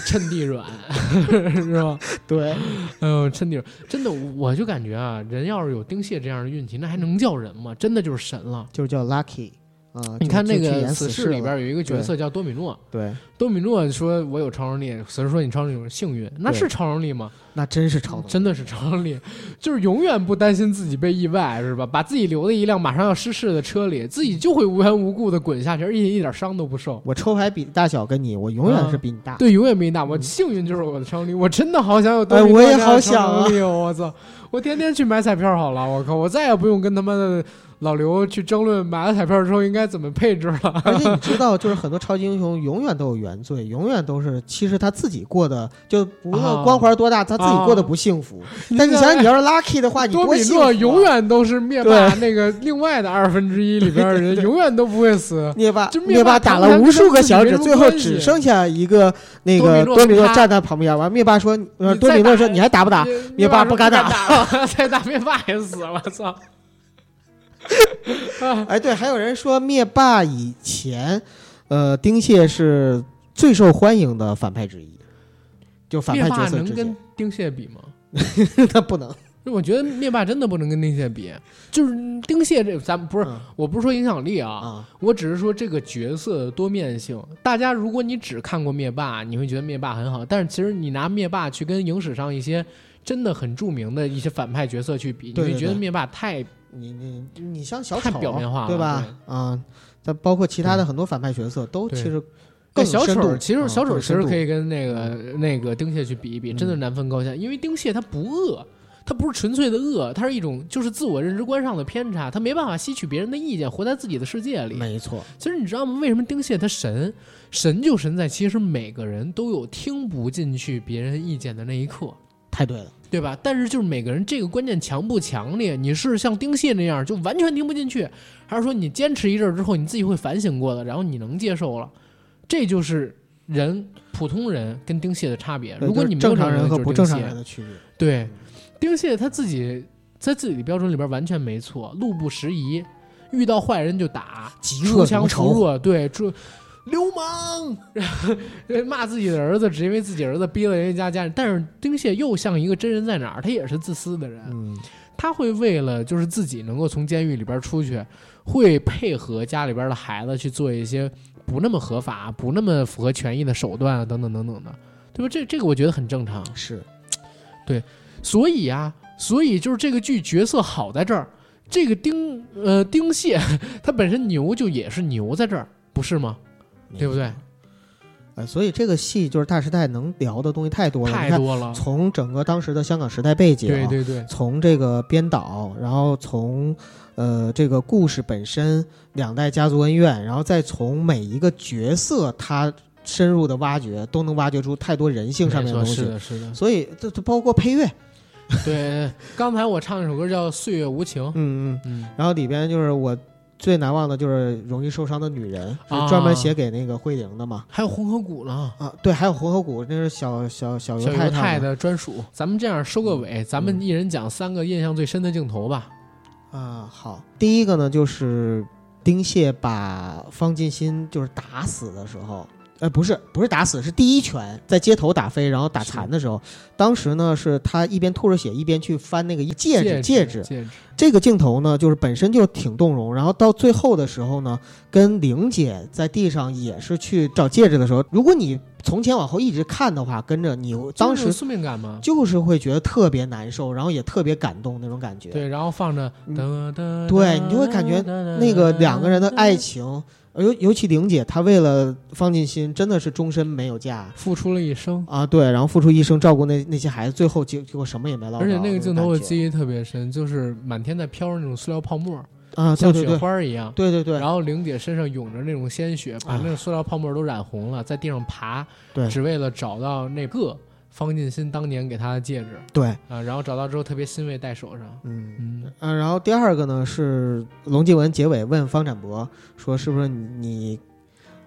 S2: 趁地软， 是吧？
S3: 对，
S2: 哎呦，真的，真的，我就感觉啊，人要是有丁蟹这样的运气，那还能叫人吗？真的就是神了。
S3: 就是叫 Lucky 啊。
S2: 你看
S3: 就
S2: 那
S3: 就去
S2: 个
S3: 演
S2: 《
S3: 死
S2: 死
S3: 侍
S2: 侍》里边
S3: 了，
S2: 有一个角色叫多米诺，
S3: 对，
S2: 多米诺说：“我有超能力。”死侍说：“你超能力有幸运，那
S3: 对
S2: 是超能力吗？
S3: 那真是超能力
S2: 真的是超能力，就是永远不担心自己被意外，是吧？把自己留在一辆马上要失事的车里，自己就会无缘无故的滚下去，而且一点伤都不受。
S3: 我抽牌比大小跟你，我永远是比你大。
S2: 嗯对，永远没大。我幸运就是我的超能力，我真的好想有多
S3: 嗯哎
S2: 米诺
S3: 我也
S2: 这样
S3: 好
S2: 的
S3: 想
S2: 超
S3: 啊
S2: 能力哦！我操，我天天去买彩票好了，我靠，我再也不用跟他妈的老刘去争论买了彩票之后应该怎么配置了。
S3: 而且你知道，就是很多超级英雄永远都有原罪，永远都是其实他自己过得就无
S2: 啊
S3: 论光环多大，他自己过得
S2: 哦
S3: 不幸 福。但你想想，你要是 Lucky 的话，你
S2: 哎多米
S3: 幸福啊
S2: 诺永远都是灭霸那个另外的二分之一里边的 人，永远都不会死。
S3: 灭霸
S2: 就，灭
S3: 灭
S2: 霸
S3: 霸
S2: 他
S3: 打
S2: 们
S3: 了
S2: 还
S3: 无
S2: 跟
S3: 数
S2: 自
S3: 个
S2: 己
S3: 小指，
S2: 没什么
S3: 最后
S2: 关系
S3: 只剩下一个那
S2: 多米
S3: 个
S2: 诺
S3: 多米诺
S2: 他
S3: 站在旁边。完，灭霸说：“呃
S2: 你
S3: 多
S2: 再
S3: 米诺
S2: 打
S3: 说
S2: 呀
S3: 你还打不打？”灭霸
S2: 不
S3: 不敢
S2: 打
S3: 打
S2: 了，再打 灭霸也死了。操！
S3: 哎，对，还有人说灭霸以前，呃，丁蟹是最受欢迎的反派之一，就反
S2: 灭
S3: 派
S2: 霸
S3: 角色
S2: 能
S3: 之
S2: 跟
S3: 间，
S2: 丁蟹比吗？
S3: 他不能，
S2: 我觉得灭霸真的不能跟丁蟹比，就是丁蟹这咱们不是，
S3: 嗯
S2: 我不是说影响力啊，
S3: 啊，
S2: 我只是说这个角色的多面性。大家如果你只看过灭霸，你会觉得灭霸很好，但是其实你拿灭霸去跟影史上一些真的很著名的一些反派角色去比，
S3: 对
S2: 你
S3: 对
S2: 会觉得
S3: 对
S2: 灭霸太
S3: 你你你像小
S2: 太
S3: 丑，
S2: 表面化了
S3: 对吧？啊，他包括其他的很多反派角色都
S2: 对
S3: 其实
S2: 对
S3: 更
S2: 小
S3: 深
S2: 丑
S3: 度
S2: 儿，其实
S3: 啊
S2: 小丑儿
S3: 更
S2: 其
S3: 深
S2: 实
S3: 度
S2: 可以跟那个那个丁蟹去比一比，真的
S3: 嗯
S2: 难分高下。因为丁蟹他不恶，他不是纯粹的恶，他是一种就是自我认知观上的偏差，他没办法吸取别人的意见，活在自己的世界里。
S3: 没错，
S2: 其实你知道吗？为什么丁蟹他神？神就神在其实每个人都有听不进去别人意见的那一刻。
S3: 太对了，
S2: 对吧？但是就是每个人这个观念强不强烈，你是像丁蟹那样就完全听不进去，还是说你坚持一阵儿之后你自己会反省过的，然后你能接受了？这就是人普通人跟丁蟹的差别。
S3: 对
S2: 如果
S3: 就是
S2: 你没有
S3: 正常
S2: 这
S3: 人
S2: 种
S3: 和
S2: 就是
S3: 不
S2: 丁
S3: 正
S2: 蟹
S3: 常人，的区别，
S2: 对丁蟹他自己在自己的标准里边完全没错，路不拾遗，遇到坏人就打，
S3: 极
S2: 出
S3: 恶
S2: 强
S3: 如
S2: 扶
S3: 仇，
S2: 弱，对，出
S1: 流氓，
S2: 骂自己的儿子只因为自己儿子逼了人家家家人。但是丁蟹又像一个真人在哪儿，他也是自私的人，
S3: 嗯，
S2: 他会为了就是自己能够从监狱里边出去，会配合家里边的孩子去做一些不那么合法、不那么符合权益的手段啊，等等等等的，对吧？这这个我觉得很正常。
S3: 是
S2: 所以啊，所以就是这个剧角色好在这儿，这个丁呃丁蟹 他本身牛就也是牛在这儿，不是吗？对不？
S3: 没
S2: 对
S3: 错？呃，所以这个戏就是大时代能聊的东西太多了，
S2: 太
S3: 你看
S2: 多了，
S3: 从啊整个当时的香港时代背景、
S2: 对，对对，
S3: 从这个编导，然后从呃这个故事本身，两代家族恩怨，然后再从每一个角色他深入的挖掘，都能挖掘出太多人性上面的
S2: 没
S3: 东
S2: 错是
S3: 西。，
S2: 的，是的哦
S3: 所以这这包括配乐，
S2: 对。刚才我唱一首歌叫《岁月无情》，
S3: 嗯嗯，
S2: 嗯，
S3: 然后里边就是我最难忘的就是容易受伤的女人，是
S2: 啊
S3: 专门写给那个慧玲的嘛。
S2: 还有红河谷呢，
S3: 啊，对，还有红河谷，那是小小小
S2: 小
S3: 犹
S2: 犹
S3: 太嗯
S2: 太
S3: 的
S2: 的专属。咱们这样收个尾，咱们一人讲三个印象最深的镜头吧。
S3: 啊。好，第一个呢就是丁蟹把方进新就是打死的时候，呃，不是不是打死，是第一拳在街头打飞，然后打残的时候，当时呢是他一边吐着血一边去翻那个戒指，戒
S2: 戒
S3: 指，
S2: 戒指，
S3: 这个镜头呢，就是本身就挺动容，然后到最后的时候呢，跟玲姐在地上也是去找戒指的时候，如果你从前往后一直看的话，跟着你当
S2: 就是
S3: 时
S2: 宿命感嘛。
S3: 就是会觉得特别难受，然后也特别感动那种感觉。
S2: 对，然后放着，
S3: 嗯对
S2: 对
S3: 你就会感觉那个两个人的爱情，尤尤其玲姐她为了方进新真的是终身没有嫁
S2: 付出了一生。
S3: 啊，对，然后付出一生照顾那那些孩子，最后结结果什么也没捞着。
S2: 而且那个镜头
S3: 种
S2: 我
S3: 感觉
S2: 记忆特别深，就是满天在飘着那种塑料泡沫，
S3: 啊，对
S2: 像
S3: 对
S2: 雪
S3: 对
S2: 花一样。
S3: 对对对，
S2: 然后玲姐身上涌着那种鲜血，把
S3: 啊
S2: 那种塑料泡沫都染红了，在地上爬，
S3: 对
S2: 只为了找到那个方进新当年给她的戒指
S3: 对，
S2: 啊。然后找到之后特别欣慰，戴手上。
S3: 嗯。
S2: 嗯，
S3: 嗯，然后第二个呢是龙继文结尾问方展博说：“是不是你，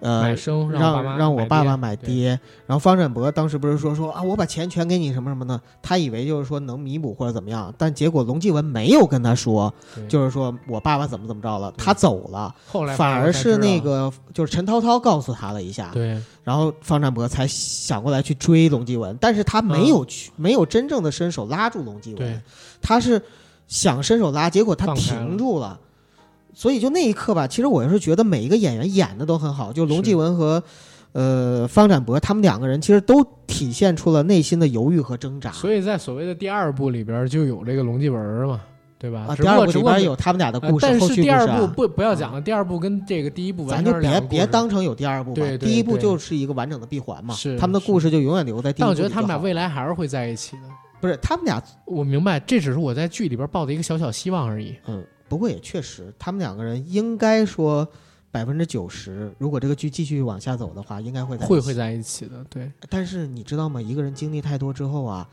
S2: 买
S3: 呃，
S2: 生我爸妈
S3: 让让我爸爸
S2: 买
S3: 买
S2: 爹。
S3: 爹？”然后方展博当时不是说说啊，我把钱全给你什么什么的，他以为就是说能弥补或者怎么样，但结果龙继文没有跟他说，
S2: 对
S3: 就是说我爸爸怎么怎么着了，
S2: 对
S3: 他走了，
S2: 后来
S3: 反
S2: 爸爸
S3: 而
S2: 才
S3: 是
S2: 知道
S3: 那个就是陈涛涛告诉他了一下，
S2: 对
S3: 然后方展博才想过来去追龙继文，但是他没有去，没有真正的伸手拉住龙继
S2: 嗯对
S3: 文，他是想伸手拉，结果他
S2: 放开了
S3: 停住了。所以就那一刻吧，其实我是觉得每一个演员演的都很好，就龙继文和呃方展博他们两个人，其实都体现出了内心的犹豫和挣扎。
S2: 所以在所谓的第二部里边就有这个龙继文儿嘛，对吧？
S3: 啊，第
S2: 只不
S3: 二
S2: 过
S3: 部
S2: 只
S3: 里
S2: 不过
S3: 边有他们俩的
S2: 呃
S3: 故事，
S2: 但
S3: 后
S2: 是
S3: 续
S2: 第
S3: 故事
S2: 二
S3: 啊
S2: 部，不不要讲了，第二部跟这个第一部完
S3: 咱
S2: 全
S3: 就是别
S2: 两个故事
S3: 别当成有第二部吧
S2: 对。对
S3: 第一部
S2: 对
S3: 就是一个完整的闭环嘛，
S2: 是
S3: 他们的
S2: 是
S3: 故事就永远留在第一
S2: 但
S3: 部
S2: 我
S3: 里就
S2: 觉
S3: 好了。
S2: 得他们俩未来还是会在一起的。
S3: 不是他们俩
S2: 我明白，这只是我在剧里边抱的一个小小希望而已。
S3: 嗯，不过也确实，他们两个人应该说百分之九十，如果这个剧继续往下走的话，应该会在一起
S2: 会会。在一起的，对，
S3: 但是你知道吗？一个人经历太多之后啊，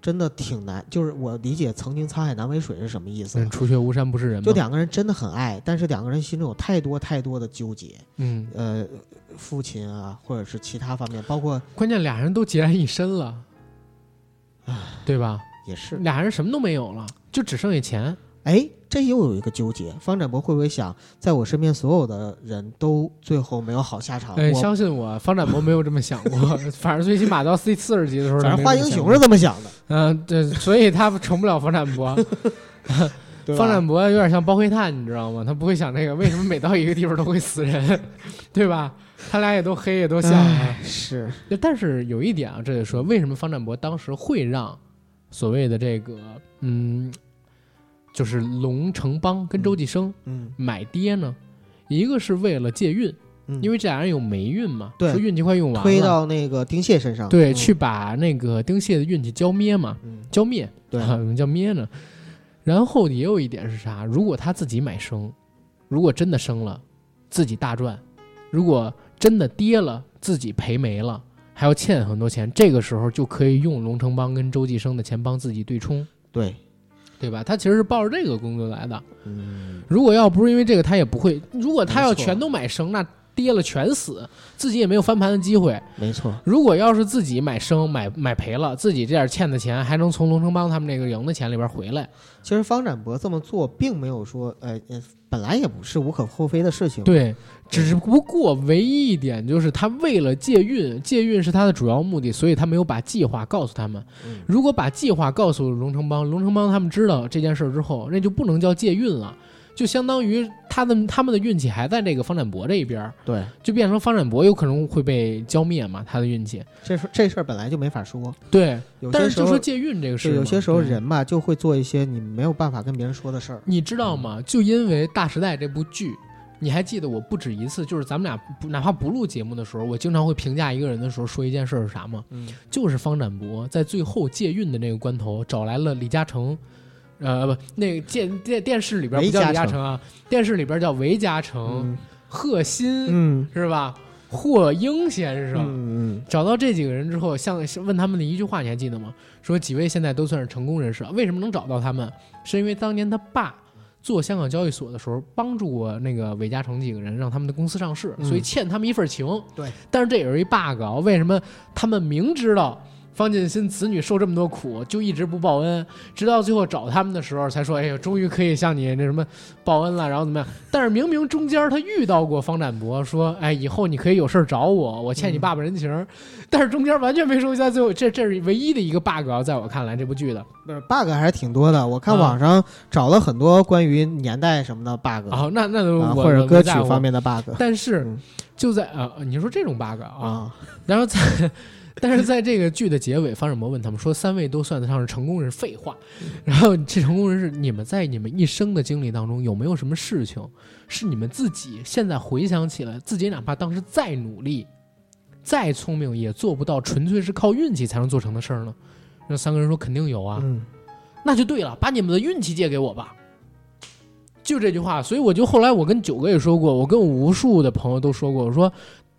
S3: 真的挺难。就是我理解“曾经沧海难为水”是什么意思
S2: 嗯，
S3: 吗，
S2: 除却巫山不是人嘛，
S3: 就两个人真的很爱，但是两个人心中有太多太多的纠结，
S2: 嗯，
S3: 呃，父亲啊，或者是其他方面，包括
S2: 关键俩人都孑然一身了，对吧？
S3: 也是，
S2: 俩人什么都没有了，就只剩下钱，
S3: 哎，这又有一个纠结。方展博会不会想，在我身边所有的人都最后没有好下场？
S2: 嗯，
S3: 我
S2: 相信我，方展博没有这么想 过，反正最起码到 C 四十级的时候，
S3: 反正
S2: 他
S3: 花
S2: 没这
S3: 英
S2: 么想
S3: 雄
S2: 过
S3: 是，这么想的，
S2: 嗯，对，所以他成不了方展博。
S3: 对吧
S2: 方展博有点像包窥探，你知道吗？他不会想这个，为什么每到一个地方都会死人，对吧？他俩也都黑，也都像、啊。
S3: 哎是
S2: 但是有一点啊，这得说，为什么方展博当时会让所谓的这个嗯，就是龙城邦跟周继生
S3: 嗯，
S2: 买爹呢？一个是为了借运，
S3: 嗯
S2: 因为这俩人有霉运嘛，
S3: 对
S2: 说运气快用完了，
S3: 推到那个丁蟹身上，
S2: 对，
S3: 嗯
S2: 去，把那个丁蟹的运气浇灭嘛，
S3: 嗯，
S2: 浇灭，
S3: 对
S2: 啊，我们叫咩呢？然后也有一点是啥？如果他自己买生，如果真的生了，自己大赚；如果真的跌了，自己赔没了，还要欠很多钱，这个时候就可以用龙城帮跟周继生的钱帮自己对冲，
S3: 对，
S2: 对吧？他其实是抱着这个工作来的。
S3: 嗯，
S2: 如果要不是因为这个，他也不会。如果他要
S3: 没错
S2: 全都买生，那跌了全死，自己也没有翻盘的机会。
S3: 没错，
S2: 如果要是自己买生买买赔了，自己这点欠的钱还能从龙城帮他们这个赢的钱里边回来，
S3: 其实方展博这么做并没有说，呃，呃本来也不是无可厚非的嗯事情。
S2: 对，只不过唯一一点就是他为了借运，借运是他的主要目的，所以他没有把计划告诉他们。
S3: 嗯，
S2: 如果把计划告诉龙城邦，龙城邦他们知道这件事儿之后，那就不能叫借运了，就相当于他的他们的运气还在这个方展博这一边儿，
S3: 对，
S2: 就变成方展博有可能会被浇灭嘛，他的运气。
S3: 这事这事儿本来就没法说，
S2: 对，
S3: 有
S2: 但
S3: 些
S2: 是
S3: 时
S2: 就
S3: 候
S2: 说，借运这个事
S3: 对
S2: 嘛，
S3: 有些时候
S2: 对
S3: 人吧就会做一些你没有办法跟别人说的事儿。
S2: 你知道吗？就因为《大时代》这部剧，你还记得我不止一次，就是咱们俩不哪怕不录节目的时候，我经常会评价一个人的时候说一件事儿是啥吗？
S3: 嗯，
S2: 就是方展博在最后借运的那个关头找来了李嘉诚，呃，不，那个电电电视里边不叫李
S3: 韦嘉
S2: 嘉
S3: 诚
S2: 诚啊，电视里边叫韦嘉诚、贺新、
S3: 嗯
S2: 是吧？霍英先
S3: 嗯
S2: 生。
S3: 嗯
S2: 找到这几个人之后，像是问他们的一句话，你还记得吗？说几位现在都算是成功人士，啊为什么能找到他们？是因为当年他爸做香港交易所的时候，帮助过那个韦嘉诚几个人，让他们的公司上市，
S3: 嗯
S2: 所以欠他们一份情。
S3: 对，
S2: 但是这也是一 bug 啊！为什么他们明知道？方进新子女受这么多苦，就一直不报恩，直到最后找他们的时候才说：“哎呀，终于可以向你那什么报恩了。”然后怎么样？但是明明中间他遇到过方展博，说：“哎，以后你可以有事儿找我，我
S3: 嗯
S2: 欠你爸爸人情。但是中间完全没说一下最后，这这是唯一的一个 bug 啊，在我看来这部剧的。
S3: 不是 bug 还是挺多的，我看
S2: 啊
S3: 网上找了很多关于年代什么的 bug
S2: 哦，那那我、
S3: 啊，
S2: 我
S3: 或者歌曲方。
S2: 我不在乎啊
S3: 面的 bug
S2: 但是
S3: 嗯
S2: 就在啊、呃，你说这种 bug 啊，
S3: 啊，
S2: 然后在，但是在这个剧的结尾，方世博问他们说，三位都算得上是成功人士，废话。
S3: 嗯
S2: 然后这成功人士，你们在你们一生的经历当中，有没有什么事情是你们自己现在回想起来，自己哪怕当时再努力、再聪明，也做不到，纯粹是靠运气才能做成的事儿呢？那三个人说肯定有啊。
S3: 嗯，
S2: 那就对了，把你们的运气借给我吧。就这句话，所以我就后来我跟九哥也说过，我跟无数的朋友都说过，我说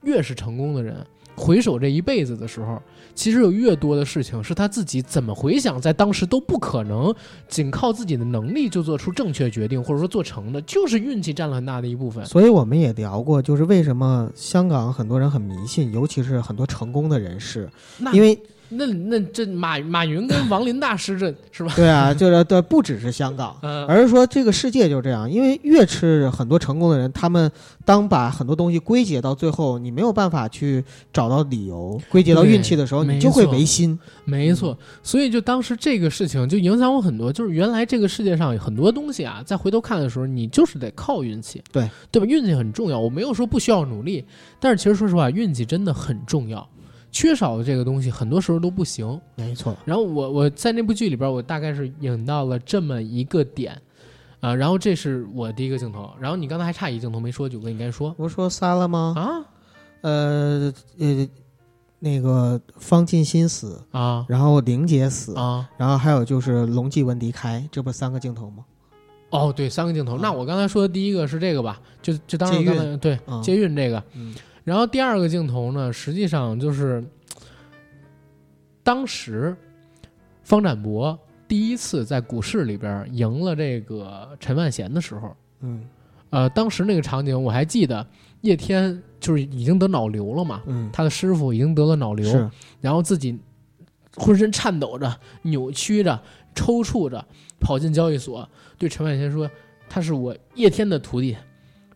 S2: 越是成功的人，回首这一辈子的时候，其实有越多的事情是他自己怎么回想，在当时都不可能仅靠自己的能力就做出正确决定，或者说做成的，就是运气占了很大的一部分。
S3: 所以我们也聊过，就是为什么香港很多人很迷信，尤其是很多成功的人士，
S2: 那
S3: 因为
S2: 那那这马马云跟王林大师这是吧？
S3: 对啊，就是对，不只是香港，
S2: 嗯、
S3: 而是说这个世界就是这样。因为越是很多成功的人，他们当把很多东西归结到最后，你没有办法去找到理由，归结到运气的时候，
S2: 对
S3: 你就会
S2: 没错
S3: 违心。
S2: 没错，
S3: 嗯
S2: 所以就当时这个事情就影响我很多，就是原来这个世界上有很多东西啊，再回头看的时候，你就是得靠运气，
S3: 对
S2: 对吧？运气很重要，我没有说不需要努力，但是其实说实话，运气真的很重要，缺少了这个东西，很多时候都不行。
S3: 没错，
S2: 然后我我在那部剧里边，我大概是引到了这么一个点，啊、然后这是我第一个镜头，然后你刚才还差一镜头没说，九哥你该说
S3: 我说仨了吗？
S2: 啊
S3: 呃呃，那个方进新死，
S2: 啊
S3: 然后玲姐死，
S2: 啊
S3: 然后还有就是龙继文离开，这不是三个镜头吗？
S2: 哦，对，三个镜头。那我刚才说的第一个是这个吧，就就当
S3: 借
S2: 时
S3: 啊运
S2: 刚才对
S3: 啊
S2: 接运这个，
S3: 嗯
S2: 然后第二个镜头呢，实际上就是当时方展博第一次在股市里边赢了这个陈万贤的时候，
S3: 嗯
S2: 呃，当时那个场景我还记得，叶天就是已经得脑瘤了嘛，
S3: 嗯，
S2: 他的师傅已经得了脑瘤，
S3: 是
S2: 然后自己浑身颤抖着、扭曲着、抽搐着跑进交易所，对陈万贤说：“他是我叶天的徒弟，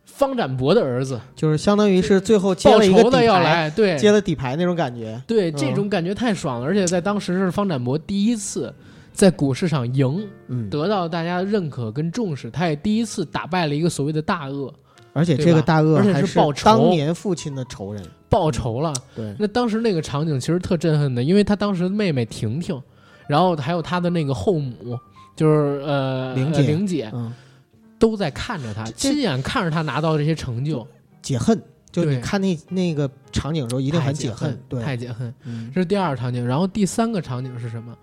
S2: 方展博的儿子，
S3: 就是相当于是最后接
S2: 报
S3: 了一个
S2: 仇
S3: 底
S2: 的要
S3: 牌，
S2: 来。”对，
S3: 接了底牌那种感觉。
S2: 对，
S3: 嗯
S2: 这种感觉太爽了，而且在当时是方展博第一次在股市上赢，
S3: 嗯，
S2: 得到大家的认可跟重视，他也第一次打败了一个所谓的大恶，
S3: 而且
S2: 对
S3: 这个
S2: 吧
S3: 大鳄
S2: 而且
S3: 还
S2: 是报仇
S3: 当年父亲的仇人。
S2: 报仇了。
S3: 对，
S2: 那当时那个场景其实特震撼的，因为他当时妹妹婷婷，然后还有他的那个后母，就是呃
S3: 玲
S2: 呃
S3: 姐
S2: 玲姐，
S3: 嗯，
S2: 都在看着他，
S3: 这
S2: 亲眼看着他拿到这些成就，
S3: 解恨，就
S2: 对
S3: 你看那那个场景的时候，一定
S2: 太
S3: 很
S2: 解
S3: 恨。对，
S2: 太解恨。
S3: 嗯
S2: 这是第二个场景，然后第三个场景是什么？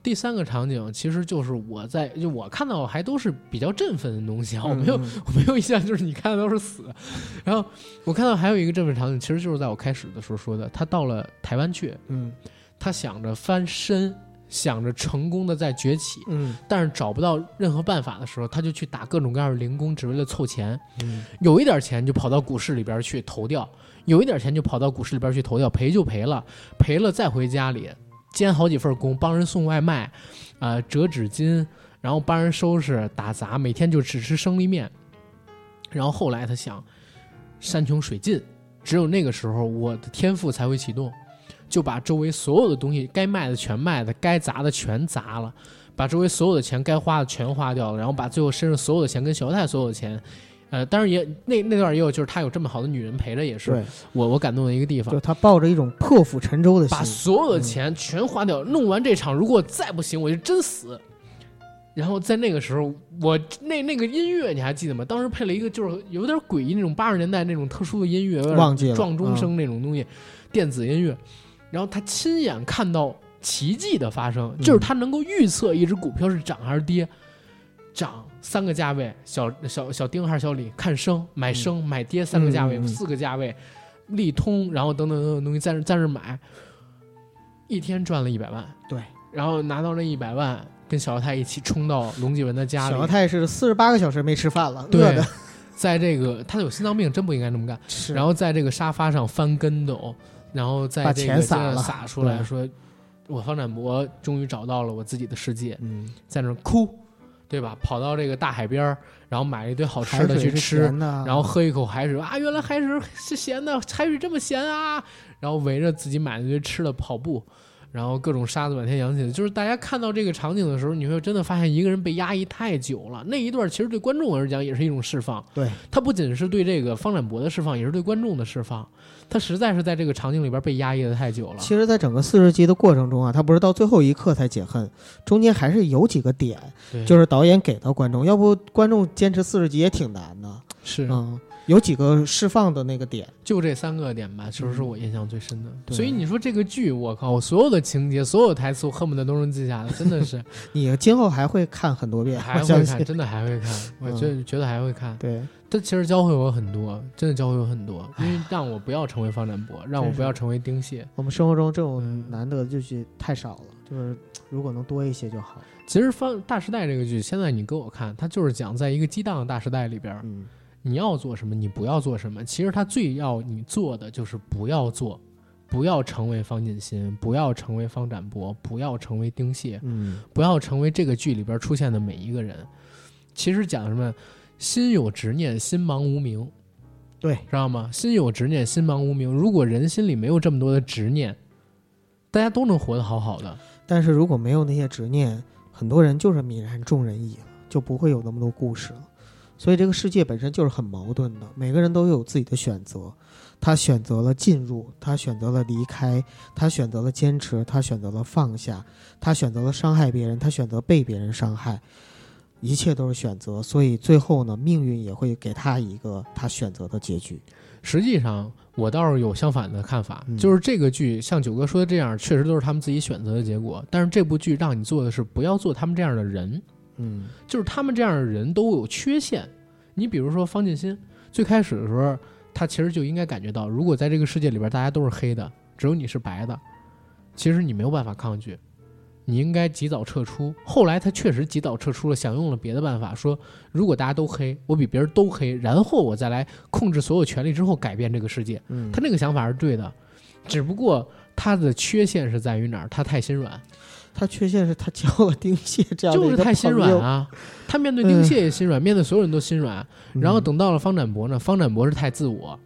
S2: 第三个场景其实就是我在就我看到还都是比较振奋的东西啊，我没有、
S3: 嗯嗯
S2: 我没有印象就是你看的都是死，然后我看到还有一个振奋场景，其实就是在我开始的时候说的，他到了台湾去，
S3: 嗯，
S2: 他想着翻身，想着成功的在崛起，
S3: 嗯
S2: 但是找不到任何办法的时候，他就去打各种各样的零工，只为了凑钱。
S3: 嗯
S2: 有一点钱就跑到股市里边去投掉，有一点钱就跑到股市里边去投掉，赔就赔了，赔了再回家里兼好几份工，帮人送外卖，呃，折纸巾，然后帮人收拾打杂，每天就只吃生力面。然后后来他想，山穷水尽，只有那个时候我的天赋才会启动，就把周围所有的东西该卖的全卖的，该砸的全砸了。把周围所有的钱该花的全花掉了，然后把最后身上所有的钱跟小泰所有的钱，呃，当然也那那段也有，就是他有这么好的女人陪着，也是
S3: 对，
S2: 我我感动的一个地
S3: 就
S2: 方
S3: 是。他抱着一种破釜沉舟的
S2: 把
S3: 心，
S2: 所有的钱全花掉，弄完这场，如果再不行，我就真死。然后在那个时候，我那那个音乐你还记得吗？当时配了一个就是有点诡异那种八十年代那种特殊的音乐，有点
S3: 忘记了嗯
S2: 撞钟声那种东西，电子音乐。然后他亲眼看到奇迹的发生，
S3: 嗯
S2: 就是他能够预测一只股票是涨还是跌，涨三个价位，小小小丁还是小李看升买升买跌三个价位，
S3: 嗯嗯嗯
S2: 四个价位，利通，然后等等等等东西在那在那买，一天赚了一百万，
S3: 对，
S2: 然后拿到那一百万，跟小太一起冲到龙继文的家里，
S3: 小泰是四十八个小时没吃饭了，饿
S2: 对
S3: 的，
S2: 在这个他有心脏病，真不应该这么干。
S3: 是
S2: 然后在这个沙发上翻跟斗，然后在
S3: 把
S2: 这
S3: 钱
S2: 个
S3: 撒
S2: 街上
S3: 了
S2: 撒出来
S3: 对
S2: 说，我方展博终于找到了我自己的世界，
S3: 嗯，
S2: 在那儿哭，对吧？跑到这个大海边儿，然后买了一堆好吃
S3: 海
S2: 的
S3: 水
S2: 去
S3: 是
S2: 吃，
S3: 咸的，
S2: 然后喝一口海水啊，原来海水是咸的，海水这么咸啊！然后围着自己买的一堆吃的跑步，然后各种沙子满天扬起。就是大家看到这个场景的时候，你会真的发现一个人被压抑太久了。那一段其实对观众而讲也是一种释放，
S3: 对，
S2: 它不仅是对这个方展博的释放，也是对观众的释放。他实在是在这个场景里边被压抑的太久了。
S3: 其实，在整个四十集的过程中啊，他不是到最后一刻才解恨，中间还是有几个点，
S2: 对
S3: 就是导演给到观众，要不观众坚持四十集也挺难的。
S2: 是
S3: 嗯，有几个释放的那个点，
S2: 就这三个点吧，其实是我印象最深的。
S3: 嗯对
S2: 所以你说这个剧，我靠，我所有的情节、所有台词，我恨不得都能记下来，真的是。
S3: 你今后还会看很多遍，
S2: 还
S3: 我
S2: 会
S3: 相
S2: 看，嗯
S3: 信。嗯
S2: 真的还会看，我觉得觉得还会看。
S3: 对，
S2: 这其实教会我很多，真的教会我很多，
S3: 哎
S2: 因
S3: 呀
S2: 为让我不要成为方展博，让我
S3: 真是
S2: 不要成为丁蟹。
S3: 我们生活中这
S2: 嗯
S3: 种难得的就是太少了，就是如果能多一些就好。
S2: 其实方《大时代》这个剧，现在你给我看，它就是讲在一个激荡的大时代里边儿，
S3: 嗯，
S2: 你要做什么，你不要做什么。其实它最要你做的就是不要做，不要成为方锦新，不要成为方展博，不要成为丁蟹，
S3: 嗯，
S2: 不要成为这个剧里边出现的每一个人。其实讲什么，心有执念，心盲无明。
S3: 对，
S2: 知道吗？心有执念，心盲无明。如果人心里没有这么多的执念，大家都能活得好好的。
S3: 但是如果没有那些执念，很多人就是泯然众人矣了，就不会有那么多故事了。所以这个世界本身就是很矛盾的，每个人都有自己的选择。他选择了进入，他选择了离开，他选择了坚持，他选择了放下，他选择了伤害别人，他选择被别人伤害，一切都是选择。所以最后呢，命运也会给他一个他选择的结局。
S2: 实际上，我倒是有相反的看法，
S3: 嗯
S2: 就是这个剧像九哥说的这样，确实都是他们自己选择的结果。但是这部剧让你做的是不要做他们这样的人，
S3: 嗯，
S2: 就是他们这样的人都有缺陷。你比如说方进新，最开始的时候，他其实就应该感觉到，如果在这个世界里边大家都是黑的，只有你是白的，其实你没有办法抗拒，你应该及早撤出。后来他确实及早撤出了，想用了别的办法，说如果大家都黑，我比别人都黑，然后我再来控制所有权力之后改变这个世界。
S3: 嗯
S2: 他那个想法是对的，只不过他的缺陷是在于哪儿？他太心软。
S3: 他缺陷是他交 了丁蟹这样的
S2: 就
S3: 一
S2: 是
S3: 个
S2: 太心
S3: 朋
S2: 软
S3: 友
S2: 啊！他面对丁蟹也心软，面对所有人都心软。然后
S3: 嗯
S2: 等到了方展博呢，方展博是太自我，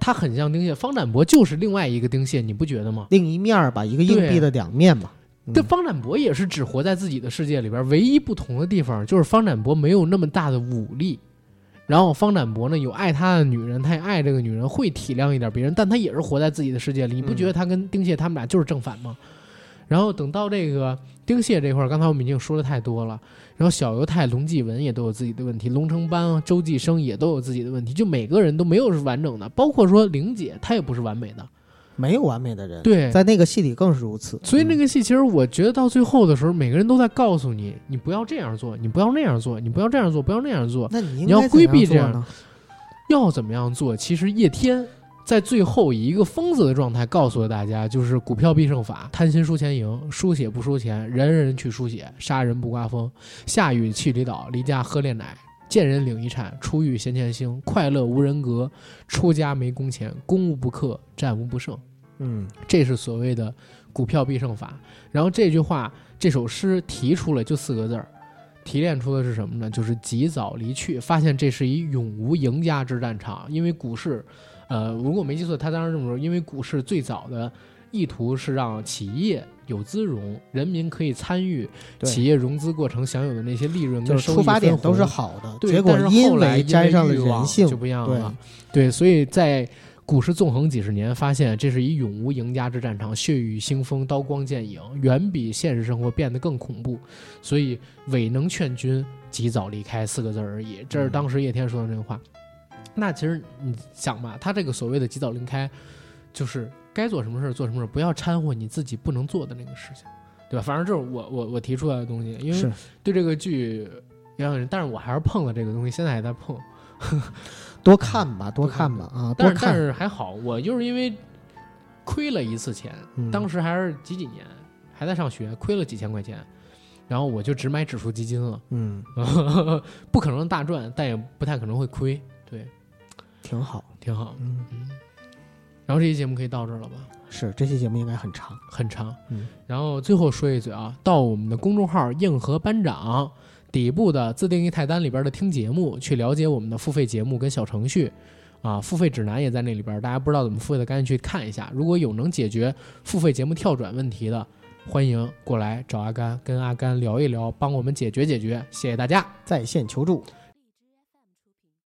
S2: 他很像丁蟹，方展博就是另外一个丁蟹，你不觉得吗？
S3: 另一面儿吧，一个硬币的两面嘛。嗯
S2: 这方展博也是只活在自己的世界里边，唯一不同的地方就是方展博没有那么大的武力。然后方展博呢，有爱他的女人，他也爱这个女人，会体谅一点别人，但他也是活在自己的世界里。你不觉得他跟丁蟹他们俩就是正反吗？然后等到这个丁蟹这块儿，刚才我们已经说的太多了。然后小犹太、龙继文也都有自己的问题，龙城班啊、周继生也都有自己的问题，就每个人都没有是完整的，包括说玲姐她也不是完美的，
S3: 没有完美的人，
S2: 对，
S3: 在那个戏里更是如此。
S2: 所以那
S3: 嗯
S2: 个戏，其实我觉得到最后的时候，每个人都在告诉你，你不要这样做，你不要那样做，你不要这样做，不要那样做，
S3: 那你应
S2: 你要
S3: 该
S2: 规避
S3: 怎样做呢？
S2: 要怎么样做？其实叶天在最后以一个疯子的状态告诉了大家，就是股票必胜法，贪心输钱赢，输血不输钱，人人去输血，杀人不刮风，下雨去离岛，离家喝炼奶，见人领一铲，出狱衔欠薪，快乐无人格，出家没工钱，攻无不克，战无不胜。
S3: 嗯，
S2: 这是所谓的股票必胜法。然后这句话，这首诗提出了就四个字儿，提炼出的是什么呢？就是及早离去。发现这是一永无赢家之战场，因为股市，呃，如果我没记错，他当时这么说，因为股市最早的意图是让企业有资融，人民可以参与
S3: 对
S2: 企业融资过程享有的那些利润
S3: 就
S2: 跟
S3: 是
S2: 收益
S3: 出发点
S2: 分红
S3: 都是好的，
S2: 对
S3: 结果
S2: 但是
S3: 因
S2: 后来
S3: 为沾上了
S2: 因为欲望
S3: 人性
S2: 就，不一样
S3: 对
S2: 了。对，所以在股市纵横几十年，发现这是一永无赢家之战场，血雨腥风，刀光剑影，远比现实生活变得更恐怖。所以，伪能劝君及早离开四个字儿而已，
S3: 嗯
S2: 这是当时叶天说的这个话。那其实你想吧，他这个所谓的及早离开，就是该做什么事儿做什么事儿，不要掺和你自己不能做的那个事情，对吧？反正这是我我我提出来的东西，因为
S3: 是
S2: 对这个剧也很，但是我还是碰了这个东西，现在还在碰。
S3: 多看吧，多
S2: 多看
S3: 看吧啊，
S2: 但
S3: 多
S2: 是但
S3: 看。
S2: 是还好，我就是因为亏了一次钱，
S3: 嗯
S2: 当时还是几几年，还在上学，亏了几千块钱，然后我就只买指数基金了，
S3: 嗯，
S2: 不可能大赚，但也不太可能会亏，对，
S3: 挺好。
S2: 挺好。
S3: 嗯，
S2: 嗯，然后这期节目可以到这儿了吧？
S3: 是这期节目应该很长。
S2: 很长。
S3: 嗯，
S2: 然后最后说一嘴啊，到我们的公众号“硬核班长”底部的自定义菜单里边的听节目，去了解我们的付费节目跟小程序。啊，付费指南也在那里边，大家不知道怎么付费的，赶紧去看一下。如果有能解决付费节目跳转问题的，欢迎过来找阿甘，跟阿甘聊一聊，帮我们解决解决。谢谢大家，
S3: 在线求助，